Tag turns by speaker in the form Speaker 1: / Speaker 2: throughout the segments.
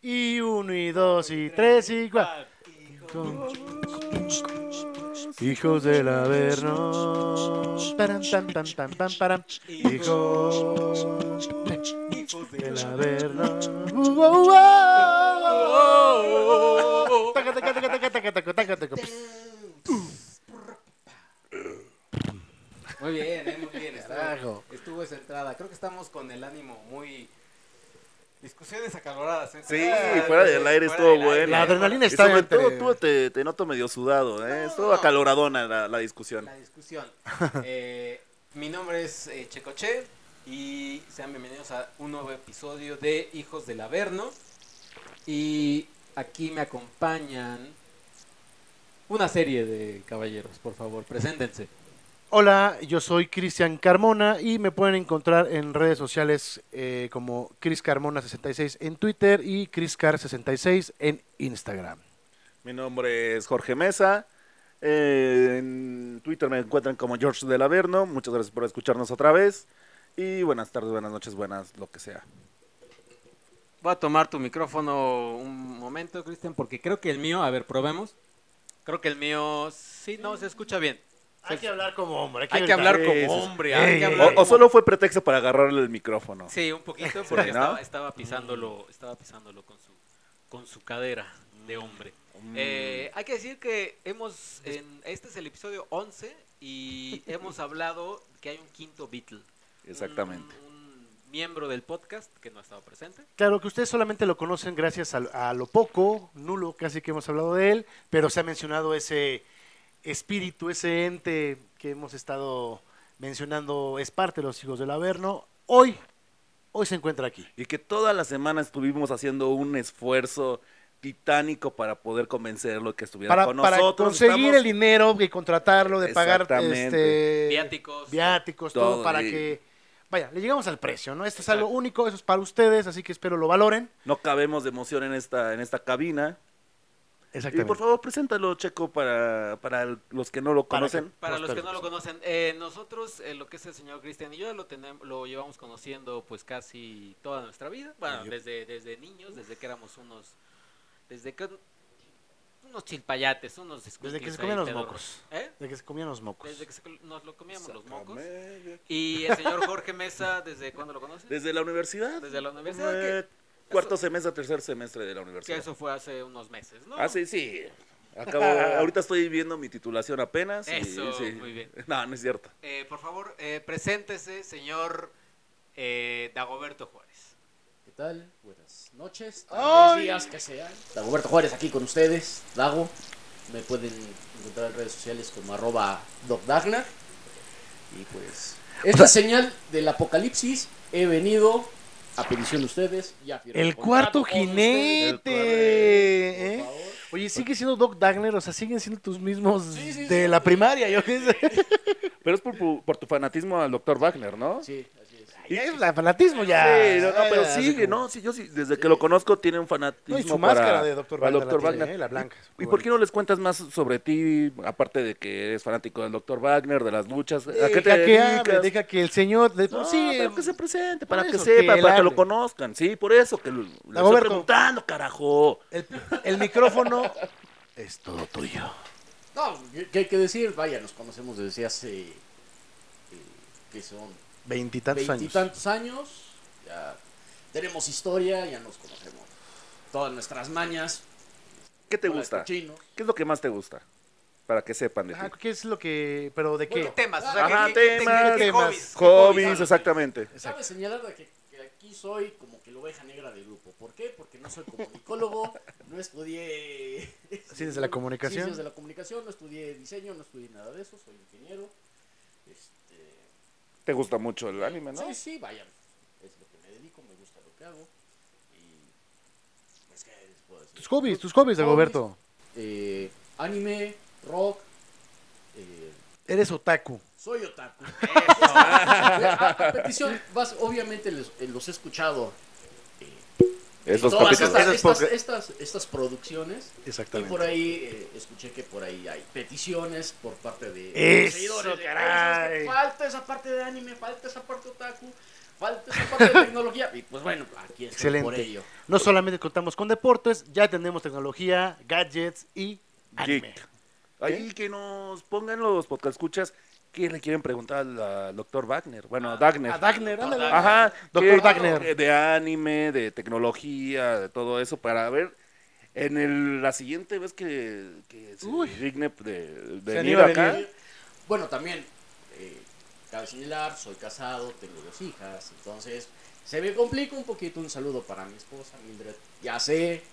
Speaker 1: Y uno, y dos, y tres, y cuatro. Hijos del Averno. Param, pam, pam, pam, pam, param. Hijos del Averno. Uh, uh, uh, uh. Taca, taca, taca, taca, taca, taca, taca, taca.
Speaker 2: Muy bien, eh, muy bien.
Speaker 1: Carajo.
Speaker 2: Estuvo, estuvo esa entrada. Creo que estamos con el ánimo muy. Discusiones acaloradas. ¿eh?
Speaker 3: Sí, fuera del aire
Speaker 2: fuera
Speaker 3: estuvo
Speaker 2: del aire.
Speaker 3: bueno.
Speaker 1: La adrenalina
Speaker 3: Y
Speaker 1: está
Speaker 3: sobre
Speaker 1: entre-
Speaker 3: todo tú te, te noto medio sudado, ¿eh? Estuvo acaloradona la, la discusión.
Speaker 2: La discusión. Eh, mi nombre es eh, Checoche y sean bienvenidos a un nuevo episodio de Hijos del Averno. Y aquí me acompañan una serie de caballeros, por favor, preséntense.
Speaker 1: Hola, yo soy Cristian Carmona y me pueden encontrar en redes sociales eh, como criscarmona 66 en Twitter y ChrisCar66 en Instagram.
Speaker 3: Mi nombre es Jorge Mesa. eh, en Twitter me encuentran como George del Averno. Muchas gracias por escucharnos otra vez. Y buenas tardes, buenas noches, buenas, lo que sea.
Speaker 2: Voy a tomar tu micrófono un momento, Cristian, porque creo que el mío, a ver, probemos. Creo que el mío, sí, no, se escucha bien.
Speaker 1: Hay que hablar como hombre.
Speaker 2: Hay que hablar
Speaker 3: Sí, sí, sí.
Speaker 2: como hombre, hay
Speaker 1: Ey,
Speaker 2: que hablar
Speaker 3: O, o
Speaker 2: como-
Speaker 3: solo fue pretexto para agarrarle el micrófono.
Speaker 2: Eh, Sí, un poquito, porque
Speaker 3: ¿no?
Speaker 2: estaba, estaba pisándolo, estaba pisándolo con su, con su cadera de hombre.
Speaker 3: Mm,
Speaker 2: Eh, hay que decir que hemos, en- este es el episodio 11 y hemos hablado que hay un quinto Beatle.
Speaker 3: Exactamente.
Speaker 2: Un, un miembro del podcast que no ha estado presente.
Speaker 1: Claro que ustedes solamente lo conocen gracias a, a lo poco, nulo, casi que hemos hablado de él, pero se ha mencionado ese espíritu, ese ente que hemos estado mencionando, es parte de los hijos del Averno. Hoy, hoy se encuentra aquí.
Speaker 3: Y que toda la semana estuvimos haciendo un esfuerzo titánico para poder convencerlo que estuviera
Speaker 1: Para,
Speaker 3: con
Speaker 1: para
Speaker 3: nosotros.
Speaker 1: conseguir
Speaker 3: Estamos-
Speaker 1: el dinero y contratarlo, de pagar
Speaker 3: Exactamente.
Speaker 1: este,
Speaker 2: Viáticos.
Speaker 1: viáticos, todo,
Speaker 3: Todo,
Speaker 1: para
Speaker 3: y-
Speaker 1: que... Vaya, le llegamos al precio, ¿no? Esto es
Speaker 2: Exacto.
Speaker 1: algo único, eso es para ustedes, así que espero lo valoren.
Speaker 3: No cabemos de emoción en esta, en esta cabina. Y
Speaker 1: Exactamente.
Speaker 3: por favor, preséntalo, Checo, para, para el- los que no lo
Speaker 1: Para que-
Speaker 3: conocen.
Speaker 2: Para
Speaker 3: No,
Speaker 2: los que
Speaker 3: espera.
Speaker 2: no lo conocen, eh, nosotros, eh, lo que es el señor Cristian y yo, lo, tenemos, lo llevamos conociendo pues casi toda nuestra vida. Bueno, desde, desde niños, desde que éramos unos... Desde que... Unos chilpayates, unos...
Speaker 1: Desde que
Speaker 2: escuincles
Speaker 1: se comían
Speaker 2: ahí
Speaker 1: los
Speaker 2: pedorros.
Speaker 1: mocos.
Speaker 2: ¿Eh?
Speaker 1: Desde que se comían los mocos.
Speaker 2: Desde que se- nos lo comíamos los mocos. Y el señor Jorge Mesa, ¿desde cuándo lo conoces?
Speaker 3: Desde la universidad.
Speaker 2: Desde la universidad.
Speaker 3: Eh,
Speaker 2: que-
Speaker 3: Cuarto semestre, tercer semestre de la
Speaker 2: que,
Speaker 3: universidad.
Speaker 2: eso fue hace unos meses, ¿no?
Speaker 3: Ah, sí, sí. Acabo, ahorita estoy viendo mi titulación apenas. y-
Speaker 2: Eso,
Speaker 3: sí.
Speaker 2: muy bien.
Speaker 3: No, no es cierto.
Speaker 2: Eh, por favor, eh, preséntese, señor eh, Dagoberto Juárez.
Speaker 4: ¿Qué tal? Buenas noches,
Speaker 1: ¡Ay!
Speaker 4: tardes, días, que sean. Dagoberto Juárez aquí con ustedes. Dago, me pueden encontrar en redes sociales como arroba DocDagnar. Y pues, esta señal del apocalipsis he venido a petición de ustedes y a firmar
Speaker 1: El
Speaker 4: contrato
Speaker 1: cuarto
Speaker 4: con ustedes.
Speaker 1: jinete.
Speaker 4: Por
Speaker 1: ¿eh?
Speaker 4: favor.
Speaker 1: Oye, sigue siendo Doc Dagner, o sea, siguen siendo tus mismos
Speaker 4: Sí, sí,
Speaker 1: de
Speaker 4: sí.
Speaker 1: la primaria, yo qué sé.
Speaker 3: Pero es por, pu- por tu fanatismo al doctor Wagner, ¿no?
Speaker 4: Sí, así es.
Speaker 1: Ya es la fanatismo ya.
Speaker 3: Sí, no,
Speaker 2: Ah,
Speaker 3: no, pero
Speaker 1: Así
Speaker 3: sigue,
Speaker 1: como-
Speaker 3: ¿no? Sí, yo sí, desde que lo conozco tiene un fanatismo
Speaker 1: No, y su
Speaker 3: para-
Speaker 1: máscara de Dr.
Speaker 3: para
Speaker 1: Wagner.
Speaker 3: Dr.
Speaker 1: la, tiene,
Speaker 3: Wagner.
Speaker 1: ¿eh? La blanca.
Speaker 3: ¿Y por qué no les cuentas más sobre ti, aparte de que eres fanático del Dr. Wagner, de las luchas? ¿A qué te
Speaker 1: Deja que hable,
Speaker 3: dedicas?
Speaker 1: deja que el señor. de-
Speaker 3: No,
Speaker 1: sí,
Speaker 3: pero que se presente, para
Speaker 1: por
Speaker 3: que
Speaker 1: eso,
Speaker 3: sepa,
Speaker 1: que
Speaker 3: para que
Speaker 1: hable.
Speaker 3: lo conozcan. Sí, por eso que lo, lo estoy
Speaker 1: Dagoberto.
Speaker 3: preguntando, carajo.
Speaker 1: el, el micrófono es todo tuyo.
Speaker 4: No, ¿qué- ¿qué hay que decir? Vaya, nos conocemos desde hace. eh, que son
Speaker 1: Veintitantos años.
Speaker 4: veintitantos años, ya tenemos historia, ya nos conocemos. Todas nuestras mañas.
Speaker 3: ¿Qué te
Speaker 4: hola,
Speaker 3: gusta? ¿Qué
Speaker 4: cochino.
Speaker 3: es lo que más te gusta? Para que sepan de ti.
Speaker 1: Ajá, ¿Qué es lo que.? ¿Pero de
Speaker 2: ¿Qué
Speaker 1: qué?
Speaker 2: temas? O sea,
Speaker 3: Ajá,
Speaker 2: ¿qué- qué- qué-
Speaker 3: temas,
Speaker 2: qué
Speaker 1: temas,
Speaker 2: hobbies? ¿Qué
Speaker 3: Hobbies,
Speaker 2: hobbies?
Speaker 3: exactamente.
Speaker 4: Cabe señalar de que, que aquí soy como que la oveja negra del grupo. ¿Por qué? Porque no soy comunicólogo, no estudié...
Speaker 1: Ciencias de la comunicación.
Speaker 4: Ciencias de la comunicación, no estudié diseño, no estudié nada de eso, soy ingeniero. Este,
Speaker 3: Te gusta mucho el anime, ¿no?
Speaker 4: Sí, sí, vaya. Es lo que me dedico, me gusta lo que hago. Y... Pues, ¿qué les puedo decir?
Speaker 1: Tus hobbies, tus hobbies,
Speaker 4: Hobbies.
Speaker 1: Dagoberto.
Speaker 4: eh, anime, rock. eh,
Speaker 1: Eres otaku.
Speaker 4: soy otaku.
Speaker 2: Eso.
Speaker 4: a, a petición, vas- obviamente les- eh, los he escuchado.
Speaker 3: Esos
Speaker 4: todas
Speaker 3: capítulos.
Speaker 4: estas,
Speaker 1: esos
Speaker 4: estas,
Speaker 1: poca-
Speaker 4: estas, estas producciones. Y por ahí eh, escuché que por ahí hay peticiones por parte de
Speaker 1: Eso,
Speaker 4: seguidores de,
Speaker 1: caray.
Speaker 4: "Oye, ¿sabes qué? falta esa parte de anime, falta esa parte otaku.
Speaker 5: falta esa parte de tecnología. Y pues bueno, aquí estoy
Speaker 1: Excelente.
Speaker 5: por ello.
Speaker 1: No solamente contamos con deportes, ya tenemos tecnología, gadgets y anime.
Speaker 3: Geek. Ahí que nos pongan los podcast escuchas qué le quieren preguntar al ah, doctor Wagner. Bueno, a Dagner.
Speaker 1: A Dagner, ándale.
Speaker 2: Dagner.
Speaker 3: Ajá, Eh,
Speaker 1: Doctor
Speaker 3: que-
Speaker 1: Wagner.
Speaker 3: De anime, de tecnología, de todo eso, para ver en el, la siguiente vez que, que se
Speaker 1: Uy.
Speaker 3: digne de, de
Speaker 1: Se
Speaker 3: venir
Speaker 1: anima a
Speaker 3: acá.
Speaker 1: venir.
Speaker 5: Bueno, también, eh, cabe señalar, soy casado, tengo dos hijas, entonces se me complica un poquito. Un saludo para mi esposa, Mildred. Ya sé.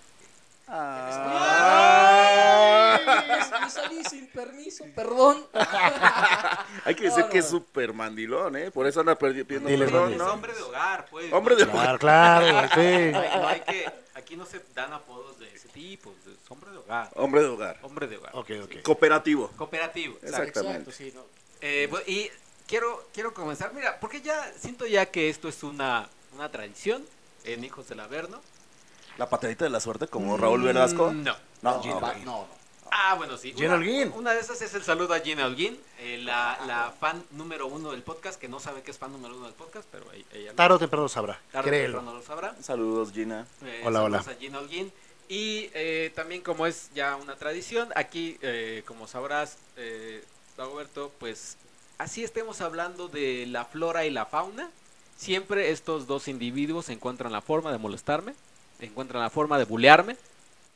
Speaker 1: Ah.
Speaker 5: Me salí sin permiso, perdón.
Speaker 3: Hay que
Speaker 5: No,
Speaker 3: decir
Speaker 5: no,
Speaker 3: que es
Speaker 5: no.
Speaker 3: súper mandilón, ¿eh? Por eso anda perdi- pidiendo
Speaker 1: Dile,
Speaker 3: perdón,
Speaker 1: Mandy.
Speaker 2: es
Speaker 3: ¿no?
Speaker 2: hombre de hogar, pues.
Speaker 3: Hombre de-
Speaker 1: Claro, claro, sí.
Speaker 2: No hay- no hay que, aquí no se dan apodos de ese tipo, es hombre de hogar.
Speaker 3: Hombre de hogar.
Speaker 2: Hombre de hogar.
Speaker 1: Ok, ok.
Speaker 3: Cooperativo.
Speaker 2: Cooperativo.
Speaker 3: Exactamente.
Speaker 5: Exacto, sí, no.
Speaker 2: Eh, bu- y quiero, quiero comenzar, mira, porque ya siento ya que esto es una, una tradición en Hijos del Averno.
Speaker 3: La patadita de la suerte, como
Speaker 2: Mm,
Speaker 3: Raúl Velasco.
Speaker 2: No.
Speaker 3: No,
Speaker 5: No,
Speaker 3: no.
Speaker 5: va- no, no.
Speaker 2: Ah, bueno, sí.
Speaker 1: Gina
Speaker 2: Una-
Speaker 1: Holguín.
Speaker 2: Una de esas es el saludo a Gina Holguín, eh, la, la fan número uno del podcast, que no sabe que es fan número uno del podcast, pero ahí- ella
Speaker 1: Tarde o temprano sabrá,
Speaker 2: tarde o
Speaker 1: créelo.
Speaker 2: temprano lo sabrá.
Speaker 3: Saludos, Gina.
Speaker 2: Eh,
Speaker 1: Hola,
Speaker 2: saludos
Speaker 1: hola.
Speaker 2: a Gina Holguín. Y eh, también como es ya una tradición, aquí, eh, como sabrás, eh, Dagoberto, pues así estemos hablando de la flora y la fauna. Siempre estos dos individuos encuentran la forma de molestarme, encuentran la forma de bulearme.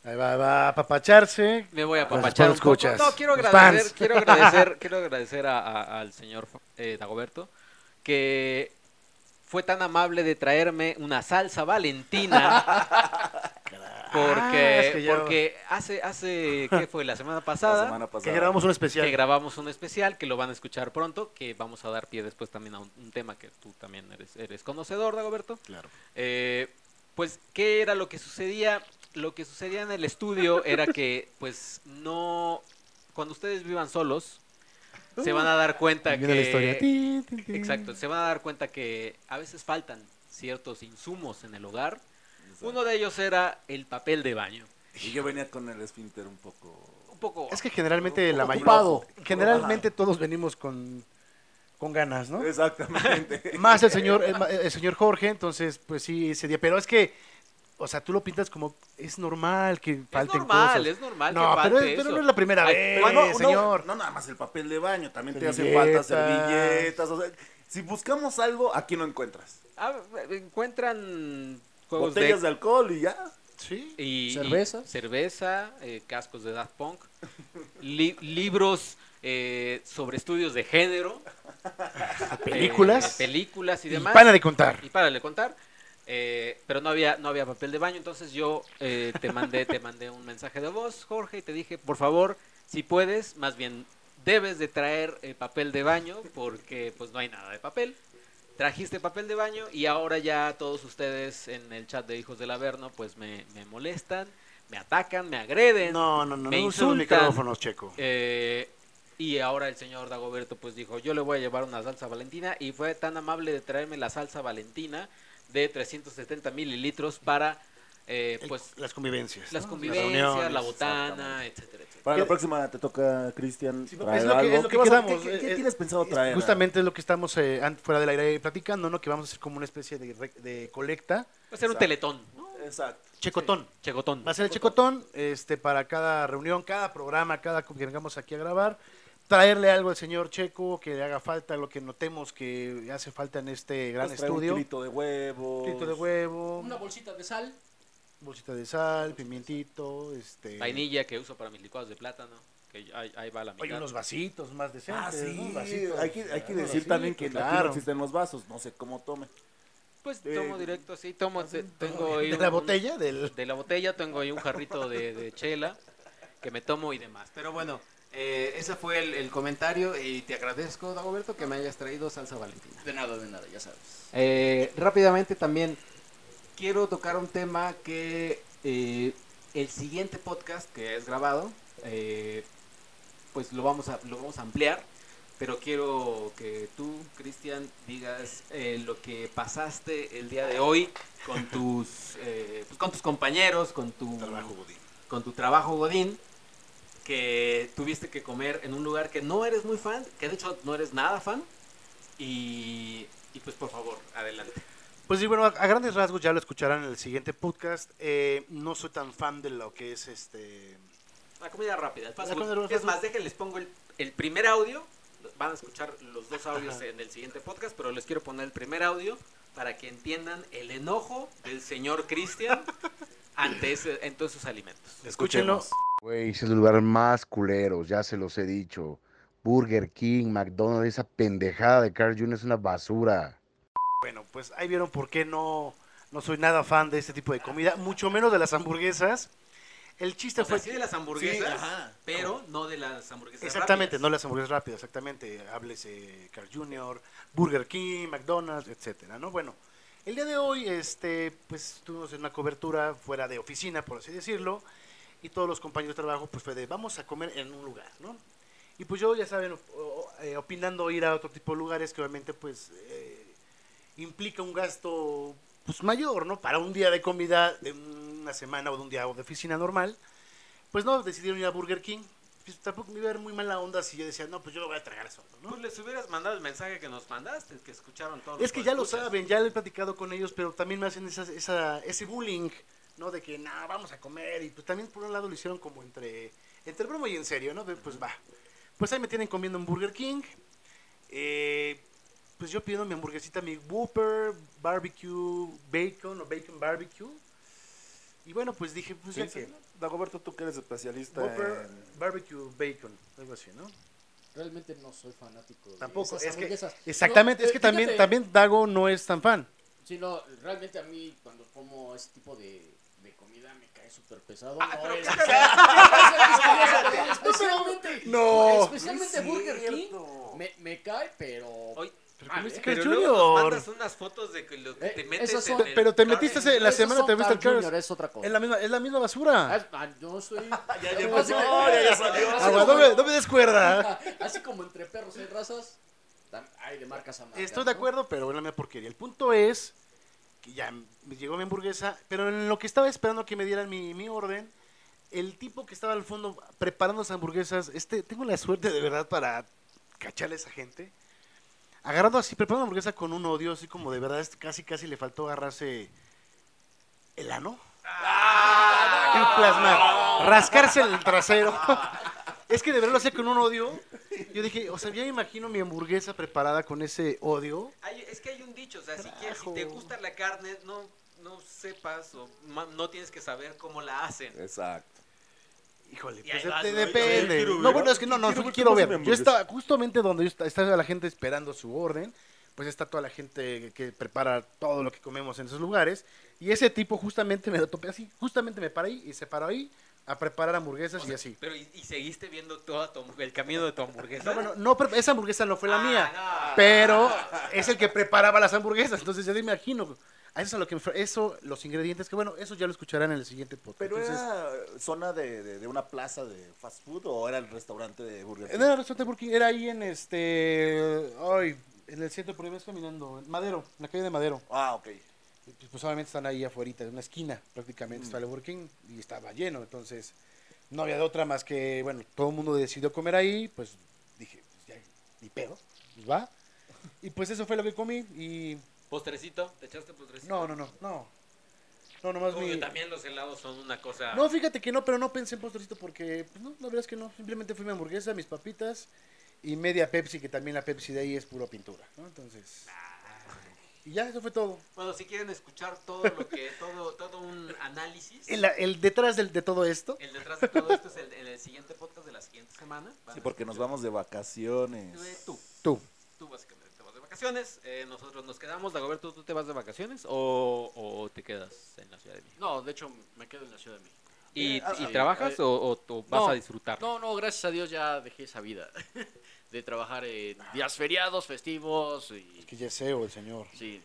Speaker 1: Ahí va, va a apapacharse.
Speaker 2: Me voy a
Speaker 1: Pues,
Speaker 2: papachar
Speaker 1: pues, escuchas.
Speaker 2: No, quiero
Speaker 1: Los
Speaker 2: agradecer,
Speaker 1: fans.
Speaker 2: quiero agradecer, quiero agradecer a- a- al señor eh, Dagoberto que fue tan amable de traerme una salsa valentina. Porque,
Speaker 1: Ah, es que ya-
Speaker 2: porque hace, hace, ¿qué fue? La semana pasada,
Speaker 3: La semana pasada.
Speaker 1: Que grabamos un
Speaker 2: que
Speaker 1: especial.
Speaker 2: grabamos un especial que lo van a escuchar pronto, que vamos a dar pie después también a un, un tema que tú también eres, eres conocedor, Dagoberto.
Speaker 1: Claro.
Speaker 2: Eh, pues, ¿qué era lo que sucedía? Lo que sucedía en el estudio era que, pues, no. Cuando ustedes vivan solos, se van a dar cuenta
Speaker 1: Viene la historia.
Speaker 2: que.
Speaker 1: Tin, tin, tin.
Speaker 2: Exacto, se van a dar cuenta que a veces faltan ciertos insumos en el hogar. Uno de ellos era el papel de baño.
Speaker 3: Y yo venía con el esfínter un poco.
Speaker 2: Un poco.
Speaker 1: Es que generalmente la mayoría.
Speaker 5: Ocupado.
Speaker 1: Generalmente todos venimos con, con ganas, ¿no?
Speaker 3: Exactamente.
Speaker 1: Más el señor, el, ma- el señor Jorge, entonces, pues sí, ese día. Pero es que, o sea, tú lo pintas como es normal que falten
Speaker 2: normal,
Speaker 1: cosas.
Speaker 2: es normal que
Speaker 1: No, pero,
Speaker 2: falte
Speaker 1: es- pero
Speaker 2: eso.
Speaker 1: no es la primera
Speaker 2: Ay,
Speaker 1: vez,
Speaker 2: bueno,
Speaker 3: no,
Speaker 1: señor.
Speaker 3: No, nada más el papel de baño. También te hacen
Speaker 1: Servilletas.
Speaker 3: falta servilletas. o sea, si buscamos algo, aquí no encuentras.
Speaker 2: Ah, encuentran juegos
Speaker 3: Botellas
Speaker 2: de.
Speaker 3: de alcohol y ya.
Speaker 1: Sí.
Speaker 2: y- y
Speaker 5: Cerveza.
Speaker 2: cerveza, eh, cascos de Daft Punk, li- libros eh, sobre estudios de género.
Speaker 1: Películas.
Speaker 2: eh, películas y
Speaker 1: Y
Speaker 2: demás.
Speaker 1: para de contar.
Speaker 2: Y para de contar. eh, pero no había, no había papel de baño, entonces yo eh, te mandé, te mandé un mensaje de voz, Jorge, y te dije, por favor, si puedes, más bien debes de traer eh, papel de baño, porque pues no hay nada de papel. Trajiste papel de baño y ahora ya todos ustedes en el chat de Hijos del Averno pues me, me molestan, me atacan, me agreden.
Speaker 1: No, no, no,
Speaker 2: Me
Speaker 1: no usen los
Speaker 2: insultan.
Speaker 1: micrófonos, Checo.
Speaker 2: Eh, y ahora el señor Dagoberto pues dijo, yo le voy a llevar una salsa valentina y fue tan amable de traerme la salsa valentina de 370 mililitros para eh,
Speaker 1: El-
Speaker 2: pues
Speaker 1: las convivencias.
Speaker 2: las
Speaker 1: ¿no?
Speaker 2: convivencias,
Speaker 1: reuniones.
Speaker 2: la botana,
Speaker 3: exactamente.
Speaker 2: etcétera, etcétera.
Speaker 3: Para
Speaker 1: ¿Qué-
Speaker 3: la próxima te toca, Cristian.
Speaker 1: Sí,
Speaker 3: traer
Speaker 1: es lo que-
Speaker 3: algo.
Speaker 1: es lo que
Speaker 3: vas a-
Speaker 1: quedamos,
Speaker 3: ¿Qué, qué- qué
Speaker 1: eh,
Speaker 3: tienes pensado
Speaker 1: Es-
Speaker 3: traer?
Speaker 1: Justamente es lo que estamos eh, an- fuera del aire platicando, ¿no? Que vamos a hacer como una especie de, re- de colecta.
Speaker 2: Va a ser un
Speaker 3: Exacto.
Speaker 2: teletón, ¿no?
Speaker 3: Exacto.
Speaker 1: Checotón.
Speaker 2: Chegotón.
Speaker 1: Va a ser el checotón este, para cada reunión, cada programa, cada que vengamos aquí a grabar. Traerle algo al señor Checo que le haga falta, lo que notemos que hace falta en este gran
Speaker 3: Puedes traer
Speaker 1: estudio.
Speaker 3: Un kilito de huevos.
Speaker 1: Poquito de huevo,
Speaker 5: Una bolsita de sal.
Speaker 1: bolsita de sal, pimientito, este.
Speaker 2: Vainilla que uso para mis licuados de plátano, que ahí, ahí va la
Speaker 1: Hay
Speaker 2: mitad.
Speaker 1: unos vasitos más decentes.
Speaker 3: Ah, sí.
Speaker 1: ¿no? Vasitos,
Speaker 3: hay que, hay que
Speaker 1: claro,
Speaker 3: decir también que
Speaker 1: vasitos,
Speaker 3: aquí no
Speaker 1: claro.
Speaker 3: existen los vasos. No sé cómo tome.
Speaker 2: Pues
Speaker 3: Eh,
Speaker 2: tomo directo así, tomo, te- tengo ahí
Speaker 1: de la
Speaker 2: un-
Speaker 1: botella del
Speaker 2: de la botella, tengo ahí un jarrito de, de chela que me tomo y demás. Pero bueno, eh, ese fue el, el comentario y te agradezco, Dagoberto, que me hayas traído salsa valentina.
Speaker 5: De nada, de nada, ya sabes.
Speaker 2: Eh, rápidamente también quiero tocar un tema que eh, el siguiente podcast que es grabado, eh, pues lo vamos a lo vamos a ampliar. Pero quiero que tú, Cristian, digas eh, lo que pasaste el día de hoy con tus eh, pues, con tus compañeros, con tu con tu trabajo Godín, que tuviste que comer en un lugar que no eres muy fan, que de hecho no eres nada fan, y Y pues por favor, adelante.
Speaker 1: Pues sí, bueno, a, a grandes rasgos ya lo escucharán en el siguiente podcast. Eh, no soy tan fan de lo que es este.
Speaker 2: La comida rápida, el fast
Speaker 1: La
Speaker 2: food.
Speaker 1: comida rápida.
Speaker 2: Es más, déjenles pongo el, el primer audio. Van a escuchar los dos audios
Speaker 1: Ajá.
Speaker 2: en el siguiente podcast, pero les quiero poner el primer audio para que entiendan el enojo del señor Cristian ante ese, en todos sus alimentos.
Speaker 1: Escúchenlo.
Speaker 3: Escuchemos.
Speaker 6: Güey, ese es el lugar más culeros, ya se los he dicho. Burger King, McDonald's, esa pendejada de Carl Jr. es una basura.
Speaker 1: Bueno, pues ahí vieron por qué no, no soy nada fan de este tipo de comida, mucho menos de las hamburguesas. El chiste
Speaker 2: O sea,
Speaker 1: fue.
Speaker 2: sí de las hamburguesas,
Speaker 1: Sí,
Speaker 2: pero no de las hamburguesas
Speaker 1: Exactamente, no
Speaker 2: rápidas.
Speaker 1: las hamburguesas rápidas, exactamente. Háblese Carl Jr., Burger King, McDonald's, etcétera, ¿no? Bueno, el día de hoy, este, pues estuvimos en una cobertura fuera de oficina, por así decirlo, y todos los compañeros de trabajo, pues fue de vamos a comer en un lugar, ¿no? Y pues yo, ya saben, op- o- eh, opinando ir a otro tipo de lugares que obviamente, pues, eh, implica un gasto, pues, mayor, ¿no? Para un día de comida de una semana o de un día de oficina normal. Pues no, decidieron ir a Burger King. Pues tampoco me iba a ver muy mala onda si yo decía, no, pues yo lo voy a tragar solo, ¿no?
Speaker 2: Pues les hubieras mandado el mensaje que nos mandaste, que escucharon todos.
Speaker 1: Es que ya lo
Speaker 2: saben
Speaker 1: saben, ya lo he platicado con ellos, pero también me hacen esas- esa, ese bullying, ¿no? De que, no, vamos a comer. Y pues también por un lado lo hicieron como entre, entre broma y en serio, ¿no? De, Pues va. Pues ahí me tienen comiendo en Burger King. Eh, pues yo pido mi hamburguesita, mi Whopper, barbecue, bacon o bacon barbecue. Y bueno, pues dije, pues ya que...
Speaker 3: Dagoberto, tú que eres especialista
Speaker 1: Whopper,
Speaker 3: en-
Speaker 1: barbecue, bacon, algo así, ¿no?
Speaker 5: Realmente no soy fanático de
Speaker 1: Tampoco,
Speaker 5: esas
Speaker 1: es que,
Speaker 5: hamburguesas.
Speaker 1: exactamente,
Speaker 5: No,
Speaker 1: es que
Speaker 5: eh,
Speaker 1: también,
Speaker 5: fíjate,
Speaker 1: también Dago no es tan fan.
Speaker 5: Sí, no, realmente a mí cuando como ese tipo de, de comida me cae súper pesado.
Speaker 2: Ah,
Speaker 5: no,
Speaker 2: pero
Speaker 5: es-
Speaker 2: ¿qué
Speaker 5: especialmente,
Speaker 1: No.
Speaker 5: especialmente Burger King me, me cae, pero...
Speaker 2: Oye,
Speaker 1: Pero
Speaker 2: Ah,
Speaker 1: comiste
Speaker 2: ¿eh?
Speaker 1: Carl
Speaker 2: Pero luego nos
Speaker 1: Jr..
Speaker 2: mandas unas fotos de que lo que
Speaker 5: Eh,
Speaker 2: te metes
Speaker 5: esas
Speaker 2: en
Speaker 5: son-
Speaker 2: el
Speaker 1: Pero te
Speaker 2: carro.
Speaker 1: metiste ese- en la
Speaker 5: Esos
Speaker 1: semana
Speaker 5: son
Speaker 1: te viste el
Speaker 5: Carl
Speaker 1: Carl-
Speaker 5: Jr., es otra cosa.
Speaker 1: Es la misma, es la misma basura.
Speaker 5: Ah, ah, yo soy...
Speaker 1: ya
Speaker 5: Así-
Speaker 1: pasó, ya- ya
Speaker 3: salió.
Speaker 5: así
Speaker 1: Agua, Ah, no
Speaker 5: como-
Speaker 1: me, no me des cuerda.
Speaker 5: Así como entre perros y razas, tam- hay de marcas amargas.
Speaker 1: Estoy de
Speaker 5: ¿no?
Speaker 1: acuerdo, pero es la misma porquería. El punto es que ya me llegó mi hamburguesa, pero en lo que estaba esperando que me dieran mi, mi orden, el tipo que estaba al fondo preparando las hamburguesas, este, tengo la suerte de verdad para cachar a esa gente. Agarrado así, preparando una hamburguesa con un odio, así como de verdad, es- casi casi le faltó agarrarse el ano. El plasma. Rascarse el trasero. Es que de verdad lo hacía con un odio. Yo dije, o sea, ya me imagino mi hamburguesa preparada con ese odio.
Speaker 2: Hay- es que hay un dicho, o sea, si, quieres- si
Speaker 1: Carajo.
Speaker 2: te gusta la carne, no, no sepas o ma- no tienes que saber cómo la hacen.
Speaker 3: Exacto.
Speaker 1: Híjole,
Speaker 2: Y
Speaker 1: pues
Speaker 2: ahí vas,
Speaker 1: de-
Speaker 2: ¿no? Yo
Speaker 1: depende.
Speaker 2: quiero
Speaker 1: No,
Speaker 2: ver.
Speaker 1: bueno, es que no, no,
Speaker 3: Quiero
Speaker 1: yo
Speaker 3: ver
Speaker 1: quiero
Speaker 3: cómo se
Speaker 1: ver.
Speaker 3: me
Speaker 1: Yo estaba justamente donde yo esta- estaba la gente esperando su orden, pues está toda la gente que prepara todo lo que comemos en esos lugares. Y ese tipo justamente me lo topé así, justamente me paré ahí y se paró ahí a preparar hamburguesas y así.
Speaker 2: Pero y, y seguiste viendo toda tu- el camino de tu hamburguesa.
Speaker 1: No, bueno, no, pre- esa hamburguesa no fue la
Speaker 2: Ah,
Speaker 1: mía,
Speaker 2: no.
Speaker 1: pero es el que preparaba las hamburguesas, entonces ya me imagino. A eso es a lo que me fue- eso, los ingredientes, que bueno, eso ya lo escucharán en el siguiente podcast.
Speaker 3: ¿Pero
Speaker 1: Entonces,
Speaker 3: era zona de, de- de una plaza de fast food o era el restaurante de Burger King?
Speaker 1: No era restaurante Burger King, era ahí en este. Ay, en el centro, por ahí vas caminando. En Madero, en la calle de Madero.
Speaker 3: Ah, ok.
Speaker 1: Y, Pues, pues, obviamente están ahí afuera, en una esquina prácticamente está el Burger King y estaba lleno. Entonces, no había de otra más que, bueno, todo el mundo decidió comer ahí. Pues dije, pues ya, ni pedo, pues va. Y pues eso fue lo que comí. Y.
Speaker 2: Postrecito, ¿te echaste postrecito?
Speaker 1: No, no, no, no. No, nomás
Speaker 2: Obvio,
Speaker 1: mi.
Speaker 2: también los helados son una cosa.
Speaker 1: No, fíjate que no, pero no pensé en postrecito porque, pues, no, la verdad es que no. Simplemente fui mi hamburguesa, mis papitas y media Pepsi, que también la Pepsi de ahí es puro pintura, ¿no? Entonces. Y ya, eso fue todo.
Speaker 2: Bueno, si quieren escuchar todo lo que, todo, todo un análisis,
Speaker 1: El, el detrás del- de todo esto.
Speaker 2: el detrás de todo esto es el, el siguiente podcast de la siguiente semana. Van
Speaker 3: Sí,
Speaker 2: a
Speaker 3: porque nos
Speaker 2: escuchar-
Speaker 3: vamos de vacaciones.
Speaker 2: Eh, Tú.
Speaker 1: Tú.
Speaker 2: Tú básicamente te vas de vacaciones, eh, nosotros nos quedamos. Dagoberto, ¿tú te vas de vacaciones o, o te quedas en la Ciudad de México?
Speaker 4: No, de hecho me quedo en la Ciudad de México.
Speaker 2: ¿Y,
Speaker 4: Eh, ah,
Speaker 2: y
Speaker 4: sí.
Speaker 2: trabajas
Speaker 4: Eh,
Speaker 2: o, o- o vas
Speaker 4: no,
Speaker 2: a disfrutar?
Speaker 4: No, no, gracias a Dios ya dejé esa vida de trabajar en días feriados, festivos y...
Speaker 1: Que ya sé, o el señor.
Speaker 4: Sí,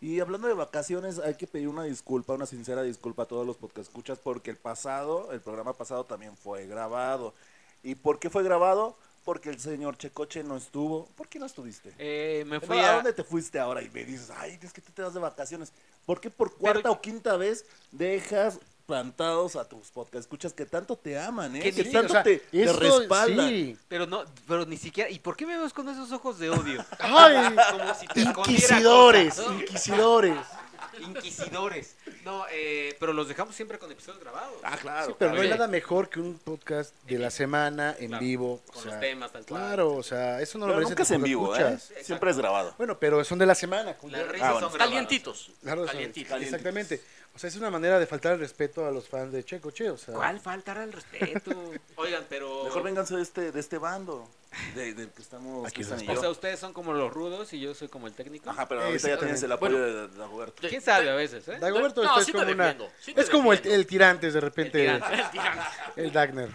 Speaker 3: Y hablando de vacaciones, hay que pedir una disculpa, una sincera disculpa a todos los podcastcuchas porque el pasado, el programa pasado también fue grabado. ¿Y por qué fue grabado? Porque el señor Checoche no estuvo. ¿Por qué no estuviste?
Speaker 2: Eh, me fui
Speaker 3: ¿A
Speaker 2: a...
Speaker 3: dónde te fuiste ahora? Y me dices, ay, es que tú te vas de vacaciones. ¿Por qué por cuarta
Speaker 2: Pero-
Speaker 3: o quinta vez dejas plantados a tus podcast escuchas que tanto te aman, ¿eh?
Speaker 2: Que
Speaker 3: Que,
Speaker 2: sí,
Speaker 3: tanto
Speaker 1: o sea,
Speaker 3: te, te
Speaker 1: esto,
Speaker 3: respaldan.
Speaker 1: sí.
Speaker 2: Pero no, pero ni siquiera. ¿Y por qué me ves con esos ojos de odio?
Speaker 1: Ay,
Speaker 2: Como si te escondiera
Speaker 1: inquisidores,
Speaker 2: cosas, ¿no?
Speaker 1: inquisidores.
Speaker 2: Inquisidores. No, eh, pero los dejamos siempre con episodios grabados.
Speaker 3: Ah, claro.
Speaker 1: Sí, pero no hay
Speaker 2: Oye.
Speaker 1: nada mejor que un podcast de la semana en
Speaker 2: Claro,
Speaker 1: vivo. o
Speaker 2: con
Speaker 1: sea,
Speaker 2: los temas, tal cual.
Speaker 1: Claro, o sea, eso no
Speaker 3: Pero
Speaker 1: lo merecen
Speaker 3: nunca es en
Speaker 1: tus
Speaker 3: vivo, ¿eh?
Speaker 1: escuchas.
Speaker 3: Siempre es grabado.
Speaker 1: Bueno, pero son de la semana. con-
Speaker 2: Las risas
Speaker 3: Ah, bueno.
Speaker 2: son grabadas.
Speaker 4: Calientitos.
Speaker 1: Claro, o sea,
Speaker 4: Calientitos.
Speaker 3: Calientitos.
Speaker 1: Exactamente. O sea, es una manera de faltar el respeto a los fans de Checo Che. O sea,
Speaker 2: ¿Cuál faltará el respeto? Oigan, pero.
Speaker 3: Mejor vénganse de este, de este bando, de- del que estamos
Speaker 1: Aquí
Speaker 3: Cristian y
Speaker 2: O
Speaker 3: yo.
Speaker 2: sea, ustedes son como los rudos y yo soy como el técnico.
Speaker 3: Ajá, pero ahorita ya tienes el apoyo de, de Dagoberto.
Speaker 2: ¿Quién sabe a veces, eh?
Speaker 1: Dagoberto
Speaker 4: No,
Speaker 1: esto
Speaker 4: sí
Speaker 1: es
Speaker 4: te
Speaker 1: como una.
Speaker 4: defiendo, sí te
Speaker 1: Es como el,
Speaker 4: defiendo.
Speaker 1: el tirantes de repente. El,
Speaker 4: El tirante.
Speaker 1: Dagner.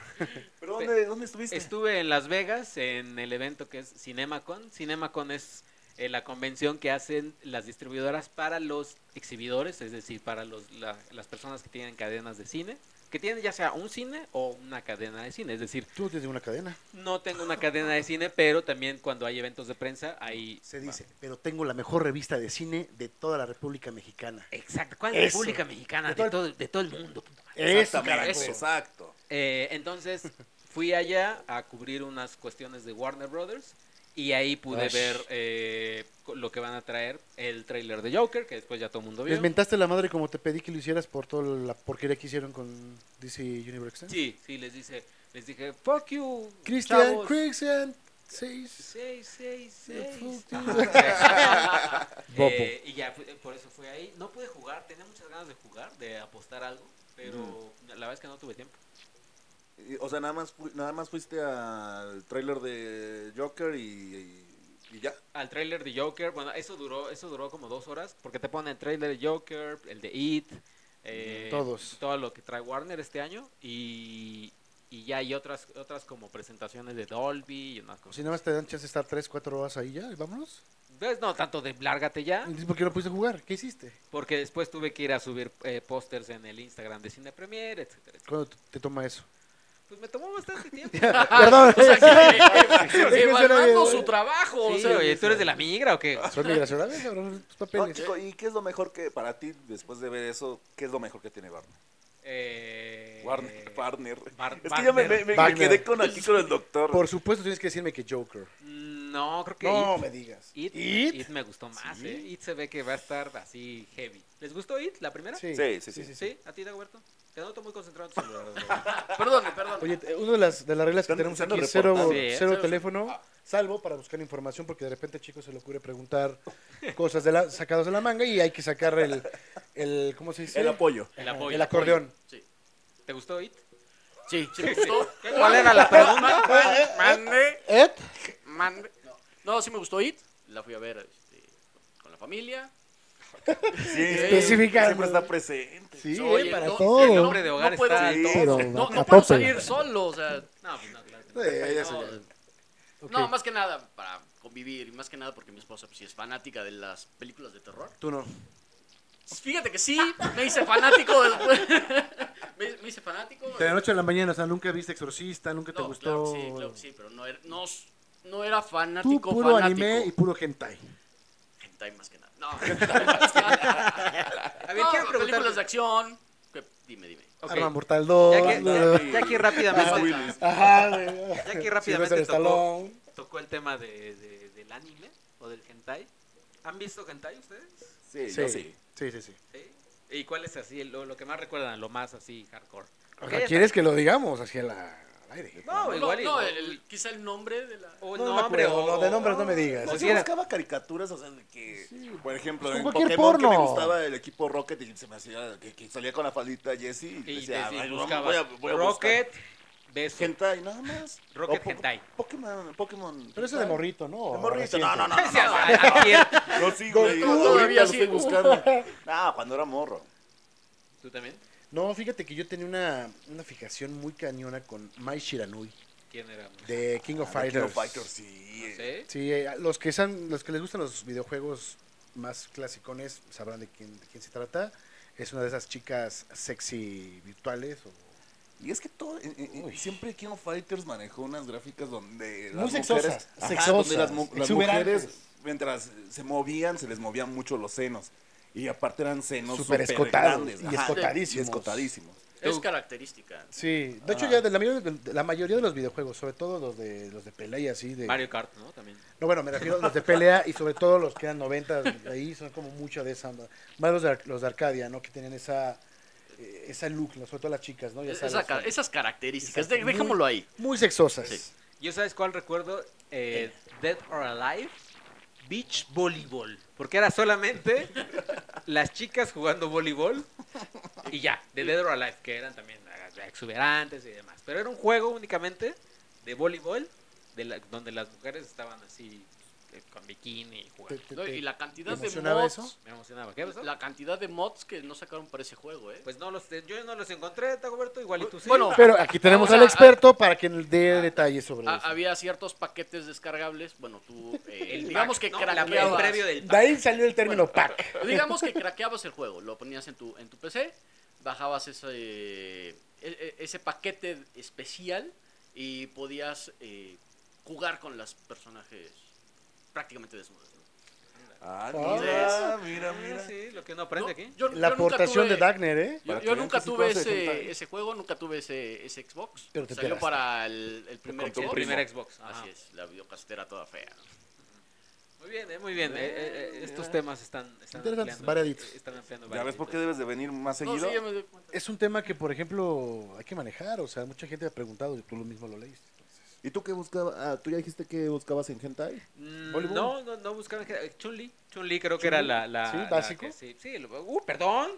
Speaker 3: ¿Pero dónde, dónde estuviste?
Speaker 2: Estuve en Las Vegas en el evento que es CinemaCon. CinemaCon es eh, la convención que hacen las distribuidoras para los exhibidores, es decir, para los, la- las personas que tienen cadenas de cine, que tienen ya sea un cine o una cadena de cine. Es decir,
Speaker 1: Tú tienes una cadena.
Speaker 2: no tengo una cadena de cine, pero también cuando hay eventos de prensa hay...
Speaker 1: Se dice, pero tengo la mejor revista de cine de toda la República Mexicana.
Speaker 2: Exacto, ¿cuál
Speaker 1: Eso.
Speaker 2: República Mexicana?
Speaker 1: De
Speaker 2: De
Speaker 1: todo-
Speaker 2: todo, de todo el mundo.
Speaker 1: Eso,
Speaker 3: Exactamente,
Speaker 1: carajo.
Speaker 3: Exacto.
Speaker 2: Eh, entonces fui allá a cubrir unas cuestiones de Warner Brothers y ahí pude
Speaker 1: Ush.
Speaker 2: ver eh, co- lo que van a traer el tráiler de Joker, que después ya todo el mundo vio.
Speaker 1: Les mentaste la madre como te pedí que lo hicieras por toda la porquería que hicieron con DC Universe. ¿eh?
Speaker 2: Sí, sí, les dice, les dije, fuck you,
Speaker 1: Christian
Speaker 2: chavos".
Speaker 1: Christian seis.
Speaker 2: Seis, seis, seis.
Speaker 1: Fuck
Speaker 2: Ajá.
Speaker 1: Bobo.
Speaker 2: Eh, y ya, fu- por eso fue ahí. No pude jugar, tenía muchas ganas de jugar, de apostar algo, pero
Speaker 1: Mm.
Speaker 2: la verdad es que no tuve tiempo.
Speaker 3: Y- O sea, nada más, fui- nada más fuiste al tráiler de Joker y, y, y ya.
Speaker 2: al tráiler de Joker. Bueno, eso duró, eso duró como dos horas, porque te ponen el tráiler de Joker, el de It, eh,
Speaker 1: Todos.
Speaker 2: todo lo que trae Warner este año y, y ya hay otras, otras como presentaciones de Dolby y unas
Speaker 1: Si
Speaker 2: cosas.
Speaker 1: nada más te dan chance de estar 3, 4 horas ahí ya, y vámonos.
Speaker 2: Pues no tanto de lárgate
Speaker 4: Ah.
Speaker 2: ya,
Speaker 1: Entonces, ¿Por qué no pudiste jugar? ¿Qué hiciste?
Speaker 2: porque después tuve que ir a subir eh, pósters en el Instagram de Cine Premier, etcétera. etcétera.
Speaker 1: ¿Cuándo te- te toma eso?
Speaker 2: Pues me tomó bastante tiempo.
Speaker 1: Perdón.
Speaker 4: Ah, pues, O sea, que- eh,
Speaker 1: que
Speaker 4: evaluando
Speaker 1: se le-
Speaker 4: su trabajo. o
Speaker 2: Sí,
Speaker 4: sea,
Speaker 2: oye, ¿tú eres de la migra o qué?
Speaker 1: Son migracionales, cabrón. Tus
Speaker 3: No,
Speaker 1: papeles.
Speaker 3: chico, ¿y qué es lo mejor que para ti, después de ver eso, qué es lo mejor que tiene Warner?
Speaker 2: Eh,
Speaker 3: Warner, Warner.
Speaker 2: Bar-
Speaker 3: es que yo me, me- me
Speaker 1: Warner.
Speaker 3: quedé con aquí con el doctor.
Speaker 1: Por supuesto tienes que decirme que Joker.
Speaker 2: No, creo que
Speaker 1: No
Speaker 2: It.
Speaker 1: me digas.
Speaker 2: It,
Speaker 1: ¿It?
Speaker 2: It me gustó más, ¿eh? It se ve que va a estar así heavy. ¿Les gustó It, la primera?
Speaker 1: Sí.
Speaker 3: Sí, sí, sí.
Speaker 2: ¿Sí? ¿A ti, Dagoberto? Te noto muy concentrado en tu celular.
Speaker 4: Perdón, perdón.
Speaker 1: Oye, te- una de las, de las reglas que
Speaker 3: Están-
Speaker 1: tenemos
Speaker 3: están
Speaker 1: aquí es cero,
Speaker 3: reportando.
Speaker 2: Sí, ¿eh?
Speaker 1: cero
Speaker 4: Cero-
Speaker 1: teléfono, salvo para buscar información, porque de repente a chicos se le ocurre preguntar cosas de la, sacadas de la manga y hay que sacar el, el ¿cómo se dice?
Speaker 3: El apoyo.
Speaker 2: El
Speaker 1: Ajá,
Speaker 2: apoyo.
Speaker 1: el acordeón.
Speaker 4: Sí,
Speaker 2: ¿Te gustó It?
Speaker 4: sí, sí me gustó.
Speaker 2: ¿Cuál era la pregunta?
Speaker 4: Mande.
Speaker 1: ¿Ed?
Speaker 4: Mande. No, sí me gustó IT. La fui a ver este, con la familia.
Speaker 3: Sí,
Speaker 1: Especificando.
Speaker 3: Siempre está presente.
Speaker 1: Sí,
Speaker 4: Oye,
Speaker 1: eh, para
Speaker 4: no,
Speaker 1: todo.
Speaker 4: El
Speaker 2: nombre de hogar
Speaker 4: no puedo,
Speaker 2: está
Speaker 4: sí,
Speaker 1: pero
Speaker 4: no,
Speaker 1: a
Speaker 4: no puedo
Speaker 1: tope.
Speaker 4: salir solo, o sea.
Speaker 2: No, pues no, claro. que no.
Speaker 1: Eh, ya sé,
Speaker 4: No,
Speaker 1: ya. Ok.
Speaker 4: no, más que nada para convivir y más que nada porque mi esposa pues, sí es fanática de las películas de terror.
Speaker 1: Tú no.
Speaker 4: Fíjate que sí, me hice fanático después. me, me hice fanático.
Speaker 1: De la noche a la mañana, o sea, nunca viste Exorcista, nunca te
Speaker 4: No,
Speaker 1: gustó.
Speaker 4: Claro que sí, claro que sí, pero no era, no, s- no era
Speaker 1: Tú
Speaker 4: fanático,
Speaker 1: puro
Speaker 4: fanático.
Speaker 1: anime y puro hentai.
Speaker 4: Hentai más que nada. No, hentai más que nada.
Speaker 2: A ver,
Speaker 4: No,
Speaker 2: quiero
Speaker 4: películas de
Speaker 2: preguntar.
Speaker 4: acción. que- Dime, dime.
Speaker 1: Arma Mortal 2.
Speaker 2: Ya que,
Speaker 1: no,
Speaker 2: ya,
Speaker 1: no.
Speaker 2: ya que rápidamente,
Speaker 1: Ajá, güey.
Speaker 2: ya que
Speaker 1: Sylvester
Speaker 2: rápidamente tocó,
Speaker 1: Stallone.
Speaker 2: tocó el tema de, de- del anime o del hentai. ¿Han visto hentai ustedes?
Speaker 3: Sí,
Speaker 1: Sí,
Speaker 3: yo
Speaker 1: sí,
Speaker 3: sí.
Speaker 1: sí, sí.
Speaker 2: ¿Sí? ¿Y cuál es así? Lo, lo que más recuerdan, lo más así hardcore.
Speaker 1: O
Speaker 2: Porque
Speaker 1: sea,
Speaker 2: ya
Speaker 1: ¿quieres que lo digamos hacia la, al aire?
Speaker 2: No,
Speaker 4: No,
Speaker 2: igual y- Oh,
Speaker 4: no, el- el- quizá el nombre de la.
Speaker 2: O
Speaker 1: No, no me
Speaker 2: nombre,
Speaker 1: acuerdo,
Speaker 2: o-
Speaker 1: no, de nombres no me digas.
Speaker 3: No,
Speaker 2: Pues
Speaker 3: yo
Speaker 2: era-
Speaker 3: buscaba caricaturas, o sea, de que, por ejemplo,
Speaker 1: Pues
Speaker 3: en
Speaker 1: cualquier
Speaker 3: Pokémon que
Speaker 1: porno.
Speaker 3: me gustaba el equipo Rocket y se me hacía que, que salía con la faldita Jesse y,
Speaker 2: Y
Speaker 3: decía,
Speaker 2: te-
Speaker 3: "Ay, no,
Speaker 2: buscabas
Speaker 3: voy a, voy a buscar".
Speaker 2: Rocket, beso.
Speaker 3: Hentai, nada más.
Speaker 2: Rocket
Speaker 3: O po-
Speaker 2: Hentai.
Speaker 3: Pokémon, Pokémon.
Speaker 1: Pero eso de
Speaker 3: hentai.
Speaker 1: morrito, ¿no?
Speaker 3: De morrito, no, no, no.
Speaker 2: Sí,
Speaker 4: Ah,
Speaker 2: a- a quién-
Speaker 3: no, Lo sigo,
Speaker 4: Goku,
Speaker 3: ahorita
Speaker 4: todavía
Speaker 3: lo estoy
Speaker 4: sí.
Speaker 3: buscando. Ah, cuando era morro.
Speaker 2: ¿Tú también?
Speaker 1: No, fíjate que yo tenía una, una fijación muy cañona con Mai Shiranui
Speaker 2: ¿Quién era?
Speaker 1: de King of
Speaker 3: Ah, de King
Speaker 1: Fighters.
Speaker 3: of Fighters, sí.
Speaker 2: ¿Sí?
Speaker 1: Sí, eh, los que san- los que les gustan los videojuegos más clasicones sabrán de quién, de quién se trata. Es una de esas chicas sexy virtuales. o-
Speaker 3: Y es que todo, en- en- en- siempre King of Fighters manejó unas gráficas donde
Speaker 1: Muy
Speaker 3: las
Speaker 1: sexosas,
Speaker 3: mujeres,
Speaker 1: sexosas,
Speaker 3: donde las mu- las,
Speaker 1: exuberantes.
Speaker 3: mujeres mientras se movían se les movían mucho los senos Y aparte eran senos
Speaker 7: Súper
Speaker 3: súper
Speaker 7: escotados
Speaker 3: grandes,
Speaker 7: y
Speaker 3: ajá,
Speaker 7: escotadísimos.
Speaker 3: y escotadísimos.
Speaker 4: Es característica.
Speaker 1: Sí, de hecho ya de la, mayoría, de la mayoría de los videojuegos, sobre todo los de los de pelea y así de
Speaker 4: Mario Kart, ¿no? También.
Speaker 1: No, bueno, me refiero a los de pelea y sobre todo los que eran 90 ahí son como mucho de esa onda. Más los de, Ar- los de Arcadia, ¿no? Que tienen esa eh, esa look, ¿no? sobre todo las chicas, ¿no? Ya
Speaker 4: Esa
Speaker 1: sabes,
Speaker 4: ca-
Speaker 1: son
Speaker 4: esas características.
Speaker 1: Exacto.
Speaker 4: de- dejémoslo ahí.
Speaker 1: muy sexosas.
Speaker 4: Sí.
Speaker 2: ¿Yo sabes cuál recuerdo? Eh, Dead or Alive Beach Volleyball. Porque era solamente las chicas jugando voleibol y ya, de Dead or Alive, que eran también ah, exuberantes y demás. Pero era un juego únicamente de voleibol de la- donde las mujeres estaban así eh, con bikini y
Speaker 1: Te-
Speaker 2: jugando.
Speaker 1: te-
Speaker 4: No,
Speaker 1: te-
Speaker 4: y la cantidad de
Speaker 1: emocionaba
Speaker 4: mods.
Speaker 1: eso?
Speaker 2: Me emocionaba. ¿Qué pasó?
Speaker 4: Pues, La cantidad de mods que no sacaron para ese juego, ¿eh?
Speaker 2: Pues no los, yo no los encontré, Dagoberto, igual y tú sí.
Speaker 4: Bueno,
Speaker 1: Pero aquí tenemos
Speaker 4: O sea, Ah,
Speaker 1: al experto para que nos dé detalles sobre
Speaker 4: Ha-
Speaker 1: eso.
Speaker 4: había ciertos paquetes descargables. Bueno, tú. eh,
Speaker 2: pues, El
Speaker 4: digamos
Speaker 2: pack,
Speaker 4: que
Speaker 2: ¿no? La- el
Speaker 4: craqueabas.
Speaker 2: previo del
Speaker 1: De ahí salió el término pack.
Speaker 4: Digamos que craqueabas el juego, lo ponías en tu, en tu PC, bajabas ese, eh, e- ese paquete especial y podías eh, jugar con los personajes prácticamente desnudos. ¿no?
Speaker 3: Ah,
Speaker 4: Entonces-
Speaker 3: mira, mira, mira.
Speaker 2: Sí, lo que uno aprende
Speaker 4: No,
Speaker 2: aquí.
Speaker 4: yo- yo
Speaker 1: La
Speaker 4: nunca
Speaker 1: aportación
Speaker 4: tuve-
Speaker 1: de Dagner, ¿eh?
Speaker 4: Yo,
Speaker 3: Para
Speaker 4: yo
Speaker 3: que vean
Speaker 4: nunca
Speaker 3: que sí
Speaker 4: tuve
Speaker 3: conoces un
Speaker 4: ese,
Speaker 3: tal.
Speaker 4: ese juego, nunca tuve ese, ese Xbox.
Speaker 1: Pero te
Speaker 4: Salió
Speaker 1: enteraste.
Speaker 4: para el, el primer
Speaker 3: Con tu
Speaker 4: Xbox.
Speaker 3: primo.
Speaker 2: Primer Xbox. ajá.
Speaker 4: Así es, la videocastera toda fea.
Speaker 2: Muy bien, eh, muy bien. eh, eh, eh, estos temas están, están
Speaker 1: Interesantes,
Speaker 2: ampliando,
Speaker 1: variaditos.
Speaker 2: eh, Están ampliando
Speaker 3: ¿Ya ves
Speaker 2: variaditos.
Speaker 3: por qué debes de venir más
Speaker 4: No, sí,
Speaker 3: seguido?
Speaker 4: ya me doy cuenta.
Speaker 1: Es un tema que, por ejemplo, hay que manejar. O sea, mucha gente ha preguntado y tú lo mismo lo leíste.
Speaker 3: ¿Y tú qué buscabas? Ah, ¿Tú ya dijiste que buscabas en hentai?
Speaker 2: Mm,
Speaker 1: Voleibol.
Speaker 2: No, no, no buscaban que- eh, Chun-Li. Chun-Li creo que era la. la
Speaker 1: ¿Sí?
Speaker 2: la
Speaker 1: ¿Básico?
Speaker 2: que sí, sí, lo- uh, perdón.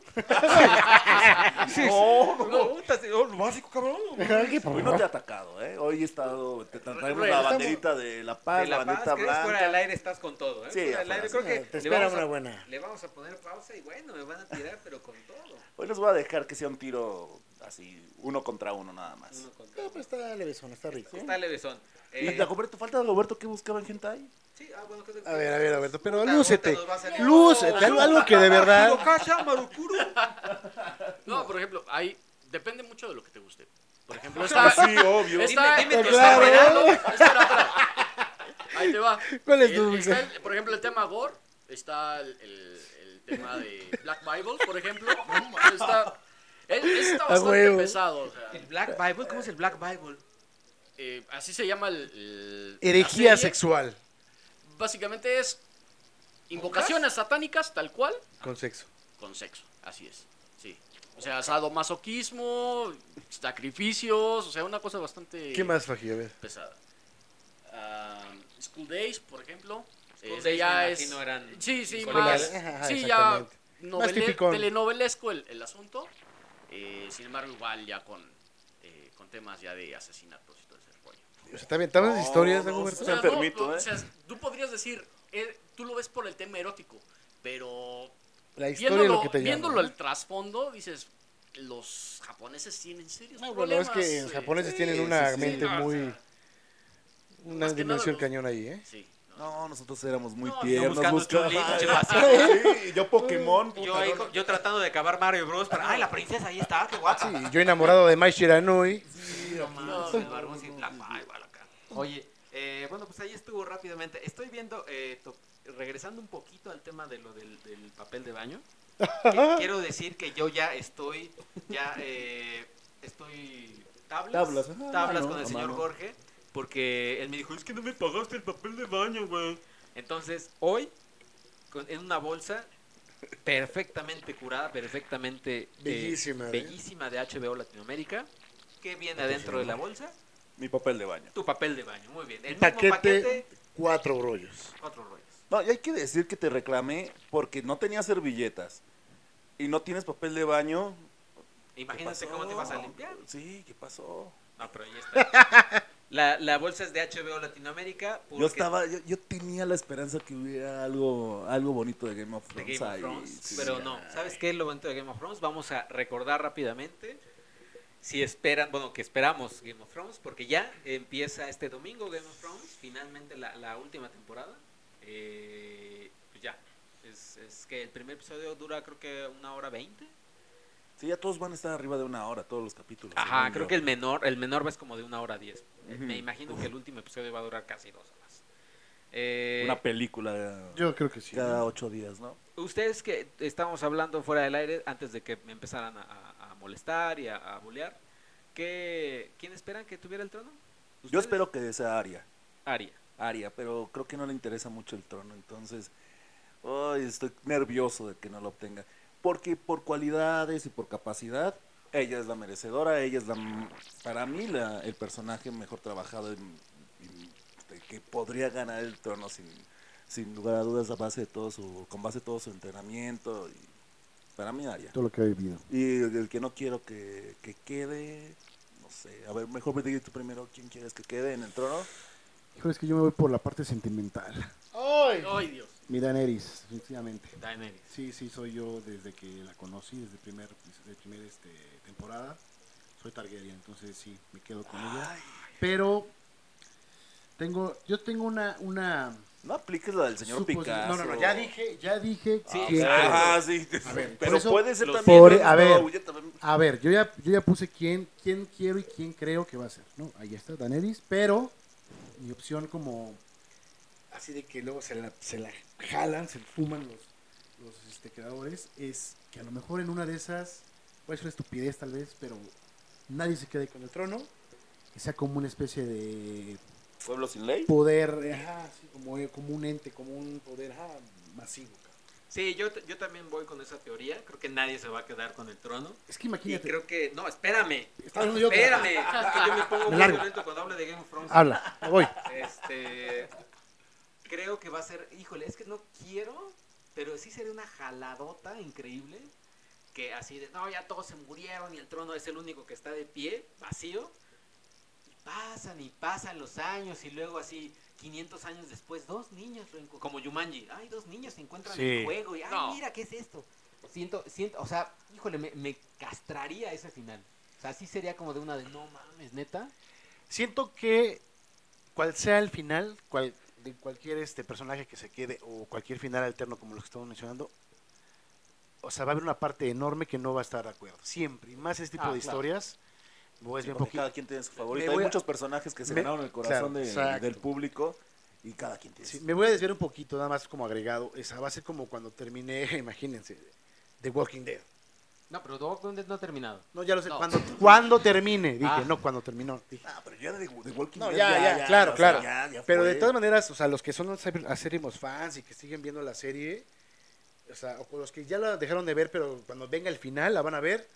Speaker 3: No, no,
Speaker 2: No, puta, sí, oh, lo básico, cabrón.
Speaker 3: Hoy no te he atacado, ¿eh? Hoy he estado. Te tra- traemos la
Speaker 4: Regresamos.
Speaker 3: banderita de La Paz,
Speaker 2: De la
Speaker 3: Ah, la,
Speaker 2: paz,
Speaker 3: banderita
Speaker 2: crees fuera del
Speaker 3: blanca.
Speaker 2: aire estás con todo. ¿eh?
Speaker 3: Sí,
Speaker 2: Fuera del aire, creo
Speaker 3: afuera,
Speaker 2: que.
Speaker 1: Te
Speaker 2: le
Speaker 1: espera
Speaker 2: vamos a-
Speaker 1: una buena.
Speaker 2: Le vamos a poner pausa y bueno, me van a tirar, pero con todo.
Speaker 3: Hoy les voy a dejar que sea un tiro así, uno contra uno nada más.
Speaker 2: Uno con todo.
Speaker 1: No, pero está levesona, está rico.
Speaker 2: Está levesón.
Speaker 3: ¿Y
Speaker 2: Eh,
Speaker 3: Dagoberto, falta Dagoberto que buscaba en hentai?
Speaker 2: sí, ah, bueno, creo que-
Speaker 1: A ver, a ver, Alberto, pero
Speaker 2: Puta,
Speaker 1: lúcete.
Speaker 2: ahorita nos va a salir-
Speaker 1: Lúcete,
Speaker 2: No.
Speaker 1: algo, algo que de verdad.
Speaker 2: Hirokasha, Marukuru.
Speaker 4: No, por ejemplo, hay, depende mucho de lo que te guste. Por ejemplo, está,
Speaker 3: obvio.
Speaker 4: está,
Speaker 2: Dime- dime tu
Speaker 4: está-
Speaker 2: claro.
Speaker 4: espera, espera. Ahí te va.
Speaker 1: ¿Cuál es
Speaker 4: El-
Speaker 1: tu-
Speaker 4: está el- por ejemplo, el tema gore, está el, el- el tema de Black Bible, por ejemplo. Está, es- está
Speaker 1: A
Speaker 4: bastante
Speaker 1: huevo.
Speaker 4: pesado. o sea,
Speaker 2: El Black Bible, ¿cómo es el Black Bible?
Speaker 4: eh, así se llama el, el- la
Speaker 1: Herejía
Speaker 4: serie.
Speaker 1: sexual.
Speaker 4: Básicamente es invocaciones satánicas, tal cual,
Speaker 1: Con sexo.
Speaker 4: con sexo. Así es. Sí. O sea, sadomasoquismo, sacrificios, o sea, una cosa bastante...
Speaker 1: ¿Qué más, Faji? A ver.
Speaker 4: pesada. Am, School Days, por ejemplo.
Speaker 2: School
Speaker 4: eh,
Speaker 2: Days,
Speaker 4: ya
Speaker 2: me
Speaker 4: es,
Speaker 2: imagino, eran
Speaker 4: sí, sí, más,
Speaker 2: escolares.
Speaker 1: Ajá,
Speaker 4: sí, ya
Speaker 1: exactamente.
Speaker 4: novele-
Speaker 1: tipicón.
Speaker 4: telenovelesco el, el asunto. Eh, sin embargo, igual ya con, eh, con temas ya de asesinatos y todo ese rollo.
Speaker 1: O sea, también, también las
Speaker 3: No,
Speaker 1: historias,
Speaker 3: no,
Speaker 1: Dagoberto?
Speaker 3: Está enfermito,
Speaker 4: o
Speaker 3: ¿eh?
Speaker 4: sea, tú podrías decir, eh, tú lo ves por el tema erótico, pero
Speaker 1: La historia de
Speaker 4: viéndolo,
Speaker 1: lo que te llama.
Speaker 4: viéndolo
Speaker 1: ¿no?
Speaker 4: el trasfondo, dices, los japoneses tienen serios
Speaker 1: No, bueno,
Speaker 4: problemas.
Speaker 1: es que los
Speaker 4: eh,
Speaker 1: japoneses
Speaker 3: sí,
Speaker 1: tienen una
Speaker 3: sí, sí.
Speaker 1: mente
Speaker 4: Ah, o
Speaker 1: muy.
Speaker 4: sea,
Speaker 1: Una
Speaker 4: más que nada
Speaker 1: dimensión
Speaker 4: los-
Speaker 1: cañón ahí, ¿eh?
Speaker 4: sí, no.
Speaker 3: No, nosotros éramos muy
Speaker 4: No, yo
Speaker 3: tiernos.
Speaker 2: buscando
Speaker 3: buscaba-
Speaker 2: Chun-Li,
Speaker 3: Ay,
Speaker 2: pinche
Speaker 3: sí, yo Pokémon.
Speaker 2: Yo, ahí,
Speaker 3: puta,
Speaker 2: yo tratando de acabar Mario Bros. Para, ay, la princesa ahí está, qué guapa.
Speaker 1: Sí, yo enamorado de Mai Shiranui.
Speaker 2: No mames, el barbón sin la- ay, igual acá. Oye, eh, bueno, pues ahí estuvo rápidamente. Estoy viendo, eh, to- regresando un poquito al tema de lo del, del papel de baño. eh, quiero decir que yo ya estoy, ya eh, estoy tablas,
Speaker 3: Tablas, ajá,
Speaker 2: tablas
Speaker 3: mano,
Speaker 2: con el
Speaker 3: a
Speaker 2: señor
Speaker 3: mano.
Speaker 2: Jorge, porque él me dijo, es que no me pagaste el papel de baño, güey. Entonces, hoy, con- en una bolsa perfectamente curada, perfectamente eh,
Speaker 1: Bellísima, ¿eh?
Speaker 2: bellísima de HBO Latinoamérica, ¿Qué viene adentro de la bolsa?
Speaker 3: Mi papel de baño.
Speaker 2: Tu papel de baño, muy bien. El mismo
Speaker 1: Paquete,
Speaker 2: paquete,
Speaker 1: cuatro rollos.
Speaker 2: cuatro rollos.
Speaker 3: No, y hay que decir que te reclamé porque no tenías servilletas y no tienes papel de baño. ¿Qué
Speaker 2: Imagínate
Speaker 3: pasó?
Speaker 2: cómo te vas a limpiar.
Speaker 3: Sí, ¿qué pasó?
Speaker 2: No, pero ahí está. La, la bolsa es de HBO Latinoamérica. porque-
Speaker 3: Yo estaba, yo, yo tenía la esperanza que hubiera algo, algo bonito de Game of
Speaker 2: de
Speaker 3: Thrones.
Speaker 2: Game of
Speaker 3: ahí,
Speaker 2: Thrones,
Speaker 3: sí.
Speaker 2: pero no. ¿Sabes qué es lo bonito de Game of Thrones? Vamos a recordar rápidamente si esperan, bueno, que esperamos Game of Thrones, porque ya empieza este domingo Game of Thrones, finalmente la, la última temporada. Eh, pues ya, es, es que el primer episodio dura creo que una hora veinte.
Speaker 3: Sí, ya todos van a estar arriba de una hora, todos los capítulos.
Speaker 2: Ajá,
Speaker 3: según
Speaker 2: creo
Speaker 3: yo.
Speaker 2: que el menor, el menor es como de una hora diez. Eh, Me
Speaker 3: Ujú.
Speaker 2: imagino que el último episodio va a durar casi dos horas. Eh,
Speaker 3: Una película
Speaker 8: Yo creo que sí.
Speaker 3: cada ocho días, ¿no?
Speaker 2: Ustedes que estábamos hablando fuera del aire antes de que me empezaran a, a- a molestar y a, a bolear, ¿qué, ¿quién esperan que tuviera el trono?
Speaker 3: Yo
Speaker 2: ¿Ustedes?
Speaker 3: espero que sea Aria.
Speaker 2: Aria.
Speaker 3: Aria, pero creo que no le interesa mucho el trono, entonces ay, estoy nervioso de que no lo obtenga. Porque por cualidades y por capacidad, ella es la merecedora, ella es la, m- para mí la- el personaje mejor trabajado y- y- de que podría ganar el trono sin, sin lugar a dudas a base de todo su, con base de todo su entrenamiento. y para mí Aria.
Speaker 8: Todo lo que ha vivido.
Speaker 3: Y el, el que no quiero que, que quede, no sé, a ver, mejor me digas tú primero quién quieres que quede en el trono.
Speaker 8: Híjole, es que yo me voy por la parte sentimental.
Speaker 4: ¡Ay, Dios!
Speaker 8: Mi Daenerys, definitivamente.
Speaker 4: Daenerys.
Speaker 8: Sí, sí, soy yo desde que la conocí, desde primer, desde primer este, temporada. Soy Targaryen, entonces sí, me quedo con ella. Pero tengo, yo tengo una, una
Speaker 3: No apliques la del señor
Speaker 8: suposi-
Speaker 3: Picasso. Ah,
Speaker 8: No, no, no, ya dije, ya dije
Speaker 3: Sí,
Speaker 8: que-
Speaker 3: ajá, sí.
Speaker 8: ver, por
Speaker 3: pero
Speaker 8: eso-
Speaker 3: puede ser
Speaker 8: los-
Speaker 3: también.
Speaker 8: Por-
Speaker 3: ¿no?
Speaker 8: a
Speaker 3: No,
Speaker 8: ver.
Speaker 3: oye, también-
Speaker 8: A ver, yo ya, yo ya puse quién, quién quiero y quién creo que va a ser, ¿no? Ahí está Daenerys, pero mi opción como así de que luego se la, se la jalan, se fuman los, los este, creadores, es que a lo mejor en una de esas, puede ser una estupidez tal vez, pero nadie se quede con el trono, que sea como una especie de
Speaker 3: Pueblo sin ley.
Speaker 1: Pues,
Speaker 8: poder, eh, ajá, sí, como, como un ente, como un poder ajá, masivo. cabrón.
Speaker 2: Sí, yo, t- yo también voy con esa teoría. Creo que nadie se va a quedar con el trono.
Speaker 8: Es que
Speaker 2: Y
Speaker 8: imagínate,
Speaker 2: creo que. No, espérame.
Speaker 8: Está hablando yo, cabrón.
Speaker 2: espérame. Es que yo me pongo
Speaker 8: Me
Speaker 2: muy
Speaker 8: largo.
Speaker 2: violento cuando hablo de Game of Thrones.
Speaker 8: habla, me voy.
Speaker 2: Este. Creo que va a ser. Híjole, es que no quiero. Pero sí sería una jaladota increíble. Que así de. No, ya todos se murieron y el trono es el único que está de pie, vacío. Y pasan y pasan los años. Y luego así, 500 años después, dos niños. lo encu- Como Yumanji. Ay, dos niños se encuentran en
Speaker 1: Sí.
Speaker 2: el juego. Y ay,
Speaker 4: No.
Speaker 2: mira, ¿qué es esto? Siento, siento. O sea, híjole, me, me castraría ese final. O sea, sí sería como de una de. No mames, neta.
Speaker 1: Siento que cual sea el final, cual, de cualquier este personaje que se quede o cualquier final alterno como los que estamos mencionando, o sea, va a haber una parte enorme que no va a estar de acuerdo. Siempre. Y más este tipo
Speaker 2: Ah,
Speaker 1: de
Speaker 2: claro.
Speaker 1: historias. O es bien
Speaker 3: Porque
Speaker 1: poquito.
Speaker 3: cada quien tiene su favorito.
Speaker 1: Me
Speaker 3: Hay
Speaker 1: voy a-
Speaker 3: muchos personajes que se
Speaker 1: me-
Speaker 3: ganaron el corazón
Speaker 1: claro,
Speaker 3: de-
Speaker 1: exacto.
Speaker 3: del público y cada quien tiene
Speaker 1: Sí,
Speaker 3: su.
Speaker 1: me voy a desviar un poquito, nada más como agregado. Esa va a ser como cuando terminé, imagínense, The Walking Dead.
Speaker 2: No, pero Dog Dungeon no ha terminado.
Speaker 1: No, ya lo sé.
Speaker 4: No.
Speaker 1: Cuando, cuando termine, dije,
Speaker 2: Ah.
Speaker 1: no, cuando terminó. dije.
Speaker 3: Ah, pero ya de, de Walking
Speaker 1: No,
Speaker 3: Dead,
Speaker 1: ya, ya, claro,
Speaker 3: o sea,
Speaker 1: claro.
Speaker 3: ya, ya
Speaker 1: Pero
Speaker 3: fue.
Speaker 1: de todas maneras, o sea, los que son acér- acérrimos fans y que siguen viendo la serie, o sea, o con los que ya la dejaron de ver, pero cuando venga el final la van a ver,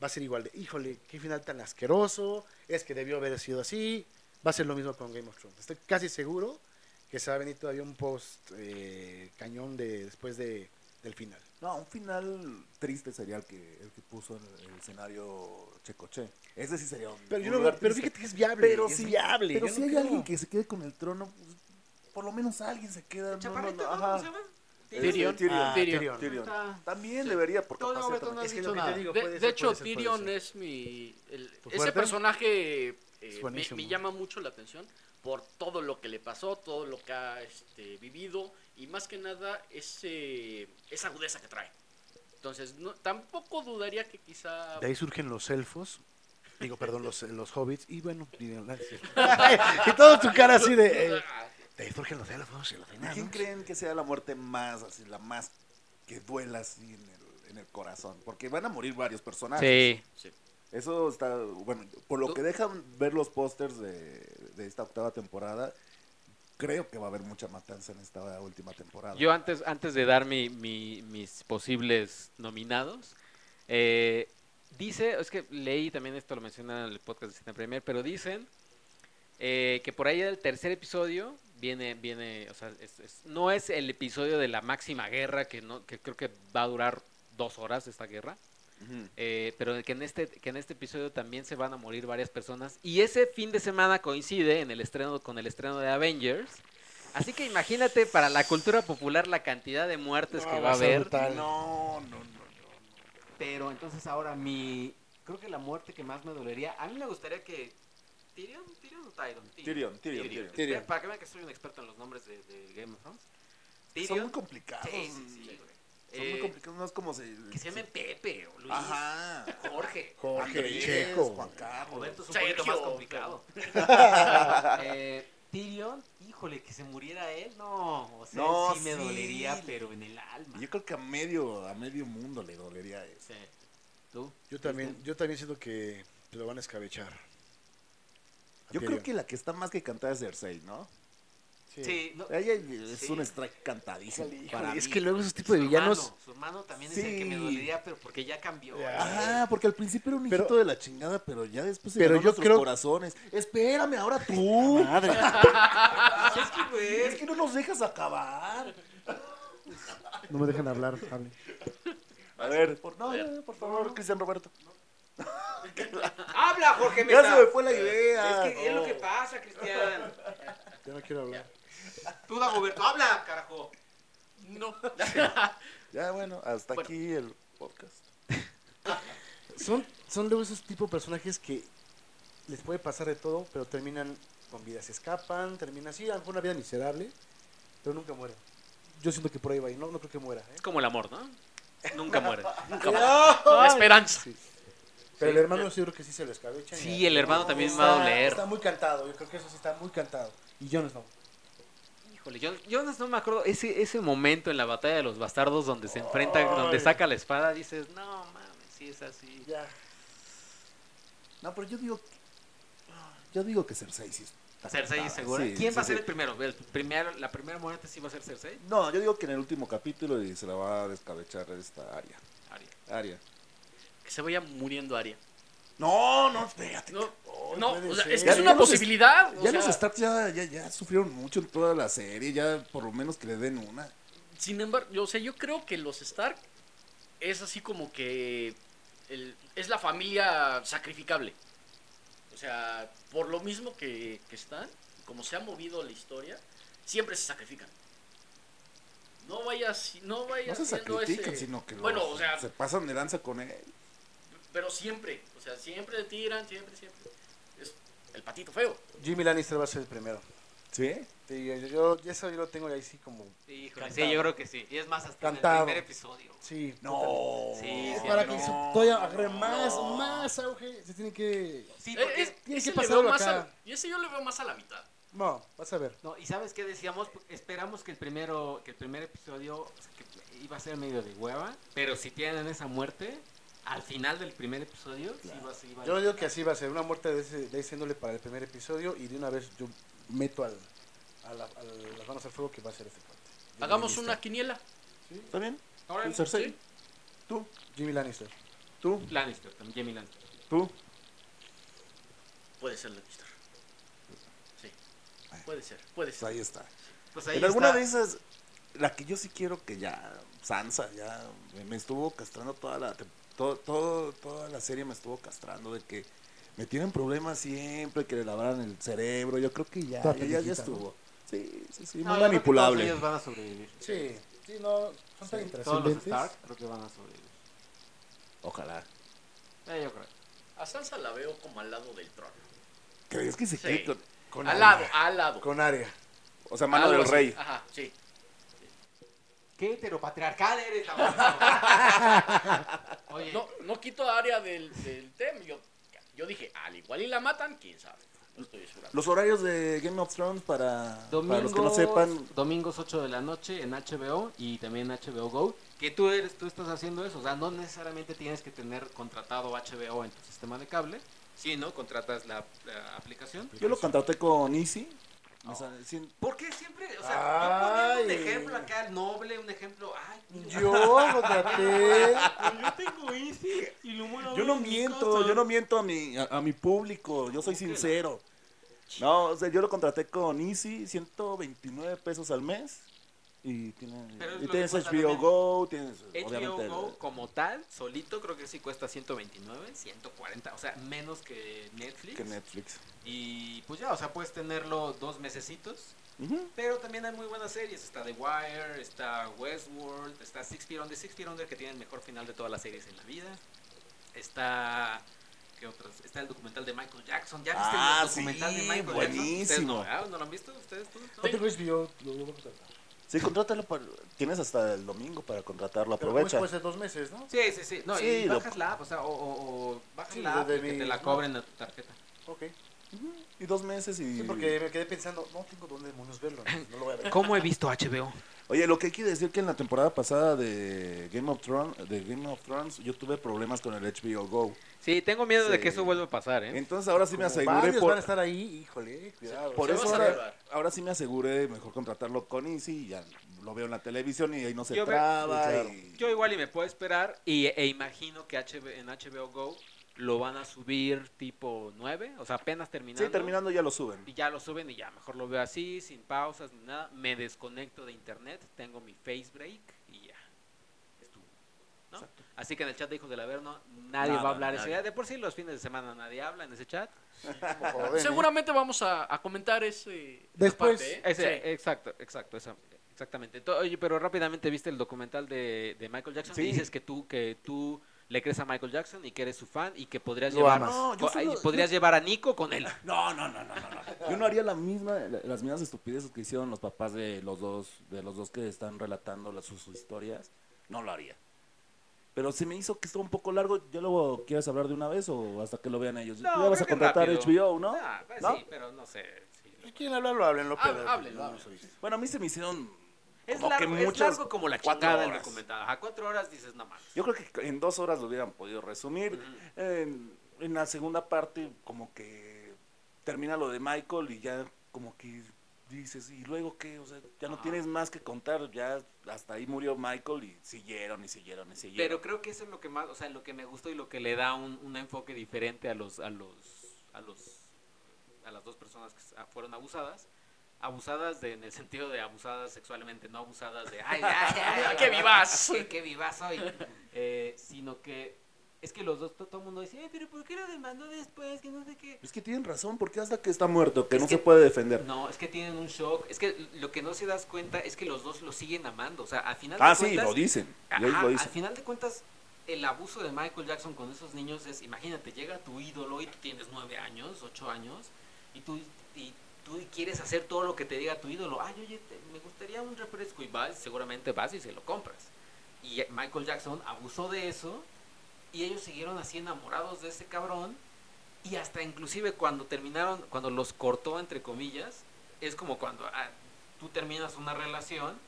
Speaker 1: va a ser igual de, híjole, qué final tan asqueroso, es que debió haber sido así, va a ser lo mismo con Game of Thrones. Estoy casi seguro que se va a venir todavía un post eh, cañón de después de, del final.
Speaker 3: No, un final triste sería el que, el que puso en el, el escenario Checoche. Ese sí sería un.
Speaker 1: Pero,
Speaker 3: un
Speaker 1: yo no,
Speaker 3: lugar
Speaker 1: pero
Speaker 3: triste.
Speaker 1: fíjate que es viable,
Speaker 3: Pero
Speaker 1: es
Speaker 3: si-
Speaker 1: viable.
Speaker 3: Pero
Speaker 1: yo
Speaker 3: si
Speaker 1: no
Speaker 3: hay
Speaker 1: creo.
Speaker 3: alguien que se quede con el trono, pues, por lo menos alguien se queda. no,
Speaker 2: Chaparrito,
Speaker 3: no, no,
Speaker 2: ¿no?
Speaker 3: ajá.
Speaker 2: ¿Cómo se llama?
Speaker 4: Tyrion.
Speaker 3: Tyrion.
Speaker 1: Ah,
Speaker 4: Tyrion.
Speaker 1: Tyrion.
Speaker 3: Tyrion.
Speaker 2: Está-
Speaker 3: También debería, por
Speaker 2: Todo
Speaker 3: capacidad
Speaker 2: Roberto no has
Speaker 3: también.
Speaker 1: Es que
Speaker 2: dicho
Speaker 1: lo que
Speaker 2: nada.
Speaker 1: te digo,
Speaker 4: De,
Speaker 1: puede
Speaker 4: de
Speaker 1: ser,
Speaker 4: hecho,
Speaker 1: puede ser, puede
Speaker 4: Tyrion
Speaker 1: ser.
Speaker 4: es mi. el-
Speaker 1: ¿Tu
Speaker 4: ese
Speaker 1: fuerte?
Speaker 4: personaje eh, me- me,
Speaker 1: buenísimo.
Speaker 4: llama mucho la atención por todo lo que le pasó, todo lo que ha este, vivido y más que nada ese, esa agudeza que trae. Entonces, no, tampoco dudaría que quizá.
Speaker 1: De ahí surgen los elfos. Digo, perdón, los, los hobbits. Y bueno, y, y todo tu cara así de. eh, de ahí surgen los elfos y los enanos.
Speaker 3: ¿Quién creen que sea la muerte más, así, la más que duela así en el, en el corazón? Porque van a morir varios personajes.
Speaker 2: Sí.
Speaker 3: Eso está, bueno, por lo que dejan ver los pósters de, de esta octava temporada, creo que va a haber mucha matanza en esta última temporada.
Speaker 2: Yo antes, antes de dar mi- mi- mis posibles nominados, eh, dice, es que leí también esto, lo mencionan en el podcast de Cine Premier, pero dicen eh, que por ahí del tercer episodio viene, viene o sea, es- es- no es el episodio de la máxima guerra, que, no, que creo que va a durar dos horas esta guerra,
Speaker 3: Ujú.
Speaker 2: eh, pero que en, este, que en este episodio también se van a morir varias personas. Y ese fin de semana coincide en el estreno, con el estreno de Avengers. Así que imagínate para la cultura popular la cantidad de muertes que va a haber.
Speaker 3: No, no, no.
Speaker 2: Pero entonces ahora mi... Creo que la muerte que más me dolería... A mí me gustaría que... Tyrion, Tyrion o Tyron.
Speaker 3: Tyrion, Tyrion, Tyrion.
Speaker 2: Espera, Para que vean que soy un experto en los nombres de, de Game of Thrones.
Speaker 3: Son muy
Speaker 2: Tyrion.
Speaker 3: complicados.
Speaker 2: Sí, sí, sí, güey.
Speaker 3: Son muy
Speaker 2: Eh,
Speaker 3: complicados, no es como se...
Speaker 2: que se llamen Pepe o Luis.
Speaker 3: Ajá.
Speaker 2: Jorge.
Speaker 3: Andrés,
Speaker 1: Checo.
Speaker 3: Juan Carlos.
Speaker 2: Roberto es un poquito más complicado. Eh, Tyrion, híjole, que se muriera él, no, o sea,
Speaker 3: No,
Speaker 2: sí me
Speaker 3: sí.
Speaker 2: dolería, pero en el alma.
Speaker 3: Yo creo que a medio, a medio mundo le dolería
Speaker 2: O
Speaker 3: eso.
Speaker 2: sea, ¿Tú?
Speaker 1: Yo también, yo también siento que te lo van a escabechar. A
Speaker 3: Yo creo
Speaker 1: Tyrion.
Speaker 3: que la que está más que cantada es Cersei, ¿no?
Speaker 1: Sí.
Speaker 2: Sí, no,
Speaker 3: Ella es
Speaker 2: Sí.
Speaker 3: un strike cantadísimo
Speaker 1: Híjole,
Speaker 3: para
Speaker 1: es
Speaker 3: mí.
Speaker 1: que luego esos tipos de villanos.
Speaker 2: Hermano, su hermano también es el que me
Speaker 3: Sí.
Speaker 2: dolería, pero porque ya cambió.
Speaker 1: Ya.
Speaker 3: Ajá, Ah, porque al principio era un hijito
Speaker 1: Pero-
Speaker 3: de la chingada, pero ya después se
Speaker 1: Pero
Speaker 3: ganó
Speaker 1: yo
Speaker 3: nuestros
Speaker 1: creo-
Speaker 3: corazones. Espérame, ahora tú.
Speaker 1: Madre.
Speaker 2: Ah, es que, güey,
Speaker 3: Es que no nos dejas acabar.
Speaker 8: No me dejan hablar, hable.
Speaker 3: A ver, por,
Speaker 4: A
Speaker 3: no,
Speaker 4: ver.
Speaker 3: no, por favor, Cristian Roberto.
Speaker 2: Habla, Jorge
Speaker 3: Ya
Speaker 2: Mesa.
Speaker 3: se me fue la idea.
Speaker 2: Eh, Es que es lo que pasa, Cristian.
Speaker 1: Yo no quiero hablar.
Speaker 2: Tú, Dagoberto, habla, carajo.
Speaker 4: No.
Speaker 3: Ya bueno, hasta
Speaker 4: Bueno.
Speaker 3: aquí el podcast.
Speaker 1: Son, son luego esos tipos de personajes que les puede pasar de todo, pero terminan con vida. Se escapan, terminan así, a lo mejor una vida miserable, pero nunca mueren. Yo siento que por ahí va y no, no creo que muera. ¿eh?
Speaker 4: Es como el amor, ¿no? Nunca muere. Nunca muere.
Speaker 1: ¡No!
Speaker 4: La esperanza.
Speaker 1: Sí. Pero el hermano yo creo que sí se lo escabecha.
Speaker 2: Sí, el hermano también va a doler.
Speaker 1: Está muy cantado, yo creo que eso sí está muy cantado. Y Jones no.
Speaker 2: Híjole, yo, yo no- no me acuerdo ese, ese momento en la batalla de los bastardos donde se enfrenta, donde saca la espada, dices, no mames, sí es así.
Speaker 1: Ya.
Speaker 3: No, pero yo digo yo digo que Cersei sí está
Speaker 2: Cersei
Speaker 3: cantada.
Speaker 2: es segura.
Speaker 3: Ah, Sí,
Speaker 2: ¿Quién
Speaker 3: sí,
Speaker 2: va a
Speaker 3: sí.
Speaker 2: ser el primero? El primer- la primera muerte sí va a ser Cersei.
Speaker 3: No, yo digo que en el último capítulo y se la va a descabechar esta área.
Speaker 2: Arya.
Speaker 3: Aria.
Speaker 4: Que se vaya muriendo Aria.
Speaker 3: No, no, espérate.
Speaker 4: No, no,
Speaker 1: puede
Speaker 4: o sea,
Speaker 1: ser.
Speaker 4: es que
Speaker 1: Ya-
Speaker 4: es
Speaker 1: ya
Speaker 4: una
Speaker 3: los-
Speaker 4: posibilidad. o
Speaker 3: Ya
Speaker 4: sea,
Speaker 3: los Starks ya, ya, ya sufrieron mucho en toda la serie, ya por lo menos que le den una.
Speaker 4: Sin embargo, yo, o sea, yo creo que los Stark es así como que el- es la familia sacrificable. O sea, por lo mismo que, que están, como se ha movido la historia, siempre se sacrifican. No vayas, no
Speaker 3: No
Speaker 4: vayas
Speaker 3: se
Speaker 4: siendo
Speaker 3: sacrifican,
Speaker 4: ese-
Speaker 3: sino que los-
Speaker 4: bueno, o sea,
Speaker 3: se pasan de lanza con él.
Speaker 4: pero siempre, o sea, siempre le tiran, siempre, siempre. Es el patito feo.
Speaker 1: Jimmy Lannister va a ser el primero.
Speaker 3: ¿Sí?
Speaker 1: Sí, yo, yo- yo- eso yo lo tengo ahí sí como...
Speaker 2: Híjole, sí,
Speaker 1: Cantado.
Speaker 2: yo creo que sí. Y es más, hasta en
Speaker 1: Cantado.
Speaker 2: el primer episodio.
Speaker 1: Sí.
Speaker 3: No.
Speaker 2: Sí, sí,
Speaker 1: Para
Speaker 2: no.
Speaker 1: que se todavía agarre más, más auge, se tiene que...
Speaker 2: Sí,
Speaker 4: Eh,
Speaker 2: porque-
Speaker 4: es-
Speaker 1: tiene
Speaker 4: ese
Speaker 1: que
Speaker 4: le veo
Speaker 1: pasarlo
Speaker 4: más
Speaker 1: acá.
Speaker 4: a- y ese yo le veo más a la mitad.
Speaker 1: No, vas a ver.
Speaker 2: No, y sabes qué decíamos, esperamos que el primero, que el primer episodio o sea, que iba a ser medio de hueva, pero si tienen esa muerte, al final del primer episodio, sí va, sí va.
Speaker 1: Yo digo que así va a ser, una muerte de, ese, de ese índole para el primer episodio y de una vez yo meto al, a, la- a las manos al fuego que va a ser este cuate.
Speaker 4: Hagamos una quiniela.
Speaker 3: ¿Está bien?
Speaker 2: Ahora,
Speaker 3: ¿El Cersei?
Speaker 4: ¿sí?
Speaker 3: ¿Tú?
Speaker 1: Jimmy Lannister.
Speaker 3: ¿Tú?
Speaker 2: Lannister, también Jamie Lannister.
Speaker 3: ¿Tú?
Speaker 4: Puede ser Lannister. Sí. Puede ser, puede
Speaker 3: Pues
Speaker 4: ser.
Speaker 3: ahí está.
Speaker 2: Pues ahí
Speaker 3: en alguna
Speaker 2: está.
Speaker 3: de esas, la que yo sí quiero que ya, Sansa, ya me, me estuvo castrando toda la, tem- todo, todo- toda la serie, me estuvo castrando de que me tienen problemas siempre, que le lavaran el cerebro, yo creo que ya,
Speaker 8: Toda
Speaker 3: ya, ya- ya
Speaker 8: pendequita, ¿no?
Speaker 3: estuvo. Sí, sí, sí,
Speaker 2: No, yo
Speaker 3: muy
Speaker 2: creo que
Speaker 3: manipulable.
Speaker 2: Todos ellos van a sobrevivir.
Speaker 1: Sí, sí, no, son tan
Speaker 2: Todos los
Speaker 1: intrascendentes.
Speaker 2: Stark creo que van a sobrevivir.
Speaker 3: Ojalá.
Speaker 2: Eh, yo creo.
Speaker 4: A Sansa la veo como al lado del trono.
Speaker 3: ¿Crees que se
Speaker 4: Sí.
Speaker 3: quede con,
Speaker 1: Con
Speaker 4: al
Speaker 1: Arya.
Speaker 4: lado, al lado.
Speaker 1: Con área.
Speaker 3: o sea, mano
Speaker 4: Algo
Speaker 3: del
Speaker 4: así.
Speaker 3: rey?
Speaker 4: Ajá, sí.
Speaker 2: ¿Qué heteropatriarcal eres, amor? Oye,
Speaker 4: No, no quito a Aria del, del tema. Yo, yo dije, al igual y la matan, quién sabe. No estoy seguro.
Speaker 3: Los horarios de Game of Thrones para, para los
Speaker 2: domingos,
Speaker 3: que no sepan,
Speaker 2: domingos 8 de la noche en HBO y también en HBO Go, que tú eres tú estás haciendo eso, o sea, no necesariamente tienes que tener contratado HBO en tu sistema de cable, sino contratas la, la aplicación.
Speaker 3: yo lo contraté con Easy.
Speaker 2: Oh.
Speaker 3: O sea, sin-
Speaker 2: Porque siempre, o sea, yo poniendo
Speaker 1: Ay.
Speaker 2: un ejemplo acá al noble, un ejemplo, ay, mira,
Speaker 1: Yo contraté.
Speaker 2: yo tengo Easy y lo voy a
Speaker 3: Yo
Speaker 2: ver
Speaker 3: no
Speaker 2: en mi
Speaker 3: miento,
Speaker 2: casa.
Speaker 3: yo no miento a mi, a, a mi público, yo soy
Speaker 4: ¿Cómo que no?
Speaker 3: sincero. No, o sea, yo lo contraté con Easy, 129 pesos al mes. Y, tiene,
Speaker 2: Pero es
Speaker 3: y
Speaker 2: lo que
Speaker 3: tienes
Speaker 2: cuesta
Speaker 3: HBO
Speaker 2: también.
Speaker 3: Go, tienes obviamente. eh,
Speaker 2: HBO Go como tal, solito creo que sí cuesta 129, 140, o sea, menos que Netflix.
Speaker 3: Que Netflix.
Speaker 2: Y pues ya, o sea, puedes tenerlo dos mesecitos.
Speaker 3: Ujú.
Speaker 2: Pero también hay muy buenas series. Está The Wire, está Westworld, está Six Feet Under. Six Feet Under que tiene el mejor final de todas las series en la vida. Está... ¿Qué otros? Está el documental de Michael Jackson. ¿Ya viste
Speaker 3: Ah,
Speaker 2: el documental
Speaker 3: sí,
Speaker 2: de Michael Jackson? ¿Ustedes
Speaker 3: buenísimo.
Speaker 2: no, ¿verdad? ¿No lo han visto? ¿Ustedes tú?
Speaker 1: No
Speaker 2: ¿No?
Speaker 1: tengo HBO, lo voy a contratar.
Speaker 3: Sí, contrátalo, para- tienes hasta el domingo para contratarlo,
Speaker 1: Pero fue
Speaker 3: aprovecha.
Speaker 1: después eh, de dos meses, ¿no?
Speaker 2: Sí, sí, sí. No,
Speaker 3: Sí,
Speaker 2: y
Speaker 3: lo-
Speaker 2: bajas la app, o sea, o, o- o bajas
Speaker 1: Sí,
Speaker 2: la app
Speaker 1: desde
Speaker 2: y que
Speaker 1: mi-
Speaker 2: te la cobren a tu tarjeta.
Speaker 1: Ok.
Speaker 3: Y dos meses y...
Speaker 1: Sí, porque me quedé pensando, no tengo dónde demonios verlo, no lo voy a ver.
Speaker 2: ¿Cómo he visto HBO?
Speaker 3: Oye, lo que hay que decir que en la temporada pasada de Game of Thrones, de Game of Thrones yo tuve problemas con el HBO Go.
Speaker 2: Sí, tengo miedo de
Speaker 3: Sí.
Speaker 2: que eso vuelva a pasar, ¿eh?
Speaker 3: Entonces ahora sí me
Speaker 1: Como
Speaker 3: aseguré
Speaker 1: varios
Speaker 3: por,
Speaker 1: van a estar ahí, híjole, eh. cuidado.
Speaker 3: por
Speaker 4: Se
Speaker 3: eso
Speaker 4: va a
Speaker 3: ahora,
Speaker 4: salvar.
Speaker 3: ahora sí me aseguré mejor contratarlo con Easy y ya lo veo en la televisión y ahí no se
Speaker 2: Yo veo-
Speaker 3: traba.
Speaker 1: Sí, claro.
Speaker 3: y-
Speaker 2: Yo igual y me puedo esperar y, e imagino que HB en HBO Go lo van a subir tipo 9, o sea, apenas terminando.
Speaker 3: Sí, terminando ya lo suben.
Speaker 2: Y ya lo suben y ya, mejor lo veo así, sin pausas ni nada. Me desconecto de internet, tengo mi face break y ya. Estuvo. ¿no? Así que en el chat de Hijos del Averno nadie
Speaker 3: Nada,
Speaker 2: va a hablar ese
Speaker 4: nadie.
Speaker 2: día. De por sí los fines de semana nadie habla en ese chat.
Speaker 3: ¿eh?
Speaker 4: Seguramente vamos a, a comentar ese. esa
Speaker 8: Después.
Speaker 4: parte, ¿eh?
Speaker 2: Ese,
Speaker 4: Sí.
Speaker 2: Exacto, exacto, esa- exactamente. To- Oye, pero rápidamente viste el documental de, de Michael Jackson.
Speaker 3: Sí.
Speaker 2: Dices que tú, que tú le crees a Michael Jackson y que eres su fan y que podrías
Speaker 3: Lo
Speaker 2: llevar,
Speaker 3: amas. No, yo
Speaker 2: co-
Speaker 3: solo-
Speaker 2: y podrías llevar a Nico con él.
Speaker 3: No, no, no, no, no, no. Yo no haría la misma, la- las mismas estupideces que hicieron los papás de los dos, de los dos que están relatando las- sus, sus historias. No lo haría. Pero se me hizo que estuvo un poco largo. ¿Ya luego quieres hablar de una vez o hasta que lo vean ellos?
Speaker 2: No,
Speaker 3: Tú ya vas a
Speaker 2: creo que
Speaker 3: contratar
Speaker 2: rápido.
Speaker 3: HBO, ¿no?
Speaker 2: Ah, pues
Speaker 3: ¿No?
Speaker 2: sí, pero no sé. sí.
Speaker 1: Si quieren hablarlo, háblenlo.
Speaker 4: Há-
Speaker 1: pero-
Speaker 4: háblenlo,
Speaker 1: no,
Speaker 4: háblenlo.
Speaker 1: no soy-
Speaker 3: Bueno, a mí se me hicieron
Speaker 2: Es,
Speaker 3: como que
Speaker 2: largo, es
Speaker 3: muchas
Speaker 2: largo como la
Speaker 3: cuatro
Speaker 2: chingada el
Speaker 3: horas.
Speaker 2: documental. A cuatro horas dices nada más.
Speaker 3: Yo creo que en dos horas lo hubieran podido resumir. En, en la segunda parte, como que termina lo de Michael y ya como que dices, ¿y luego qué? O sea, ya no
Speaker 2: Ajá.
Speaker 3: tienes más que contar. Ya hasta ahí murió Michael y siguieron y siguieron y siguieron.
Speaker 2: Pero creo que eso es lo que más, o sea, lo que me gustó y lo que le da un, un enfoque diferente a los, a los, a los, a las dos personas que s- ah, fueron abusadas. Abusadas de- en el sentido de abusadas sexualmente, no abusadas de ¡ay, ay, ay, ay,
Speaker 4: ¡Qué vivaz!
Speaker 2: ¡Qué, qué vivaz soy! Eh, sino que es que los dos, to- todo el mundo dice, "Ay, pero ¿por qué lo demandó después? Que no sé qué.
Speaker 3: Es que tienen razón, porque hasta que está muerto, que
Speaker 2: Es
Speaker 3: no
Speaker 2: que-
Speaker 3: se puede defender.
Speaker 2: No, es que tienen un shock. Es que lo que no se das cuenta es que los dos lo siguen amando. O sea, al final
Speaker 3: Ah,
Speaker 2: de
Speaker 3: sí,
Speaker 2: cuentas,
Speaker 3: lo dicen. y ellos
Speaker 2: Ajá,
Speaker 3: lo
Speaker 2: al
Speaker 3: dicen.
Speaker 2: final de cuentas, el abuso de Michael Jackson con esos niños es, imagínate, llega tu ídolo y tú tienes nueve años, ocho años, y tú, y tú quieres hacer todo lo que te diga tu ídolo. Ay, oye, te- me gustaría un refresco y vas, seguramente vas y se lo compras. Y Michael Jackson abusó de eso y ellos siguieron así enamorados de ese cabrón y hasta inclusive cuando terminaron, cuando los cortó entre comillas, es como cuando ah, tú terminas una relación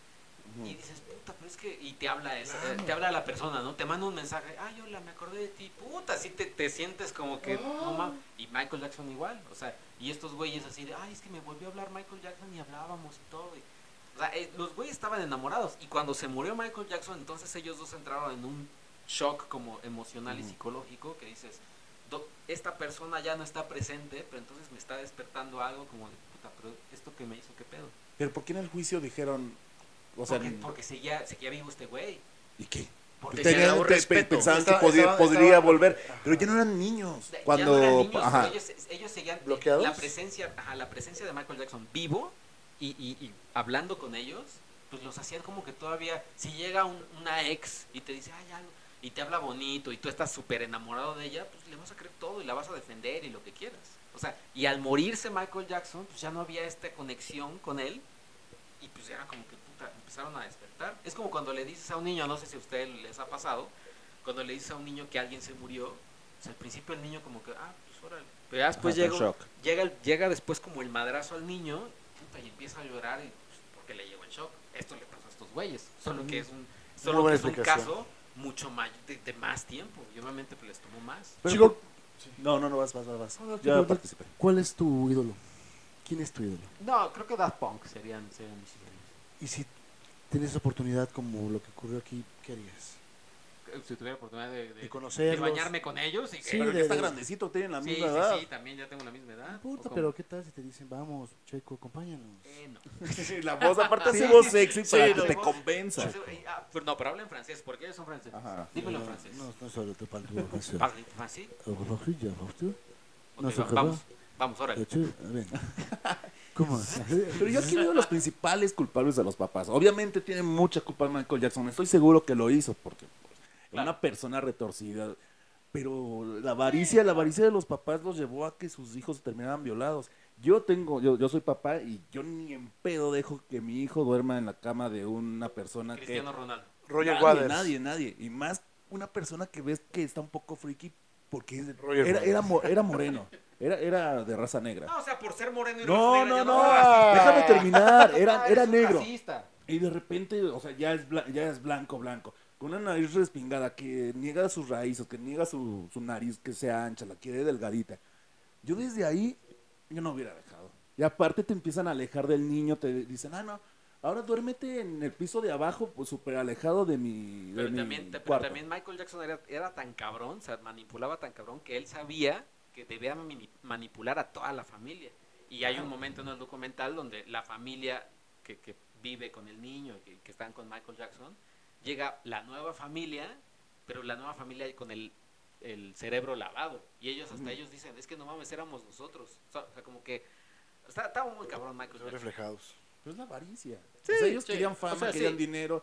Speaker 2: y dices, puta, pero es que, y te habla, esa- eh, te habla la persona, ¿no? Te manda un mensaje, ay, hola, me acordé de ti, puta, así te, te sientes como que, no mames. Y Michael Jackson igual, o sea, y estos güeyes así de, ay, es que me volvió a hablar Michael Jackson y hablábamos y todo. y- o sea, eh, los güeyes estaban enamorados y cuando se murió Michael Jackson, entonces ellos dos entraron en un shock como emocional y psicológico que dices, do- esta persona ya no está presente, pero entonces me está despertando algo como de, puta, pero esto que me hizo, ¿qué pedo?
Speaker 3: Pero ¿por qué en el juicio dijeron? O sea,
Speaker 2: Porque, porque seguía, seguía vivo este güey.
Speaker 3: ¿y qué?
Speaker 2: Porque
Speaker 4: Tenían
Speaker 3: Tenían-
Speaker 4: un
Speaker 3: pe-
Speaker 4: respeto.
Speaker 3: pensaban
Speaker 1: Estaba-
Speaker 3: que podía,
Speaker 1: estaba-
Speaker 3: podría
Speaker 1: estaba-
Speaker 3: volver, pero ya no eran niños.
Speaker 2: Ya
Speaker 3: Cuando,
Speaker 2: no eran niños,
Speaker 3: ajá.
Speaker 2: ellos, ellos seguían
Speaker 1: ¿Bloqueados?
Speaker 2: la presencia, ajá, la presencia de Michael Jackson vivo y, y- y hablando con ellos, pues los hacían como que todavía, si llega un- una ex y te dice, ay, algo, y te habla bonito y tú estás súper enamorado de ella, pues le vas a creer todo y la vas a defender y lo que quieras. O sea, y al morirse Michael Jackson, pues ya no había esta conexión con él y pues era como que puta, empezaron a despertar. Es como cuando le dices a un niño, no sé si a ustedes les ha pasado, cuando le dices a un niño que alguien se murió, pues al principio el niño como que, ah, pues órale. Pero ya después
Speaker 3: Ajá,
Speaker 2: llega,
Speaker 3: está en
Speaker 2: un-
Speaker 3: shock.
Speaker 2: llega, el- llega después como el madrazo al niño puta, y empieza a llorar y, pues, porque le llegó el shock. Esto le pasó a estos güeyes. Solo que es un, solo que
Speaker 1: buena
Speaker 2: es un
Speaker 1: explicación.
Speaker 2: caso mucho más, de, de más tiempo. Y obviamente pues, les tomó más.
Speaker 3: Pero-
Speaker 8: Chico,
Speaker 3: No, no, no, vas, vas, vas. vas.
Speaker 8: No, no,
Speaker 3: Ya
Speaker 8: no, no.
Speaker 3: participé.
Speaker 8: ¿cuál es tu ídolo? ¿Quién es tu ídolo?
Speaker 2: No, creo que Daft Punk serían, serían mis ideales.
Speaker 8: Y si tienes oportunidad como lo que ocurrió aquí, ¿qué harías?
Speaker 2: Si tuviera oportunidad de, de-
Speaker 8: De
Speaker 2: de
Speaker 8: conocerlos.
Speaker 2: bañarme con ellos y que-
Speaker 8: Sí,
Speaker 3: Pero que
Speaker 8: de-
Speaker 3: está
Speaker 8: de-
Speaker 3: grandecito, tienen la
Speaker 2: Sí,
Speaker 3: misma edad.
Speaker 2: sí, sí, también ya tengo la misma edad.
Speaker 8: No importa,
Speaker 2: ¿O cómo?
Speaker 8: pero ¿qué tal si te dicen, vamos, Checo, acompáñanos?
Speaker 2: Eh, no.
Speaker 3: La voz, aparte,
Speaker 8: Sí,
Speaker 3: hace voz sexy
Speaker 4: sí,
Speaker 3: para
Speaker 4: la
Speaker 3: que te
Speaker 2: voz-
Speaker 3: convenza.
Speaker 2: Eh, ah, pero no, pero habla en francés, porque ellos son franceses.
Speaker 3: Ajá.
Speaker 2: Dímelo en
Speaker 8: No,
Speaker 2: francés.
Speaker 8: No, no solo te parlo en francés.
Speaker 2: Parle en francés.
Speaker 8: Au revoir, je dis, au revoir, tu.
Speaker 2: Ok,
Speaker 8: No se
Speaker 2: va-
Speaker 8: juega.
Speaker 2: vamos, vamos, órale.
Speaker 8: Eh, tu, a ver. ¿Cómo?
Speaker 3: Pero yo aquí veo los principales culpables de los papás. Obviamente tiene mucha culpa Michael Jackson. Estoy seguro que lo hizo porque pues, era una persona retorcida. Pero la avaricia, la avaricia de los papás los llevó a que sus hijos terminaran violados. Yo tengo, yo, yo soy papá y yo ni en pedo dejo que mi hijo duerma en la cama de una persona que
Speaker 2: Cristiano Ronaldo.
Speaker 1: Roger
Speaker 3: nadie,
Speaker 1: Waters.
Speaker 3: Nadie, nadie. Y más una persona que ves que está un poco friki porque es-
Speaker 1: Roger
Speaker 3: era,
Speaker 1: Waters.
Speaker 3: era, mo- era moreno. Era, era de raza negra.
Speaker 2: No, o sea, por ser moreno y
Speaker 3: No,
Speaker 2: raza negra, ya
Speaker 3: no, no.
Speaker 2: eres racista.
Speaker 3: Déjame terminar.
Speaker 2: Ah,
Speaker 3: Era,
Speaker 2: eres
Speaker 3: era
Speaker 2: un
Speaker 3: negro.
Speaker 2: racista.
Speaker 3: Y de repente, o sea, ya es, bla- ya es blanco, blanco. Con una nariz respingada que niega sus raíces, que niega su, su nariz, que sea ancha, la quiere delgadita. Yo desde ahí, yo no hubiera dejado. Y aparte te empiezan a alejar del niño, te dicen, ah, no, ahora duérmete en el piso de abajo, pues súper alejado de mi, de
Speaker 2: Pero
Speaker 3: mi
Speaker 2: también, pero
Speaker 3: cuarto".
Speaker 2: también Michael Jackson era, era tan cabrón, o sea, manipulaba tan cabrón que él sabía que debía mini- manipular a toda la familia. Y hay un momento en el documental donde la familia que, que vive con el niño, que, que están con Michael Jackson, llega la nueva familia, pero la nueva familia con el, el cerebro lavado. Y ellos hasta ellos dicen, es que no mames, éramos nosotros. O sea, o sea, como que... está- Estaba muy cabrón Michael
Speaker 9: Son
Speaker 2: Jackson.
Speaker 9: reflejados.
Speaker 3: Pero es la avaricia. O sea, ellos
Speaker 4: sí.
Speaker 3: querían
Speaker 4: O
Speaker 3: fama,
Speaker 4: sea,
Speaker 3: querían
Speaker 4: sí.
Speaker 3: dinero.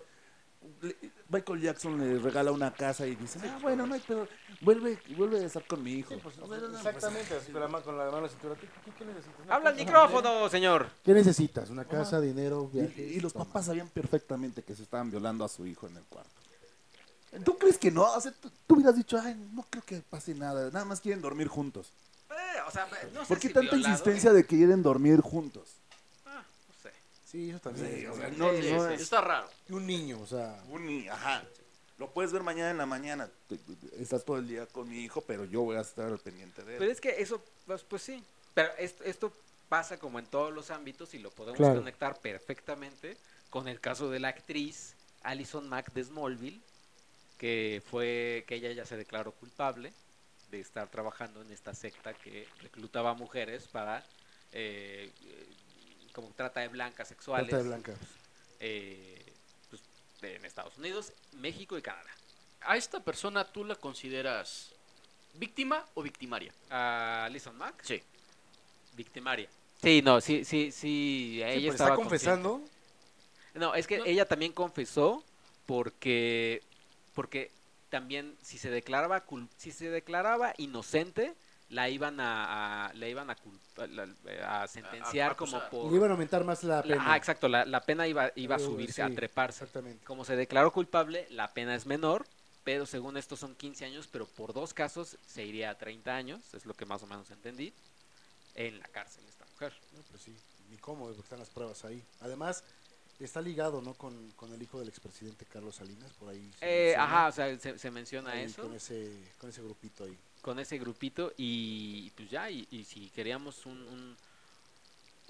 Speaker 3: Le- Michael Jackson le regala una casa y dice, ah, bueno, no hay pedo. Vuelve, vuelve a estar con mi hijo.
Speaker 1: Pues,
Speaker 3: O
Speaker 2: pues,
Speaker 3: sea, no, no,
Speaker 9: Exactamente, así con la mano en la cintura. ¿Qué, necesitas?
Speaker 2: Habla al micrófono, señor.
Speaker 1: ¿Qué necesitas? ¿Una casa, dinero, viajes?
Speaker 3: Y, y los
Speaker 1: Toma.
Speaker 3: papás sabían perfectamente que se estaban violando a su hijo en el cuarto. ¿Tú crees que no? O sea, tú, tú hubieras dicho, ay, no creo que pase nada. Nada más quieren dormir juntos.
Speaker 2: Eh, o sea, no sé
Speaker 3: ¿Por qué
Speaker 2: si
Speaker 3: tanta
Speaker 2: violado.
Speaker 3: insistencia de que quieren dormir juntos?
Speaker 2: Ah, no sé.
Speaker 1: Sí, eso también.
Speaker 3: Sí,
Speaker 1: es-
Speaker 3: o sea, no,
Speaker 4: Sí,
Speaker 3: no
Speaker 4: sí,
Speaker 3: es
Speaker 4: Está raro.
Speaker 1: Un niño, o sea.
Speaker 3: un- ajá. Lo puedes ver mañana en la mañana. Te- te- Estás todo el día con mi hijo, pero yo voy a estar al pendiente de él.
Speaker 2: Pero es que eso, pues, pues sí. Pero esto, esto pasa como en todos los ámbitos y lo podemos
Speaker 1: Claro.
Speaker 2: conectar perfectamente con el caso de la actriz Alison Mack de Smallville, que fue que ella ya se declaró culpable de estar trabajando en esta secta que reclutaba mujeres para eh, eh, como trata de blancas sexuales
Speaker 1: Trata de blanca.
Speaker 2: eh, pues, en Estados Unidos, México y Canadá.
Speaker 4: ¿A esta persona tú la consideras víctima o victimaria?
Speaker 2: a Alison Mack,
Speaker 4: Sí.
Speaker 2: victimaria. Sí, no, sí, sí, sí, ella
Speaker 9: Sí, pues,
Speaker 2: estaba
Speaker 9: está confesando.
Speaker 2: consciente. No, es que
Speaker 4: No.
Speaker 2: ella también confesó porque porque también si se declaraba cul- si se declaraba inocente la iban a, a- la iban a, culpa- la- a sentenciar como
Speaker 4: acusar.
Speaker 2: por
Speaker 1: Le iban a aumentar más la
Speaker 2: la-
Speaker 1: pena.
Speaker 2: ah, exacto, la, la pena iba iba a
Speaker 1: Eh,
Speaker 2: subirse,
Speaker 1: sí,
Speaker 2: a treparse.
Speaker 1: Exactamente.
Speaker 2: Como se declaró culpable, la pena es menor, pero según esto son 15 años, pero por dos casos se iría a 30 años, es lo que más o menos entendí, en la cárcel esta mujer.
Speaker 1: No, pues sí, ni cómo, porque están las pruebas ahí. Además, está ligado, ¿no? Con, con el hijo del expresidente Carlos Salinas, por ahí. se
Speaker 2: Eh,
Speaker 1: menciona.
Speaker 2: ajá, o sea, se, se menciona
Speaker 1: Ahí
Speaker 2: eso
Speaker 1: Con ese, con ese grupito ahí.
Speaker 2: con ese grupito y pues ya, y, y si queríamos un, un,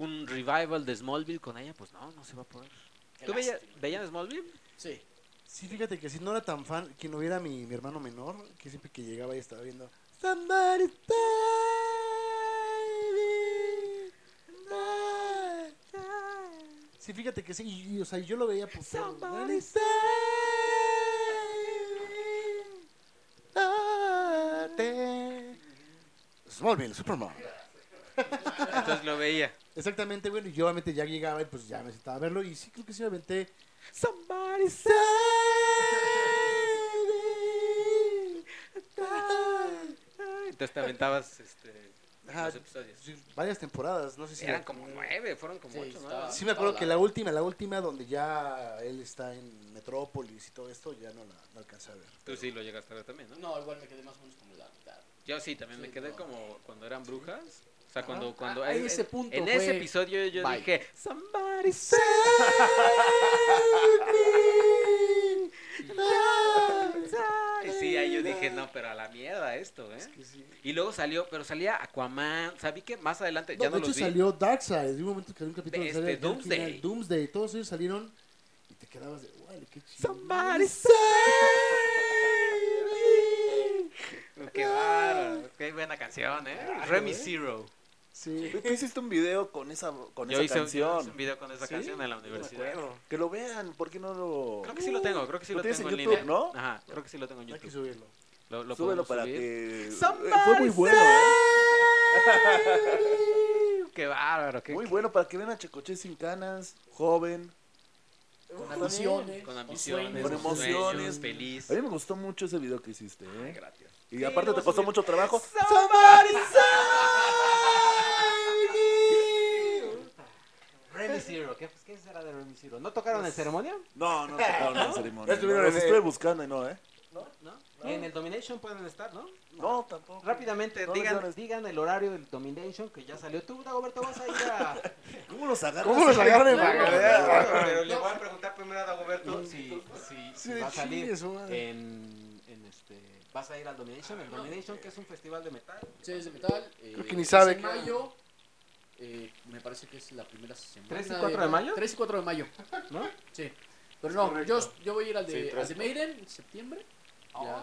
Speaker 2: un revival de Smallville con ella, pues no, no se va a poder.
Speaker 4: Qué
Speaker 2: ¿Tú veía-
Speaker 4: lástima.
Speaker 2: veían Smallville?
Speaker 4: Sí.
Speaker 1: Sí, fíjate que si no era tan fan, quien no viera mi, mi hermano menor, que siempre que llegaba y estaba viendo. Somebody baby, night, night". Sí, fíjate que sí, y, y, o sea, yo lo veía por todo. Somebody baby, night, night. Smallville, Superman.
Speaker 2: Entonces lo veía.
Speaker 1: Exactamente, bueno, y yo obviamente ya llegaba y pues ya necesitaba verlo. Y sí, creo que sí me aventé.
Speaker 2: Somebody Entonces te aventabas este,
Speaker 1: Ajá,
Speaker 2: los episodios.
Speaker 1: sí, varias temporadas, no sé si.
Speaker 2: Eran como nueve, fueron como
Speaker 4: Sí,
Speaker 2: ocho, ¿no?
Speaker 4: estaba-
Speaker 1: Sí, me acuerdo
Speaker 4: Hola.
Speaker 1: que la última, la última donde ya él está en Metrópolis y todo esto, ya no la no alcancé a ver.
Speaker 2: Tú sí lo llegaste a ver también, ¿no?
Speaker 4: No, igual me quedé más o menos como la mitad.
Speaker 2: Yo sí, también me
Speaker 4: Sí,
Speaker 2: quedé
Speaker 4: no.
Speaker 2: como cuando eran brujas. O sea, cuando, cuando
Speaker 4: Ah,
Speaker 2: en-
Speaker 4: ese
Speaker 2: en-
Speaker 4: punto
Speaker 2: en
Speaker 4: fue-
Speaker 2: ese episodio yo
Speaker 4: Bye.
Speaker 2: dije, somebody save me. Y sí, ahí yo dije, no, pero a la mierda esto, ¿eh? Y luego salió, pero salía Aquaman, o sea, vi que más adelante
Speaker 1: No,
Speaker 2: ya no
Speaker 1: de hecho
Speaker 2: los vi.
Speaker 1: salió Darkseid, de un momento que había un capítulo
Speaker 2: De
Speaker 1: donde salía
Speaker 2: este,
Speaker 1: ya al final,
Speaker 2: Doomsday.
Speaker 1: Doomsday, todos ellos salieron y te quedabas de, "Órale, qué chido.
Speaker 2: Somebody save me. Qué bárbaro, qué buena canción, ¿eh? Remy Zero.
Speaker 1: Sí.
Speaker 3: ¿Tú hiciste un video con esa, con
Speaker 2: Yo
Speaker 3: esa
Speaker 2: hice, un- yo
Speaker 3: canción?
Speaker 2: hice un video con esa
Speaker 3: ¿Sí?
Speaker 2: canción en la
Speaker 3: No me
Speaker 2: universidad.
Speaker 3: acuerdo. Que lo vean, ¿por qué no lo...?
Speaker 2: Creo que sí lo tengo, creo que sí
Speaker 3: Lo
Speaker 2: lo,
Speaker 3: tienes
Speaker 2: tengo
Speaker 3: en
Speaker 2: en,
Speaker 3: YouTube,
Speaker 2: línea.
Speaker 3: ¿no?
Speaker 2: Ajá, creo que sí lo tengo en
Speaker 1: Hay que
Speaker 2: YouTube.
Speaker 1: súbelo.
Speaker 2: Lo, lo
Speaker 3: Súbelo
Speaker 2: podemos
Speaker 3: para
Speaker 2: subir.
Speaker 3: que...
Speaker 2: Somebody
Speaker 3: Fue muy bueno, ¿eh?
Speaker 2: Qué bárbaro, qué
Speaker 3: Muy bueno para que vean a Checoche sin canas, joven.
Speaker 10: Con ambiciones.
Speaker 2: con ambiciones,
Speaker 3: con
Speaker 2: sueños,
Speaker 3: emociones.
Speaker 2: feliz.
Speaker 3: A mí me gustó mucho ese video que hiciste, ¿eh?
Speaker 2: Gracias.
Speaker 3: Y aparte te costó mucho trabajo.
Speaker 2: Remy Zero, ¿qué, pues, ¿qué será de Remy Zero? ¿No tocaron en ceremonia?
Speaker 3: No, no tocaron la ceremonia.
Speaker 9: Ya estuvieron
Speaker 3: Los
Speaker 9: en-
Speaker 3: estuve buscando y no, ¿eh?
Speaker 2: No, no. En el Domination pueden estar, ¿no?
Speaker 3: No, tampoco.
Speaker 2: Rápidamente,
Speaker 3: No
Speaker 2: digan,
Speaker 3: menciones.
Speaker 2: digan el horario del Domination que ya salió. Tú, Dagoberto, vas a ir a.
Speaker 3: ¿Cómo los agarras?
Speaker 1: ¿Cómo los agarran en
Speaker 2: Pero le voy a preguntar primero a
Speaker 5: Eh,
Speaker 2: Dagoberto si, si, si va a salir en, en este. ¿Vas a ir al Domination? El Domination, que es un festival de metal.
Speaker 5: Sí, es de metal. eh,
Speaker 1: Creo que ni
Speaker 5: es
Speaker 1: sabe
Speaker 5: En
Speaker 1: que-
Speaker 5: mayo. eh, me parece que es la primera semana.
Speaker 2: ¿Tres y cuatro de mayo?
Speaker 5: 3 y 4 de mayo.
Speaker 2: ¿No?
Speaker 5: Sí. Pero no, yo, yo voy a ir al
Speaker 1: Sí,
Speaker 5: de,
Speaker 1: tres
Speaker 5: al de
Speaker 1: y
Speaker 5: Maiden en septiembre. Ya.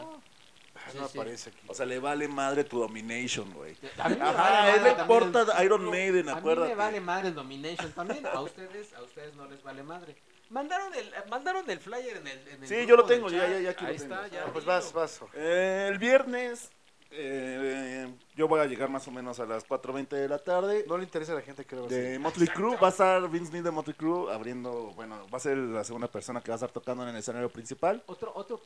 Speaker 5: Sí,
Speaker 1: no
Speaker 5: sí.
Speaker 1: aparece aquí.
Speaker 3: O sea, le vale madre tu domination, güey.
Speaker 2: A mí me
Speaker 3: Ajá,
Speaker 2: vale
Speaker 3: a él le
Speaker 2: madre también el-
Speaker 3: importa Iron Maiden,
Speaker 2: A mí
Speaker 3: acuérdate.
Speaker 2: me vale madre el Domination también. A ustedes, a ustedes no les vale madre. eh,
Speaker 11: Mandaron el, mandaron el flyer en el. en el
Speaker 3: Sí,
Speaker 11: grupo
Speaker 3: yo lo
Speaker 11: del
Speaker 3: tengo,
Speaker 11: chat.
Speaker 3: ya, ya, ya aquí
Speaker 11: Ahí
Speaker 3: lo tengo.
Speaker 11: está, ya.
Speaker 1: Ah, pues
Speaker 11: dilo.
Speaker 1: vas, vas. Jorge.
Speaker 3: Eh, el viernes eh, yo voy a llegar más o menos a las 4.20 de la tarde.
Speaker 1: No le interesa a la gente que lo va a hacer.
Speaker 3: De Motley Crue, va a estar Vince Neil de Motley Crue abriendo, bueno, va a ser la segunda persona que va a estar tocando en el escenario principal.
Speaker 2: Otro, otro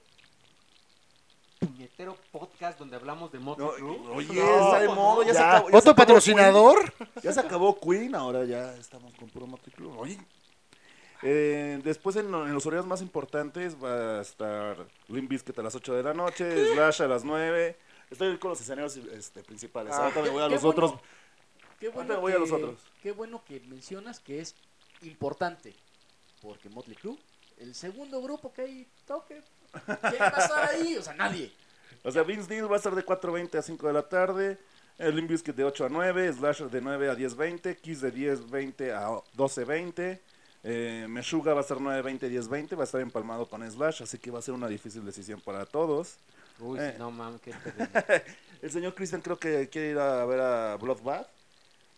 Speaker 2: puñetero podcast donde hablamos de Motley
Speaker 3: No,
Speaker 2: Crue.
Speaker 3: oye,
Speaker 1: No,
Speaker 3: está de
Speaker 2: pues
Speaker 3: moda,
Speaker 2: no.
Speaker 3: ya, se
Speaker 1: Ya,
Speaker 3: acabó. ya se
Speaker 1: ¿Otro
Speaker 3: acabó
Speaker 1: patrocinador?
Speaker 3: Queen, ya se acabó Queen, ahora ya estamos con puro Motley Crue. Oye, eh, después en, en los horarios más importantes va a estar Limp Bizkit a las 8 de la noche, Slash a las 9. Estoy con los escenarios este, principales.
Speaker 1: Ah.
Speaker 3: Ahorita me voy a
Speaker 5: Qué
Speaker 3: los
Speaker 5: bueno.
Speaker 3: otros.
Speaker 2: Ah,
Speaker 5: Qué
Speaker 3: Ahorita
Speaker 5: bueno
Speaker 3: voy
Speaker 5: que,
Speaker 3: a los otros.
Speaker 5: Qué bueno que mencionas que es importante. Porque Motley Crue, el segundo grupo que hay toque, ¿quién va a estar ahí? O sea, nadie.
Speaker 3: O sea, Vince Neil va a estar de 4.20 a 5 de la tarde. El Limp Bizkit de 8 a 9, Slasher de 9 a 10.20, Kiss de 10.20 a 12.20, eh, Meshuga va a estar 9.20 a 10.20, va a estar empalmado con Slash, así que va a ser una difícil decisión para todos.
Speaker 2: Uy,
Speaker 3: Eh.
Speaker 2: no mames, qué terrible.
Speaker 3: El señor Christian creo que quiere ir a ver a Bloodbath.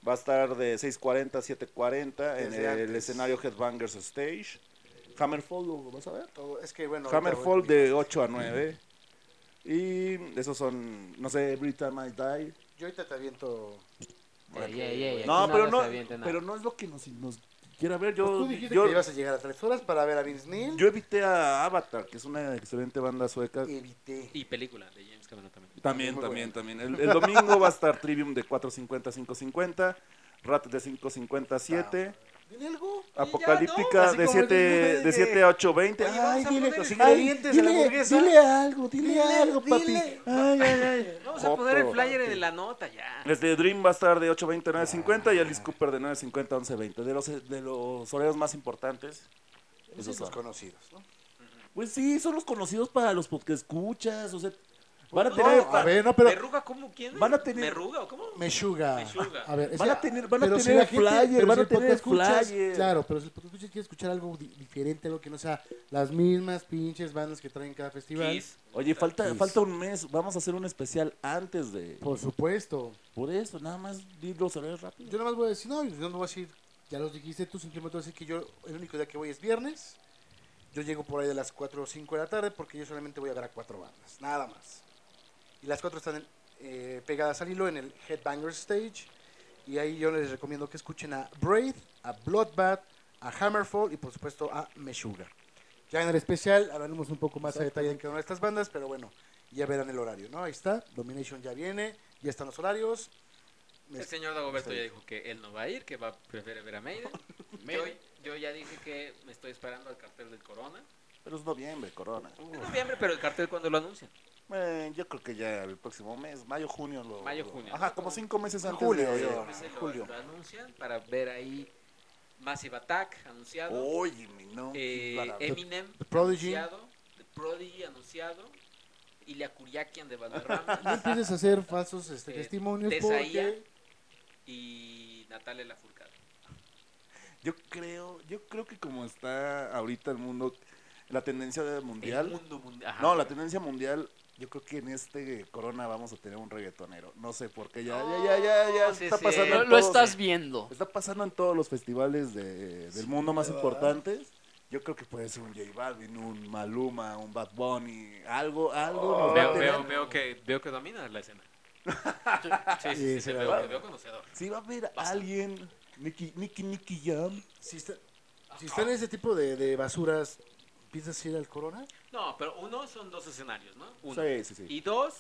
Speaker 3: Va a estar de 6.40 a 7.40 en
Speaker 1: Desde
Speaker 3: el
Speaker 1: antes.
Speaker 3: escenario Headbangers Stage. Hammerfall, ¿lo vas a ver?
Speaker 1: Todo- Oh, Es que bueno.
Speaker 3: Hammerfall
Speaker 1: ahorita voy-
Speaker 3: de 8 a 9. Y esos son, no sé, Every Time I Die.
Speaker 1: Yo ahorita te aviento.
Speaker 2: Ey, ey, ey, aquí
Speaker 3: No, pero
Speaker 2: se
Speaker 3: no,
Speaker 2: avienta nada.
Speaker 3: pero no es lo que nos, nos quiera ver.
Speaker 1: Pues
Speaker 3: Yo,
Speaker 1: tú dijiste
Speaker 3: yo,
Speaker 1: que ibas a llegar a tres horas para ver a Vince Neil.
Speaker 3: yo evité a Avatar, que es una excelente banda sueca.
Speaker 1: evité.
Speaker 11: Y película de James Cameron también.
Speaker 3: También,
Speaker 1: Muy
Speaker 3: también, también. El, el domingo va a estar Trivium de 4.50 a 5.50, Rat de 5.50 a 7,
Speaker 1: Dile algo.
Speaker 3: Apocalíptica
Speaker 1: Así
Speaker 3: de
Speaker 1: como
Speaker 3: 7,
Speaker 1: el
Speaker 3: de
Speaker 1: Disney.
Speaker 3: 7 a 8.20.
Speaker 11: Oye, vamos
Speaker 3: Ay,
Speaker 11: a
Speaker 3: dile
Speaker 11: poner
Speaker 3: los
Speaker 11: el-
Speaker 3: ingredientes de la
Speaker 1: Dile-
Speaker 3: hamburguesa.
Speaker 1: dile
Speaker 3: algo, dile,
Speaker 1: algo, papi.
Speaker 3: Ay, ay, ay.
Speaker 11: Vamos a poner el
Speaker 3: Joto.
Speaker 11: flyer en la nota ya.
Speaker 3: Este Dream va a estar de 8.20 a 9.50 y Alice Cooper de 9.50 a 11.20. De los, de los horarios más importantes.
Speaker 1: Esos
Speaker 3: esos
Speaker 1: son los
Speaker 3: son.
Speaker 1: conocidos, ¿no?
Speaker 3: Pues sí, son los conocidos para los que escuchas. O sea, van Oh,
Speaker 11: No,
Speaker 3: a tener.
Speaker 1: A ver, no, pero.
Speaker 11: ¿Merruga cómo quién? es?
Speaker 3: Van a tener-
Speaker 11: ¿Merruga o cómo?
Speaker 1: Meshuga.
Speaker 11: Meshuga.
Speaker 8: A ver,
Speaker 3: Van
Speaker 8: ese-
Speaker 3: a tener- van a
Speaker 8: pero
Speaker 3: tener
Speaker 8: la gente-
Speaker 3: flyer,
Speaker 8: pero
Speaker 3: van
Speaker 8: si
Speaker 3: a
Speaker 8: el podcast
Speaker 3: tener
Speaker 8: escuchas-
Speaker 3: flyer.
Speaker 8: Claro, pero si el podcast escucha quiere escuchar algo di- diferente, algo que no sea las mismas pinches bandas que traen cada festival.
Speaker 11: Kiss.
Speaker 3: Oye, falta,
Speaker 8: Kiss.
Speaker 3: falta un mes. Vamos a hacer un especial antes de.
Speaker 8: Por supuesto.
Speaker 3: Por eso, nada más di los horarios rápido.
Speaker 1: Yo nada más voy a decir, no, yo no voy a decir, ya los dijiste tú, simplemente voy a decir que yo, el único día que voy es viernes. Yo llego por ahí de las 4 o 5 de la tarde porque yo solamente voy a ver a cuatro bandas, nada más. Y las cuatro están en- eh, pegadas al hilo en el Headbanger Stage. Y ahí yo les recomiendo que escuchen a Braid, a Bloodbath, a Hammerfall y por supuesto a Meshuga. Ya en el especial hablaremos un poco más a detalle de cada una de estas bandas, pero bueno, ya verán el horario, ¿no? Ahí está, Domination ya viene, ya están los horarios.
Speaker 11: El señor Dagoberto ya dijo que él no va a ir, que va prefiere ver a Maiden. Yo,
Speaker 4: Maiden.
Speaker 11: yo ya dije que me estoy esperando al cartel del Corona.
Speaker 3: Pero es noviembre, corona.
Speaker 11: En noviembre, pero el cartel cuando lo anuncian.
Speaker 3: Eh, yo creo que ya el próximo mes, mayo, junio. Lo,
Speaker 11: Mayo,
Speaker 3: lo-
Speaker 11: junio.
Speaker 3: Ajá, como cinco meses antes.
Speaker 1: Julio,
Speaker 3: de-
Speaker 1: yo-
Speaker 11: Entonces pues, lo-
Speaker 3: julio.
Speaker 11: Lo, anuncian para ver ahí Massive Attack anunciado.
Speaker 3: Oye, mi no.
Speaker 11: eh,
Speaker 3: Oh, Para-
Speaker 11: Eminem
Speaker 1: The Prodigy.
Speaker 11: anunciado. The Prodigy anunciado. Ilya Kuriakian de
Speaker 8: No
Speaker 11: Valderrama.
Speaker 8: empieces a hacer falsos este,
Speaker 11: Eh,
Speaker 8: testimonios
Speaker 11: Tesaía.
Speaker 8: porque...
Speaker 11: y Natalia Lafourcade.
Speaker 3: Yo creo, yo creo que como está ahurita el mundo, la tendencia mundial.
Speaker 11: El mundo mundial. Ajá.
Speaker 3: No, la tendencia mundial, yo creo que en este corona vamos a tener un reggaetonero. No sé por qué, ya, ya, ya, ya, ya
Speaker 11: No, Oh, sí,
Speaker 3: está
Speaker 11: sí.
Speaker 3: pasando. en
Speaker 11: Lo-
Speaker 4: Lo,
Speaker 3: todos-
Speaker 4: estás viendo.
Speaker 3: Está pasando en todos los festivales de- del mundo más importantes. Yo creo que puede ser un J Balvin, un Maluma, un Bad Bunny, algo, algo. nos va a
Speaker 11: Oh, Veo,
Speaker 3: tener-
Speaker 11: veo, veo, que, veo que domina la escena. Sí, sí, sí, te veo, te veo conocedor.
Speaker 3: Sí, va a haber alguien. Nicky, Nicky, Nicky Jam.
Speaker 1: Si, está- si están ese tipo de, de basuras, ¿piensas ir al Corona?
Speaker 11: No, pero uno son dos escenarios, ¿no? Uno.
Speaker 3: Sí, sí, sí.
Speaker 11: Y dos,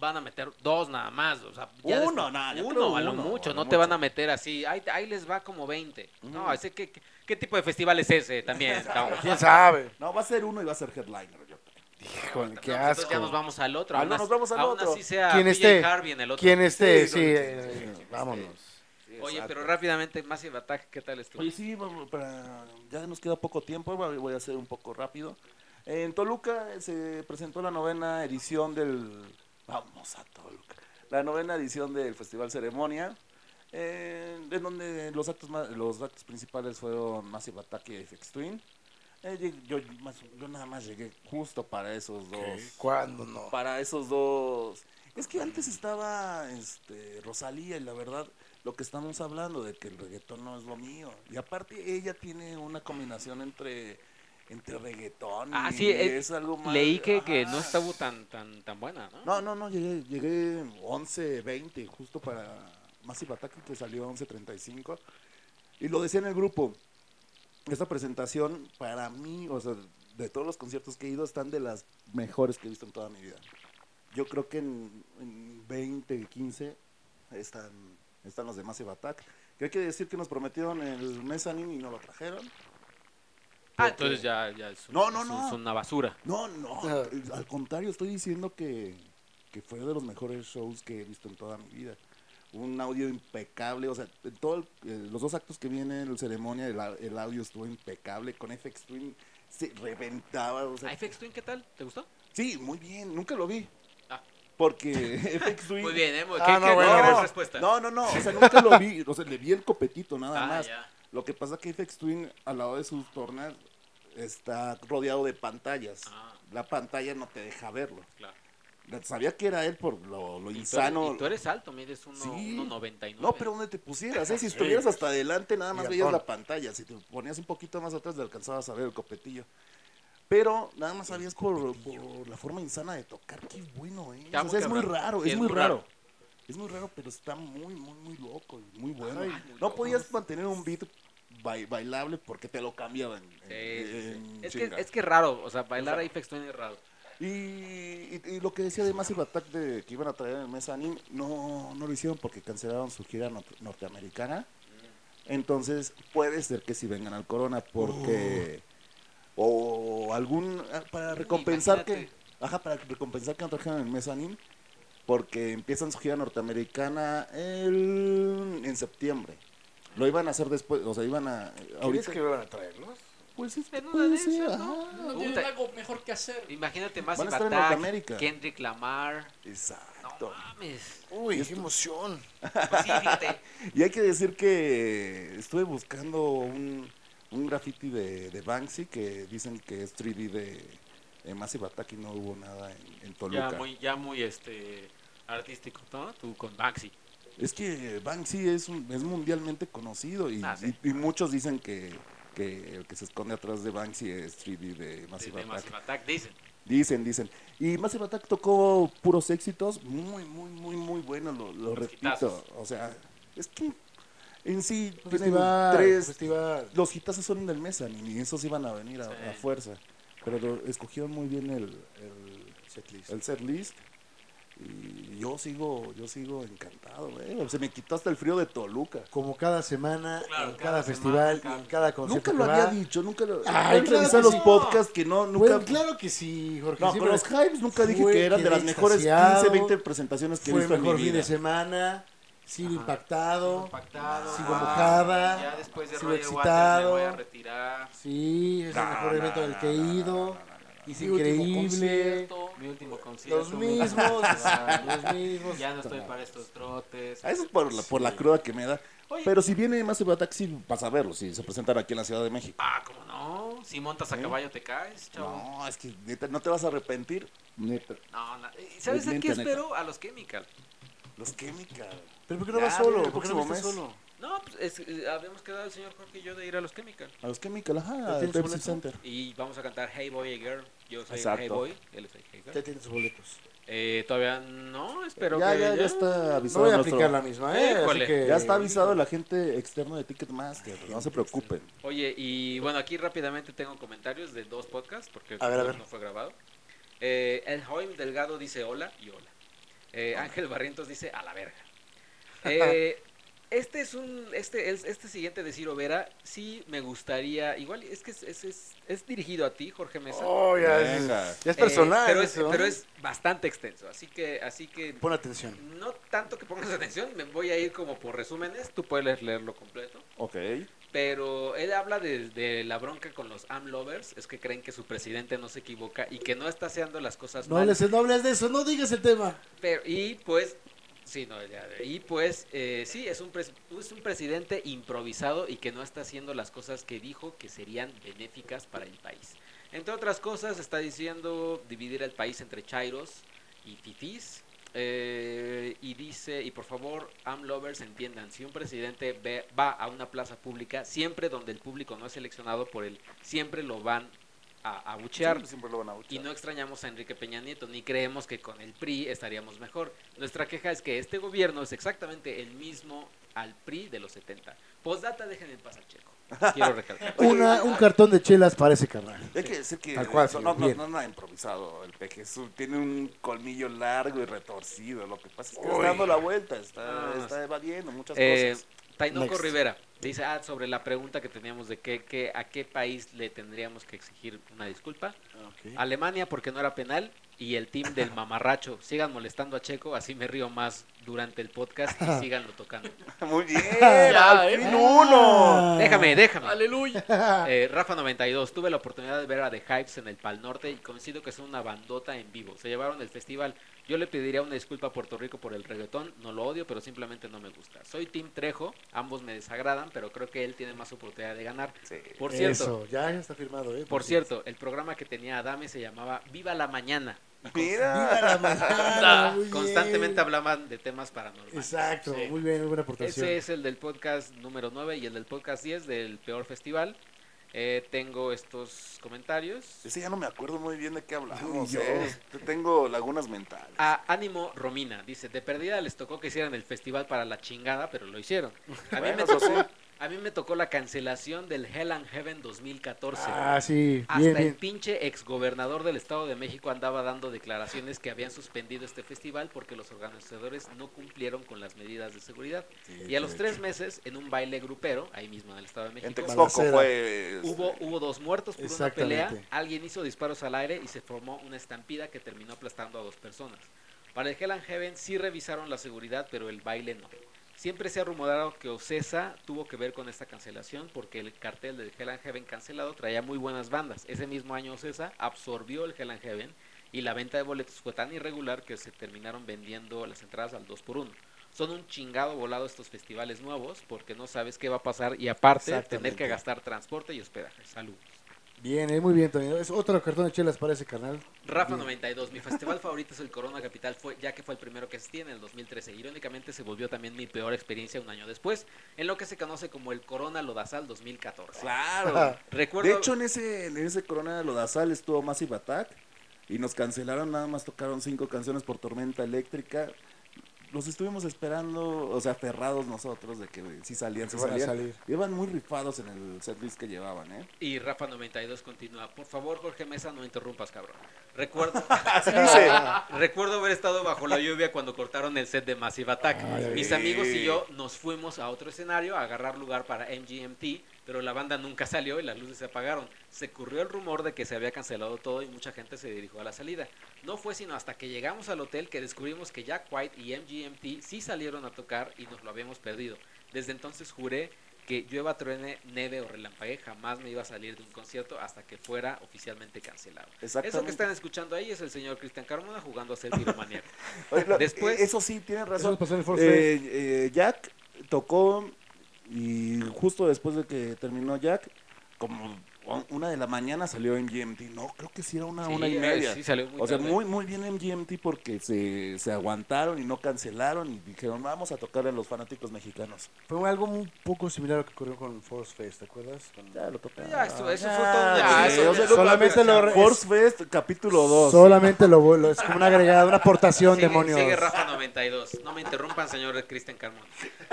Speaker 11: van a meter dos nada más. O sea, ya
Speaker 3: Uno,
Speaker 11: después-
Speaker 3: nada, yo creo
Speaker 11: uno a lo
Speaker 3: uno,
Speaker 11: mucho.
Speaker 3: a lo
Speaker 11: no te van
Speaker 3: mucho.
Speaker 11: a meter así. Ahí, ahí les va como 20. No, ese, ¿qué, qué, qué tipo de festival es ese también? cabrón?
Speaker 1: ¿Quién sabe?
Speaker 3: No, va a ser uno y va a ser headliner, yo creo.
Speaker 1: Híjole,
Speaker 11: pues
Speaker 1: qué
Speaker 2: No, entonces
Speaker 1: asco.
Speaker 2: ya nos vamos al otro.
Speaker 3: Ah,
Speaker 2: aún
Speaker 3: no,
Speaker 2: as-
Speaker 3: nos vamos al
Speaker 2: aún
Speaker 3: otro.
Speaker 2: así sea
Speaker 1: ¿Quién
Speaker 2: PJ
Speaker 1: esté?
Speaker 2: Harvey en el otro.
Speaker 1: ¿Quién esté?
Speaker 3: este? Sí,
Speaker 1: Sí,
Speaker 3: no,
Speaker 1: eh,
Speaker 3: sí, sí, sí,
Speaker 1: vámonos.
Speaker 2: Oye, pero
Speaker 3: rápido.
Speaker 2: rápidamente, Massive Attack, ¿qué tal estuvo?
Speaker 3: Oye, sí, vamos, para- ya nos queda poco tiempo, voy voy a ser un poco rápido. En Toluca eh, se presentó la novena edición del... Vamos a Toluca. La novena edición del Festival Ceremonia, eh, en donde los actos, ma- los actos principales fueron Massive Attack y FX Twin. Eh, lleg- yo, más- yo nada más llegué justo para esos dos.
Speaker 1: ¿Cuándo no?
Speaker 3: Para esos dos. Es que antes estaba este, Rosalía y la verdad, lo que estamos hablando de que el reggaetón no es lo mío. Y aparte ella tiene una combinación entre, entre reggaetón
Speaker 2: Ah,
Speaker 3: y
Speaker 2: sí, eh,
Speaker 3: es algo más...
Speaker 2: Leí que, que
Speaker 3: ajá.
Speaker 2: no estuvo tan, tan, tan buena, ¿no?
Speaker 3: No, no, no, llegué, llegué 11, 20, justo para Massive Attack, que salió 11, 35. Y lo decía en el grupo, esta presentación para mí, o sea, de todos los conciertos que he ido, están de las mejores que he visto en toda mi vida. Yo creo que en, en 20, 15 están, están los de Massive Attack. Que hay que decir que nos prometieron el mezzanine y no lo trajeron.
Speaker 2: Ah, entonces ya, ya es, un-
Speaker 3: No, no,
Speaker 2: es un-
Speaker 3: no.
Speaker 2: es una basura.
Speaker 3: No, no,
Speaker 1: Ah.
Speaker 3: al contrario, estoy diciendo que, que fue de los mejores shows que he visto en toda mi vida. Un audio impecable, o sea, en todo el- eh, los dos actos que viene en la ceremonia, el, au- el audio estuvo impecable, con FX Twin se reventaba, o sea,
Speaker 2: ¿A FX Twin qué tal? ¿Te gustó?
Speaker 3: sí, muy bien, nunca lo vi.
Speaker 2: Ah.
Speaker 3: Porque FX Twin...
Speaker 2: Muy bien, ¿eh? ¿Qué,
Speaker 1: Ah, no,
Speaker 2: qué-
Speaker 1: bueno.
Speaker 2: qué gran
Speaker 1: No,
Speaker 2: respuesta?
Speaker 3: No, no, no, o sea, nunca lo vi, o sea, le vi el copetito nada
Speaker 2: Ah,
Speaker 3: más.
Speaker 12: Ya.
Speaker 3: Lo que pasa que FX Twin, al lado de sus tornas, está rodeado de pantallas.
Speaker 2: Ah.
Speaker 3: La pantalla no te deja verlo.
Speaker 2: Claro.
Speaker 3: Sabía que era él por lo, lo
Speaker 2: Y tú eres-
Speaker 3: insano.
Speaker 2: y tú eres alto, mides uno-
Speaker 3: Sí.
Speaker 2: 1.99.
Speaker 3: No, pero donde te pusieras, ¿eh? Si estuvieras hasta adelante, nada más veías la pantalla. Si te ponías un poquito más atrás, le alcanzabas a ver el copetillo. Pero nada más sabías por, por la forma insana de tocar. Qué bueno, ¿eh?
Speaker 2: Está
Speaker 3: O
Speaker 2: muy
Speaker 3: sea, es muy
Speaker 2: cabrón.
Speaker 3: raro,
Speaker 2: Sí,
Speaker 3: es muy raro. Es muy raro, pero está muy, muy, muy loco y muy bueno.
Speaker 2: Ay,
Speaker 3: no
Speaker 2: loco.
Speaker 3: podías mantener un beat bai- bailable porque te lo cambiaban. en-
Speaker 2: Sí,
Speaker 3: en
Speaker 2: sí, sí. Es,
Speaker 3: Eh, chinga.
Speaker 2: que, es que raro, o sea, bailar a FX Twin es raro.
Speaker 3: Y, y- y lo que decía de Massive Attack de que iban a traer el Mezzanine, no, no lo hicieron porque cancelaron su gira nor- norteamericana. Entonces, puede ser que si vengan al Corona, porque.
Speaker 1: Oh.
Speaker 3: O algún. ah, Para recompensar que.
Speaker 2: imagínate.
Speaker 3: Ajá, para recompensar que no trajeron el Mezzanine. Porque empiezan su gira norteamericana el, en septiembre. Lo iban a hacer después, o sea, iban a. Ahorita.
Speaker 1: que van a traernos?
Speaker 3: Pues es que
Speaker 2: En una
Speaker 3: puede
Speaker 2: de
Speaker 3: ser,
Speaker 2: esas,
Speaker 3: ajá.
Speaker 4: No
Speaker 2: Puta.
Speaker 4: tienen algo mejor que hacer.
Speaker 2: Imagínate más
Speaker 3: Van a estar en
Speaker 2: Attack,
Speaker 3: Norteamérica.
Speaker 2: Kendrick Lamar. No
Speaker 3: Exacto.
Speaker 2: mames.
Speaker 1: Uy,
Speaker 3: Este,
Speaker 1: qué emoción.
Speaker 2: Pues sí, fíjate.
Speaker 3: Y hay que decir que estuve buscando un, un graffiti de, de Banksy que dicen que es 3D de, de Massive Attack y no hubo nada en, en
Speaker 2: Ya
Speaker 3: Toluca.
Speaker 2: muy, ya muy este artístico, ¿no? Tú con Maxi.
Speaker 3: Es que Banksy es, un- es mundialmente conocido y,
Speaker 2: Ah, sí.
Speaker 3: y- y muchos dicen que, que el que se esconde atrás de Banksy es 3D de
Speaker 2: De,
Speaker 3: Massive
Speaker 2: de
Speaker 3: Attack.
Speaker 2: Massive Attack, dicen.
Speaker 3: Dicen, dicen. Y Massive Attack tocó puros éxitos muy, muy, muy, muy buenos, lo, lo repito.
Speaker 2: hitazos.
Speaker 3: O sea, es que en sí tienen
Speaker 1: Festival,
Speaker 3: tres,
Speaker 1: festival.
Speaker 3: Los hitazos son del mesa, y esos iban a venir a, a
Speaker 2: Sí.
Speaker 3: fuerza. Pero lo- escogieron muy bien el, el, el set list. Y yo sigo, yo sigo encantado, güey. Se me quitó hasta el frío de Toluca.
Speaker 1: Como cada semana,
Speaker 2: Claro,
Speaker 1: en cada,
Speaker 2: cada
Speaker 1: festival,
Speaker 2: semana,
Speaker 1: y en cada concierto.
Speaker 3: Nunca lo
Speaker 1: que
Speaker 3: había
Speaker 1: va.
Speaker 3: dicho, nunca lo.
Speaker 1: Ay,
Speaker 3: Hay que
Speaker 1: claro
Speaker 3: revisar
Speaker 1: que
Speaker 3: los
Speaker 1: sí.
Speaker 3: podcasts que no,
Speaker 1: Güey,
Speaker 3: nunca.
Speaker 1: claro que sí, Jorge.
Speaker 3: No, con
Speaker 1: siempre
Speaker 3: los hypes nunca dije
Speaker 1: Fue
Speaker 3: que eran de
Speaker 1: quedé
Speaker 3: las mejores 15,
Speaker 1: extasiado,
Speaker 3: 20 presentaciones que he
Speaker 1: fue
Speaker 3: visto en mi
Speaker 1: mejor fin
Speaker 3: vida.
Speaker 1: de semana. Sigo
Speaker 2: Ajá.
Speaker 1: impactado.
Speaker 2: Impactado.
Speaker 1: Sigo mojada,
Speaker 2: Ya después de
Speaker 1: sigo
Speaker 2: Roger Waters me
Speaker 1: excitado.
Speaker 2: voy a retirar.
Speaker 1: Sí, es el mejor evento del que he ido. Es
Speaker 4: Mi último
Speaker 1: increíble.
Speaker 4: concierto.
Speaker 2: Mi último concierto.
Speaker 1: Los
Speaker 2: mi último
Speaker 1: mismos,
Speaker 2: festival.
Speaker 1: los mismos.
Speaker 2: Ya no estoy para estos trotes.
Speaker 3: Ah, Eso es por la, por la cruda que me da.
Speaker 2: Oye.
Speaker 3: Pero si viene más Taxi, vas a verlo, si se presentan aquí en la Ciudad de México.
Speaker 2: Ah, ¿cómo no? Si montas a
Speaker 3: ¿Eh?
Speaker 2: caballo te caes, chavo.
Speaker 3: No, es que neta, no te vas a arrepentir. Neta.
Speaker 2: No, no. ¿Y ¿Sabes a
Speaker 3: Neta,
Speaker 2: qué
Speaker 3: neta.
Speaker 2: espero? A los Chemical.
Speaker 3: Los Chemical.
Speaker 1: Pero ¿por qué no
Speaker 3: Ya,
Speaker 1: vas solo?
Speaker 3: mira, el
Speaker 1: ¿Por qué no
Speaker 3: próximo
Speaker 1: vas
Speaker 3: mes.
Speaker 1: solo?
Speaker 2: No, pues es- eh, habíamos quedado el señor Jorge y yo de ir a los Chemical.
Speaker 3: A los Chemical,
Speaker 1: ¿Ya
Speaker 3: ajá, al
Speaker 1: tienes
Speaker 3: Pepsi
Speaker 1: boleto?
Speaker 3: Center.
Speaker 2: Y vamos a cantar Hey Boy Hey Girl. Yo soy
Speaker 3: Exacto.
Speaker 2: Hey Boy, él es Hey Girl.
Speaker 1: Ya tienen sus boletos.
Speaker 2: Eh, todavía no, espero
Speaker 3: ya,
Speaker 2: que
Speaker 3: ya, ya está
Speaker 1: No
Speaker 3: avisado.
Speaker 1: voy a
Speaker 3: nuestro-
Speaker 1: aplicar la misma, ¿eh? Así
Speaker 2: Híjole.
Speaker 1: que-
Speaker 3: Ya está avisado el agente externo de Ticketmaster. No se preocupen.
Speaker 2: Oye, y bueno, aquí rápidamente tengo comentarios de dos podcasts porque
Speaker 1: A ver, a ver.
Speaker 2: no fue grabado. Eh, el Joim Delgado dice hola y hola. Eh, Ángel Barrientos dice a la verga. Eh, Este es un, este, es- este siguiente de Ciro Vera, sí me gustaría, igual es que es, es, es- es dirigido a ti, Jorge Mesa.
Speaker 13: Oh, ya, es,
Speaker 3: Venga.
Speaker 13: ya es
Speaker 2: Eh,
Speaker 13: personal.
Speaker 2: pero, es,
Speaker 13: eso,
Speaker 2: pero
Speaker 13: ¿eh?
Speaker 2: es bastante extenso, así que, así que
Speaker 13: Pon atención.
Speaker 2: no tanto que pongas atención, me voy a ir como por resúmenes, tú puedes leerlo completo.
Speaker 3: Ok.
Speaker 2: Pero él habla de, de la bronca con los AM lovers, es que creen que su presidente no se equivoca y que no está haciendo las cosas
Speaker 1: No
Speaker 2: mal.
Speaker 1: hables, no hables de eso, no digas el tema.
Speaker 2: Pero, y pues, sí, no, ya, y pues, eh, sí, es un, pres- es un presidente improvisado y que no está haciendo las cosas que dijo que serían benéficas para el país. Entre otras cosas, está diciendo dividir el país entre chairos y fifís. eh, y dice, y por favor, am lovers entiendan, si un presidente ve- va a una plaza pública, siempre donde el público no es seleccionado por él, siempre lo van a abuchear.
Speaker 3: Siempre, siempre lo van a buchar.
Speaker 2: Y no extrañamos a Enrique Peña Nieto, ni creemos que con el PRI estaríamos mejor. Nuestra queja es que este gobierno es exactamente el mismo al PRI de los 70. Postdata, dejen en paz al Checo. Quiero recalcar.
Speaker 1: Una, un cartón de chelas para ese carnal.
Speaker 3: Hay que decir que
Speaker 1: Tal cual,
Speaker 3: no, no,
Speaker 1: señor,
Speaker 3: no,
Speaker 1: bien.
Speaker 3: no es nada improvisado el peje. su- Tiene un colmillo largo y retorcido. Lo que pasa es que
Speaker 13: Uy.
Speaker 3: está dando la vuelta, está,
Speaker 2: Ah,
Speaker 3: está evadiendo muchas
Speaker 2: Eh,
Speaker 3: cosas.
Speaker 2: Tainoco
Speaker 1: Next.
Speaker 2: Rivera dice, ah, sobre la pregunta que teníamos de qué, qué- a qué país le tendríamos que exigir una disculpa. Alemania porque no era penal y el team del mamarracho. Sigan molestando a Checo, así me río más durante el podcast y síganlo tocando.
Speaker 3: Ah, Muy bien,
Speaker 4: Ya,
Speaker 3: al
Speaker 4: ¿eh?
Speaker 3: fin
Speaker 1: Ah,
Speaker 3: uno.
Speaker 2: Déjame, déjame.
Speaker 4: Aleluya.
Speaker 2: Eh, Rafa 92, tuve la oportunidad de ver a The Hypes en el Pal Norte y coincido que son una bandota en vivo. Se llevaron el festival. Yo le pediría una disculpa a Puerto Rico por el reggaetón. No lo odio, pero simplemente no me gusta. Soy Tim Trejo. Ambos me desagradan, pero creo que él tiene más oportunidad de ganar.
Speaker 3: Sí.
Speaker 2: Por cierto,
Speaker 1: Eso, ya está firmado, ¿eh?
Speaker 2: por cierto, el programa que tenía Adame se llamaba Viva la Mañana.
Speaker 3: Mira.
Speaker 1: Ah, muy bien.
Speaker 2: Constantemente hablaban de temas paranormales.
Speaker 1: Exacto,
Speaker 2: Sí.
Speaker 1: muy bien, muy buena aportación.
Speaker 2: Ese es el del podcast número 9 y el del podcast 10 del peor festival. Eh, tengo estos comentarios.
Speaker 3: Ese ya no me acuerdo muy bien de qué hablamos.
Speaker 1: Ni yo.
Speaker 3: eh. Yo Tengo lagunas mentales.
Speaker 2: A Ánimo Romina dice, de perdida les tocó que hicieran el festival para la chingada, pero lo hicieron. A mí, me
Speaker 3: Bueno, eso
Speaker 2: tocó,
Speaker 3: sí.
Speaker 2: a mí me tocó la cancelación del Hell and Heaven 2014.
Speaker 1: Ah, sí,
Speaker 2: Hasta
Speaker 1: bien,
Speaker 2: el
Speaker 1: bien.
Speaker 2: pinche exgobernador del Estado de México andaba dando declaraciones que habían suspendido este festival porque los organizadores no cumplieron con las medidas de seguridad. y a los tres meses, en un baile grupero, ahí mismo en el Estado de
Speaker 3: En
Speaker 2: México,
Speaker 3: Texcoco
Speaker 1: Balacera.
Speaker 3: fue. este,
Speaker 2: Hubo, hubo dos muertos por una pelea,
Speaker 1: Exactamente.
Speaker 2: alguien hizo disparos al aire y se formó una estampida que terminó aplastando a dos personas. Para el Hell and Heaven sí revisaron la seguridad, pero el baile no. Siempre se ha rumorado que Ocesa tuvo que ver con esta cancelación porque el cartel del Hell and Heaven cancelado traía muy buenas bandas. Ese mismo año Ocesa absorbió el Hell and Heaven y la venta de boletos fue tan irregular que se terminaron vendiendo las entradas al 2 por 1 Son un chingado volado estos festivales nuevos porque no sabes qué va a pasar y aparte tener que
Speaker 1: Exactamente.
Speaker 2: gastar transporte y hospedaje. Saludos.
Speaker 1: Bien, eh, muy bien, Toño. Es otro cartón de chelas para ese carnal.
Speaker 2: Rafa
Speaker 1: Bien.
Speaker 2: 92, mi festival favorito es el Corona Capital, fue, ya que fue el primero que asistí en el 2013. Irónicamente se volvió también mi peor experiencia un año después, en lo que se conoce como el Corona Lodazal 2014.
Speaker 3: Claro.
Speaker 2: Recuerdo,
Speaker 3: De hecho, en ese, en ese Corona de Lodazal estuvo Massive Attack y nos cancelaron, nada más tocaron cinco canciones por Tormenta Eléctrica. Los estuvimos esperando, o sea, aferrados nosotros de que si salían, si
Speaker 1: Que van a
Speaker 3: salían.
Speaker 1: salir.
Speaker 3: Iban muy rifados en el setlist que llevaban, ¿eh?
Speaker 2: y Rafa 92 continúa, por favor Jorge Mesa, no interrumpas, cabrón. Recuerdo,
Speaker 3: Así dice.
Speaker 2: recuerdo haber estado bajo la lluvia cuando cortaron el set de Massive Attack. Mis amigos y yo nos fuimos a otro escenario a agarrar lugar para MGMT, pero la banda nunca salió y las luces se apagaron. Se corrió el rumor de que se había cancelado todo y mucha gente se dirigió a la salida. No fue sino hasta que llegamos al hotel que descubrimos que Jack White y MGMT sí salieron a tocar y nos lo habíamos perdido. Desde entonces juré que llueva, truene, neve o relampague, jamás me iba a salir de un concierto hasta que fuera oficialmente cancelado. Eso que
Speaker 3: Exactamente.
Speaker 2: están escuchando ahí es el señor Cristian Carmona jugando a ser piromaníaco.
Speaker 3: Oye, lo-
Speaker 2: Después-
Speaker 3: eh, Eso sí, tienes
Speaker 1: Eso
Speaker 3: razón.
Speaker 1: nos pasó en el Force Fest.
Speaker 3: Eh, eh, Jack tocó y justo después de que terminó Jack, como un- una de la mañana salió MGMT. No, creo que sí era Ah, una, una y
Speaker 2: Sí, eh,
Speaker 3: media.
Speaker 2: sí salió muy
Speaker 3: o sea,
Speaker 2: tarde.
Speaker 3: muy, muy bien MGMT porque se, se aguantaron y no cancelaron y dijeron, vamos a tocarle a los fanáticos mexicanos.
Speaker 1: Fue algo un poco similar a lo que ocurrió con Force Fest, ¿te acuerdas? Con-
Speaker 3: Ya lo tocaron.
Speaker 2: Ya, eso- eso fue todo- ya,
Speaker 3: sí,
Speaker 2: eso
Speaker 3: o sea,
Speaker 2: ya-
Speaker 1: solamente lo re-
Speaker 3: Force Fest, capítulo 2.
Speaker 1: Solamente lo vuelo, es como una agregada, una aportación,
Speaker 2: Sigue,
Speaker 1: demonios.
Speaker 2: sigue Rafa 92. No me interrumpan, señor Cristian Carmona.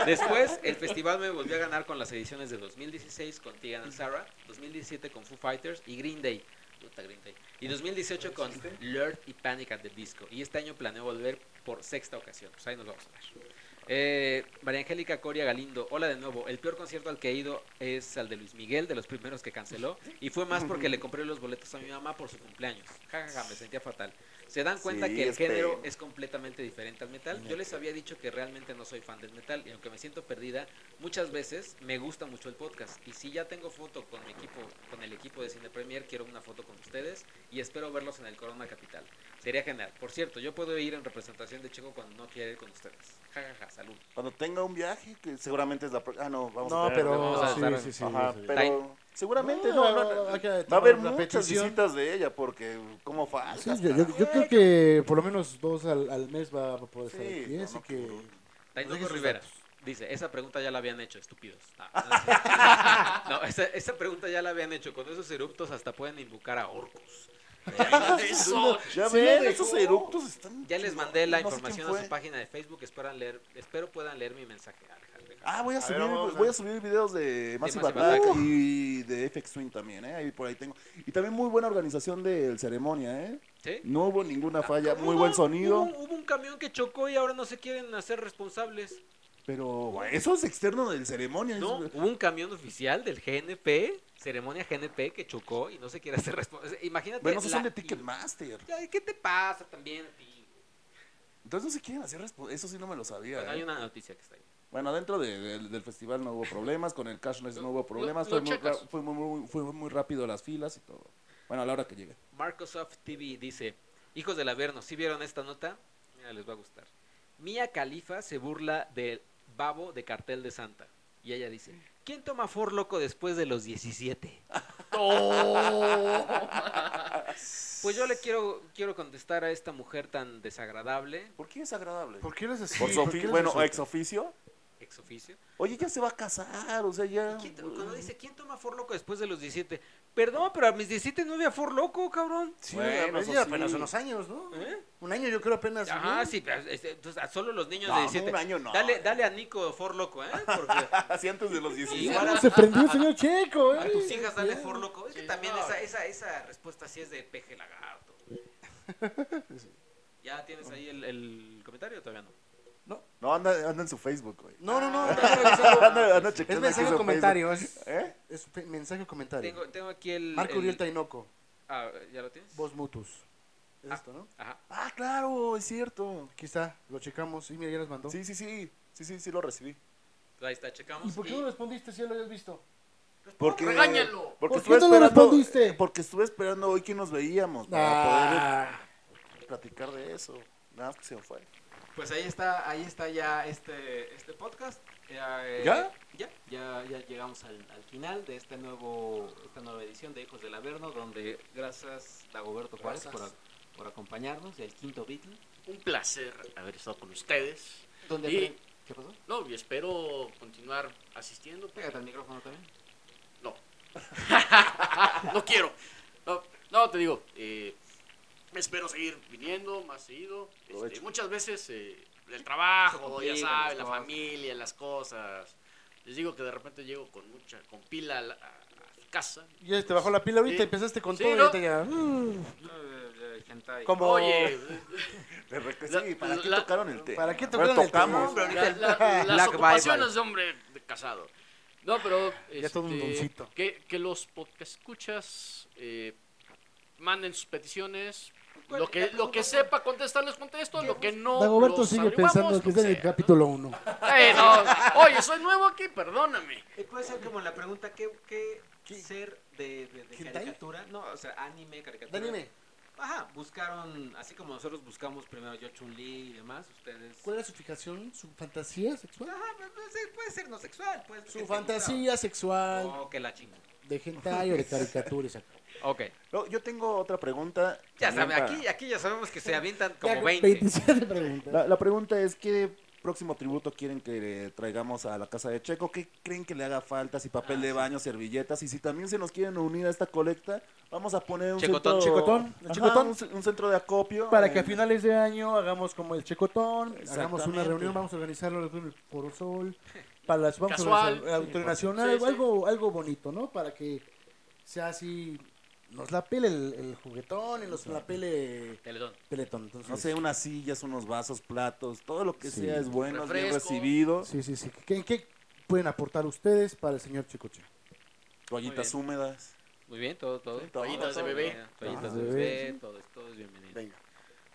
Speaker 2: Después, el festival me volvió a ganar con las ediciones de 2016 con Tegan and Sarah, 2017 con Foo Fighters y Green Day. Puta, Green Day. Y 2018 con Lord y Panic at the Disco. Y este año planeo volver por sexta ocasión. Pues ahí nos vamos a ver. Eh, María Angélica Coria Galindo, hola de nuevo. El peor concierto al que he ido es al de Luis Miguel, de los primeros que canceló. Y fue más porque le compré los boletos a mi mamá por su cumpleaños. Jajaja, me sentía fatal. Se dan cuenta
Speaker 3: Sí,
Speaker 2: que el
Speaker 3: es feo.
Speaker 2: género es completamente diferente al metal. Yo les había dicho que realmente no soy fan del metal y aunque me siento perdida, muchas veces me gusta mucho el podcast. Y si ya tengo foto con mi equipo, con el equipo de Cine Premier, quiero una foto con ustedes y espero verlos en el Corona Capital. Sería genial. Por cierto, yo puedo ir en representación de Checo cuando no quiera ir con ustedes. Jajaja, salud.
Speaker 3: Cuando tenga un viaje, que seguramente es la pro- Ah, no, vamos a
Speaker 1: No,
Speaker 3: tener-
Speaker 1: pero.
Speaker 2: vamos a
Speaker 1: sí,
Speaker 2: estar-
Speaker 1: sí, sí,
Speaker 3: Ajá,
Speaker 1: sí.
Speaker 3: pero seguramente
Speaker 1: No,
Speaker 3: no,
Speaker 1: no,
Speaker 3: no,
Speaker 1: no, hay que
Speaker 3: va a
Speaker 1: tomar
Speaker 3: haber
Speaker 1: la
Speaker 3: muchas
Speaker 1: petición.
Speaker 3: visitas de ella porque como falta.
Speaker 8: Sí, yo, yo- yo creo que por lo menos dos al, al mes va a poder estar
Speaker 3: Sí,
Speaker 1: ¿eh?
Speaker 8: aquí,
Speaker 3: no,
Speaker 8: así
Speaker 3: no,
Speaker 8: que...
Speaker 2: Tainoco
Speaker 8: Deje sus
Speaker 2: Rivera
Speaker 8: datos.
Speaker 2: dice, esa pregunta ya la habían hecho, estúpidos. Ah, no, esa, esa pregunta ya la habían hecho. Con esos eruptos hasta pueden invocar a orcos.
Speaker 4: Eso.
Speaker 3: Ya
Speaker 8: Sí,
Speaker 3: ven,
Speaker 8: lo
Speaker 3: esos
Speaker 8: dejó.
Speaker 3: eructos están.
Speaker 2: Ya les mandé la
Speaker 3: No sé
Speaker 2: información
Speaker 3: quién
Speaker 2: a
Speaker 3: fue.
Speaker 2: su página de Facebook. Esperan leer, espero puedan leer mi mensaje. Alejandro.
Speaker 3: Ah, voy a,
Speaker 1: A ver,
Speaker 3: subir,
Speaker 1: vamos a-
Speaker 3: voy a subir videos de Massive
Speaker 2: Massive
Speaker 3: Attack
Speaker 2: Attack.
Speaker 3: y de FX Twin también, ¿eh? Ahí por ahí tengo. Y también muy buena organización del ceremonia, ¿eh?
Speaker 2: ¿Sí?
Speaker 3: No hubo ninguna falla,
Speaker 2: ¿Cómo
Speaker 3: muy
Speaker 2: no?
Speaker 3: buen
Speaker 2: Hubo,
Speaker 3: sonido,
Speaker 2: hubo un camión que chocó y ahora no se quieren hacer responsables.
Speaker 3: pero bueno, eso es externo del ceremonia.
Speaker 2: No,
Speaker 3: es- eh,
Speaker 2: hubo un camión oficial del GNP, ceremonia GNP, que chocó y no se quiere hacer responsable. Imagínate.
Speaker 3: Bueno, esos son
Speaker 2: la-
Speaker 3: de Ticketmaster.
Speaker 2: Ay, ¿Qué te pasa también a ti?
Speaker 3: Entonces no se quieren hacer respon- Eso sí no me lo sabía.
Speaker 2: Bueno, hay
Speaker 3: ¿eh?
Speaker 2: una noticia que está ahí.
Speaker 3: Bueno, dentro de- del- del festival no hubo problemas, con el cashless no hubo problemas,
Speaker 4: lo
Speaker 3: fue, muy,
Speaker 4: checas.
Speaker 3: ra- fue, muy, muy- fue muy rápido las filas y todo. Bueno, a la hora que llegue.
Speaker 2: Microsoft TV dice, hijos del Averno, si vieron esta nota? Mira, les va a gustar. Mía Califa se burla del babo de cartel de Santa. Y ella dice, ¿quién toma for loco después de los 17? Pues yo le quiero, quiero contestar a esta mujer tan desagradable,
Speaker 3: ¿Por qué es agradable?
Speaker 1: ¿Por qué eres así?
Speaker 3: Por su
Speaker 1: ¿Por qué
Speaker 3: ofi-
Speaker 1: eres
Speaker 3: bueno,
Speaker 1: así?
Speaker 3: ex oficio.
Speaker 2: ex oficio.
Speaker 3: Oye, ya se va a casar, o sea, ya.
Speaker 2: ¿Quién to- cuando dice, ¿quién toma for loco después de los 17? Perdón, pero a mis 17 no había for loco, cabrón.
Speaker 1: Sí,
Speaker 3: Bueno,
Speaker 1: apenas,
Speaker 3: eso sí.
Speaker 1: apenas unos años, ¿no?
Speaker 2: ¿Eh?
Speaker 1: Un año yo creo apenas.
Speaker 2: Ajá,
Speaker 1: ¿no?
Speaker 2: sí, pero, este, entonces, a solo los niños
Speaker 3: No,
Speaker 2: de
Speaker 3: no,
Speaker 2: 17.
Speaker 3: un año no. eh.
Speaker 2: Dale, dale a Nico Forloco, ¿eh? Porque
Speaker 3: Así antes de los 17.
Speaker 2: Igual
Speaker 8: Se prendió
Speaker 4: Ah,
Speaker 8: el señor Checo,
Speaker 2: a
Speaker 8: ¿eh?
Speaker 2: tus hijas dale Forloco. Es que
Speaker 4: Sí,
Speaker 2: también
Speaker 4: no.
Speaker 2: esa, esa, esa respuesta sí es de peje lagarto. güey. ¿Ya tienes ahí el, el comentario o todavía no?
Speaker 3: No, anda, anda en su Facebook, güey.
Speaker 1: No, no,
Speaker 3: Ah,
Speaker 1: no.
Speaker 3: anda, anda
Speaker 1: Es
Speaker 3: checando aquí
Speaker 1: mensaje
Speaker 3: su
Speaker 1: o comentario. Es,
Speaker 3: Facebook. ¿Eh?
Speaker 1: es fe- mensaje o comentario.
Speaker 2: Tengo, tengo aquí el...
Speaker 1: Marco
Speaker 2: el-
Speaker 1: Uriel Tainoco,
Speaker 2: Ah, ¿ya lo tienes?
Speaker 1: voz mutus. Es
Speaker 2: Ah.
Speaker 1: esto, ¿no?
Speaker 2: Ajá.
Speaker 3: Ah, claro, es cierto.
Speaker 1: Aquí está, lo checamos. Y mira, ya nos mandó.
Speaker 3: Sí, sí, sí. Sí, sí, sí, lo recibí.
Speaker 2: Ahí está, checamos.
Speaker 1: ¿Y por qué
Speaker 2: y-
Speaker 1: no respondiste si ya lo habías visto?
Speaker 3: Porque,
Speaker 4: Regáñalo.
Speaker 3: Porque
Speaker 8: ¿Por
Speaker 3: estuve
Speaker 8: qué no lo
Speaker 3: esperando-
Speaker 8: respondiste?
Speaker 3: Porque estuve esperando hoy que nos veíamos para
Speaker 8: Ah,
Speaker 3: poder eh, platicar de eso. Nada más que se me fue.
Speaker 2: Pues ahí está, ahí está ya este, este podcast. Eh,
Speaker 3: ¿Ya?
Speaker 2: Ya, ya, ya llegamos al, al final de este nuevo, esta nueva edición de Hijos del Averno, donde gracias Dagoberto Juárez por, a- por acompañarnos, el quinto Beatle.
Speaker 4: Un placer haber estado con ustedes.
Speaker 2: Donde
Speaker 4: Y-
Speaker 2: aprend- ¿Qué pasó?
Speaker 4: No, y espero continuar asistiendo. porque-
Speaker 2: Pégate al micrófono también.
Speaker 4: No. no quiero. No, no, te digo, eh, espero seguir viniendo más seguido. Este,
Speaker 3: Aprovecho.
Speaker 4: muchas veces eh, el
Speaker 2: Se
Speaker 4: trabajo, ya
Speaker 2: complican
Speaker 4: sabes,
Speaker 2: las
Speaker 4: la
Speaker 2: cosas.
Speaker 4: familia, las cosas. Les digo que de repente llego con mucha, con pila a, la- a- a su casa.
Speaker 1: Ya te bajó la pila ahorita
Speaker 4: Sí.
Speaker 1: empezaste con
Speaker 4: Sí,
Speaker 1: todo. y
Speaker 4: ¿no?
Speaker 1: ahorita ya, mm, como-
Speaker 4: Oye,
Speaker 3: De rec-
Speaker 4: La-
Speaker 3: sí, ¿para qué
Speaker 4: la-
Speaker 3: tocaron el tema?
Speaker 1: ¿Para qué
Speaker 3: Bueno,
Speaker 1: tocaron el
Speaker 3: tocamos.
Speaker 1: tema?
Speaker 4: la- la- las
Speaker 2: Black
Speaker 4: ocupaciones
Speaker 2: Bible.
Speaker 4: de hombre de casado. No, pero
Speaker 1: Ya todo un
Speaker 4: este,
Speaker 1: doncito.
Speaker 4: que, que los podcast escuchas eh, manden sus peticiones.
Speaker 2: ¿Cuál
Speaker 4: Lo
Speaker 2: es
Speaker 4: que,
Speaker 2: la
Speaker 4: lo que
Speaker 2: pregunta?
Speaker 4: sepa contestar, les contesto. Lo que no.
Speaker 8: Dagoberto
Speaker 4: los
Speaker 8: sigue
Speaker 4: averiguamos,
Speaker 8: pensando que
Speaker 4: lo
Speaker 8: es en
Speaker 4: sea,
Speaker 8: el
Speaker 4: ¿no?
Speaker 8: capítulo 1.
Speaker 4: Eh, no. Oye, soy nuevo aquí, perdóname.
Speaker 2: Eh, Puede ser como la pregunta, ¿qué, qué,
Speaker 1: ¿Qué?
Speaker 2: ser de, de- de
Speaker 1: ¿Hentai?
Speaker 2: caricatura? No, o sea, anime, caricatura.
Speaker 1: Dánime,
Speaker 2: Ajá, buscaron, así como nosotros buscamos primero yo Chun-Li y demás, ustedes...
Speaker 1: ¿cuál era su fijación, su fantasía sexual?
Speaker 2: Ajá, pues, puede ser, puede ser no sexual, puede ser que
Speaker 1: Su
Speaker 2: te
Speaker 1: fantasía
Speaker 2: gustaba.
Speaker 1: sexual
Speaker 2: Oh, que la chingada.
Speaker 8: De hentai o de caricaturas.
Speaker 2: Ok.
Speaker 3: No, yo tengo otra pregunta.
Speaker 2: Ya
Speaker 3: también
Speaker 2: saben,
Speaker 3: para-
Speaker 2: aquí, aquí ya sabemos que se avientan
Speaker 8: Ya,
Speaker 2: como 20.
Speaker 8: 27 preguntas.
Speaker 3: La, la pregunta es, ¿qué próximo tributo quieren que le traigamos a la casa de Checo? ¿Qué creen que le haga falta? Si papel de baño, servilletas. Y si también se nos quieren unir a esta colecta, vamos a poner un
Speaker 2: Checotón.
Speaker 3: centro...
Speaker 8: Checotón, el
Speaker 3: Ajá,
Speaker 8: checotón.
Speaker 3: un, ce- un centro de acopio.
Speaker 8: Para que a
Speaker 3: en-
Speaker 8: finales de año hagamos como el checotón, hagamos una
Speaker 3: Eh, Exactamente.
Speaker 8: reunión, vamos a organizarlo en el Foro Sol, para las vamos
Speaker 4: Casual.
Speaker 8: a organizar el Auditorio Nacional,
Speaker 4: Sí, sí.
Speaker 8: algo, algo bonito, ¿no? Para que sea así
Speaker 1: nos la pele el, el juguetón y nos la pele
Speaker 14: Teletón.
Speaker 1: Peletón. Entonces,
Speaker 3: No sé, unas sillas, unos vasos, platos, todo lo que
Speaker 1: Sí.
Speaker 3: sea es bueno, es bien
Speaker 14: Refrescos.
Speaker 3: recibido.
Speaker 1: Sí, sí, sí. ¿Qué, qué pueden aportar ustedes para el señor Chicoche?
Speaker 3: Toallitas
Speaker 15: Muy
Speaker 3: húmedas.
Speaker 15: Muy bien, todo, todo.
Speaker 3: Sí, todo,
Speaker 14: Toallitas de
Speaker 3: todo.
Speaker 14: bebé.
Speaker 15: Toallitas
Speaker 1: Ah,
Speaker 15: de
Speaker 1: bebé.
Speaker 15: bebé, todo, todo es bienvenido.
Speaker 14: Venga.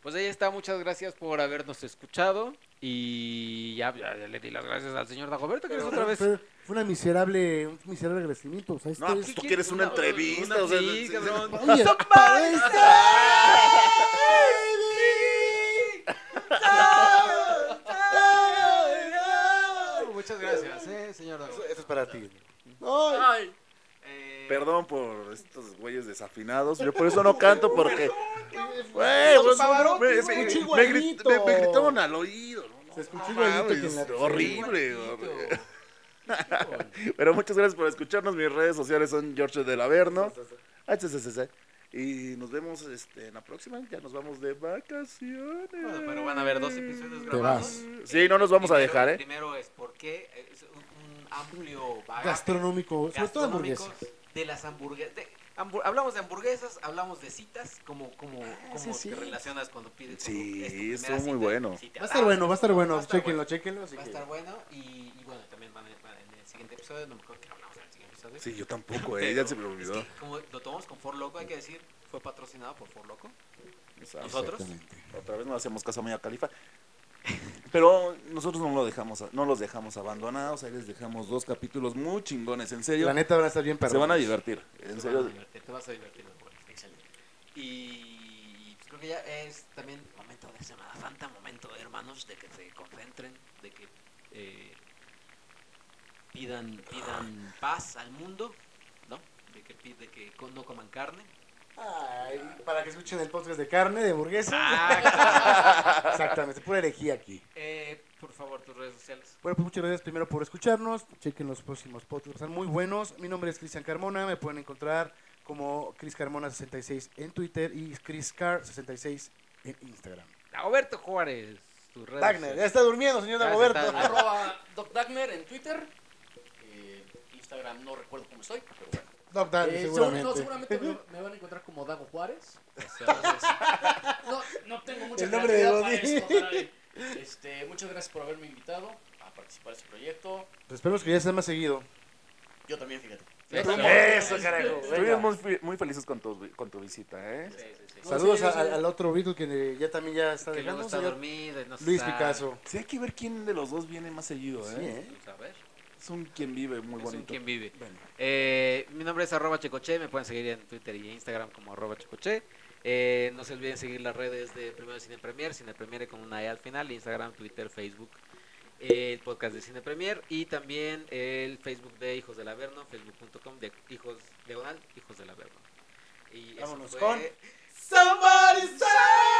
Speaker 15: Pues ahí está, muchas gracias por habernos escuchado. Y ya, ya- ya le di las gracias al señor Dagoberto, que es otra vez.
Speaker 1: Fue, fue una miserable, un miserable agradecimiento. O sea,
Speaker 3: No,
Speaker 1: este
Speaker 3: pues
Speaker 1: es-
Speaker 3: tú quieres una,
Speaker 15: Una-
Speaker 3: entrevista.
Speaker 15: una-
Speaker 3: o sea,
Speaker 15: sí,
Speaker 3: sí, sí,
Speaker 15: cabrón.
Speaker 1: Oye,
Speaker 15: Muchas gracias, eh, señor Dagoberto.
Speaker 16: Eso es para ti.
Speaker 14: Ay,
Speaker 15: Eh,
Speaker 3: Perdón por estos güeyes desafinados. Yo por eso no canto porque. Güey,
Speaker 15: Don
Speaker 3: pues,
Speaker 15: Pavarotti,
Speaker 3: me,
Speaker 15: güey.
Speaker 3: me-
Speaker 1: Escuché
Speaker 3: me
Speaker 1: igualito.
Speaker 3: grit- me- me gritaron al oído. ¿no? No,
Speaker 1: Se escuchó
Speaker 3: no
Speaker 1: igualito
Speaker 3: mames,
Speaker 1: que en la-
Speaker 3: horrible. güey. Pero muchas gracias por escucharnos. Mis redes sociales son George del Averno. HCCC. Y nos vemos este, en la próxima. Ya nos vamos de vacaciones.
Speaker 2: Bueno, pero van a haber dos episodios
Speaker 1: Te
Speaker 2: grabados.
Speaker 1: vas.
Speaker 3: Sí, no nos vamos a
Speaker 2: Primero-
Speaker 3: dejar, ¿eh?
Speaker 2: Primero es por qué es un amplio bagaje
Speaker 1: Gastronómico, sobre todo
Speaker 2: gastronómico
Speaker 1: hamburguesas.
Speaker 2: de las hamburguesas. de- hambu- hablamos de hamburguesas, hablamos de citas, como como
Speaker 1: Ah,
Speaker 2: cómo te relacionas cuando pides. cuando
Speaker 3: Sí,
Speaker 2: es tu primera
Speaker 3: estuvo muy
Speaker 2: cita,
Speaker 3: bueno.
Speaker 2: si te
Speaker 1: Va a
Speaker 2: adaptas,
Speaker 1: estar bueno, va a estar bueno.
Speaker 2: va a estar
Speaker 1: Chéquenlo, chéquenlo. así
Speaker 2: Va a
Speaker 1: que-
Speaker 2: estar bueno y, y bueno, también van, a- van en el siguiente episodio, no me acuerdo que hablamos en el siguiente episodio.
Speaker 3: Sí, yo tampoco, ¿eh? Ya se me
Speaker 2: Es
Speaker 3: olvidó.
Speaker 2: que como lo tomamos con For Loco, hay que decir, fue patrocinado por For Loco. Nosotros.
Speaker 3: Otra vez no hacemos caso a Maya Califa. Pero nosotros no, lo dejamos, no los dejamos abandonados. Ahí les dejamos dos capítulos muy chingones, en serio.
Speaker 1: La neta van a estar bien perros.
Speaker 3: se van a divertir. En
Speaker 2: Te vas a
Speaker 3: serio.
Speaker 2: divertir, te vas a divertir, me acuerdo. Excelente. Y pues creo que ya es también momento de Semana Santa, momento, hermanos, de que se concentren, de que eh, pidan, pidan paz al mundo, ¿no? De que, pi- de que co- no coman carne.
Speaker 1: Ay, para que escuchen el podcast de carne, de hamburguesas.
Speaker 2: Ah.
Speaker 1: Exactamente, pura herejía aquí.
Speaker 2: Eh, por favor, tus redes sociales.
Speaker 1: Bueno, pues muchas gracias primero por escucharnos. Chequen los próximos podcasts, están muy buenos. Mi nombre es Cristian Carmona, me pueden encontrar como Cris Carmona66 en Twitter y CrisCar66 en Instagram.
Speaker 15: Dagoberto Juárez, tus redes.
Speaker 1: Wagner, ya
Speaker 15: sociales.
Speaker 1: está durmiendo, señor
Speaker 15: Ya se
Speaker 1: Dagoberto.
Speaker 15: está durmiendo.
Speaker 4: Arroba Doc Dagner en Twitter. Eh, Instagram no recuerdo cómo estoy, pero bueno.
Speaker 1: No, Dani,
Speaker 4: Eh, seguro-
Speaker 1: seguramente.
Speaker 4: no, seguramente me, me van a encontrar como Dago Juárez. Entonces, no, no tengo mucha
Speaker 1: El nombre de
Speaker 4: creatividad para
Speaker 1: Dodi.
Speaker 4: esto, caray. Este, muchas gracias por haberme invitado a participar en este proyecto.
Speaker 1: Pues esperemos que ya sea más seguido.
Speaker 4: Yo también, fíjate.
Speaker 15: Eso.
Speaker 16: Eso, carajo. venga.
Speaker 3: Estuvimos muy, fi- muy felices con tu, con tu visita, ¿eh?
Speaker 15: Sí, sí, sí.
Speaker 1: Saludos
Speaker 4: sí,
Speaker 1: a-
Speaker 4: sí.
Speaker 1: al, al otro Beatle que ya también ya está
Speaker 2: Que luego
Speaker 1: dejando,
Speaker 2: está
Speaker 1: señor
Speaker 2: dormido y no se
Speaker 1: Luis
Speaker 2: sabe.
Speaker 1: Picasso.
Speaker 3: Sí, hay que ver quién de los dos viene más seguido, ¿eh?
Speaker 1: Sí, ¿eh?
Speaker 2: Pues, a ver.
Speaker 3: Es un quien vive muy
Speaker 2: Es un
Speaker 3: bonito.
Speaker 2: quien vive. Eh, mi nombre es arroba checoche, me pueden seguir en Twitter y Instagram como arroba checoche. Eh, no se olviden seguir las redes de Primero Cine Premier, Cine Premier con una E al final, Instagram, Twitter, Facebook, eh, el podcast de Cine Premier y también el Facebook de Hijos del Averno, facebook.com de hijos diagonal, Hijos del Averno. Y eso
Speaker 1: Vámonos
Speaker 2: fue
Speaker 1: con-
Speaker 2: Somebody Say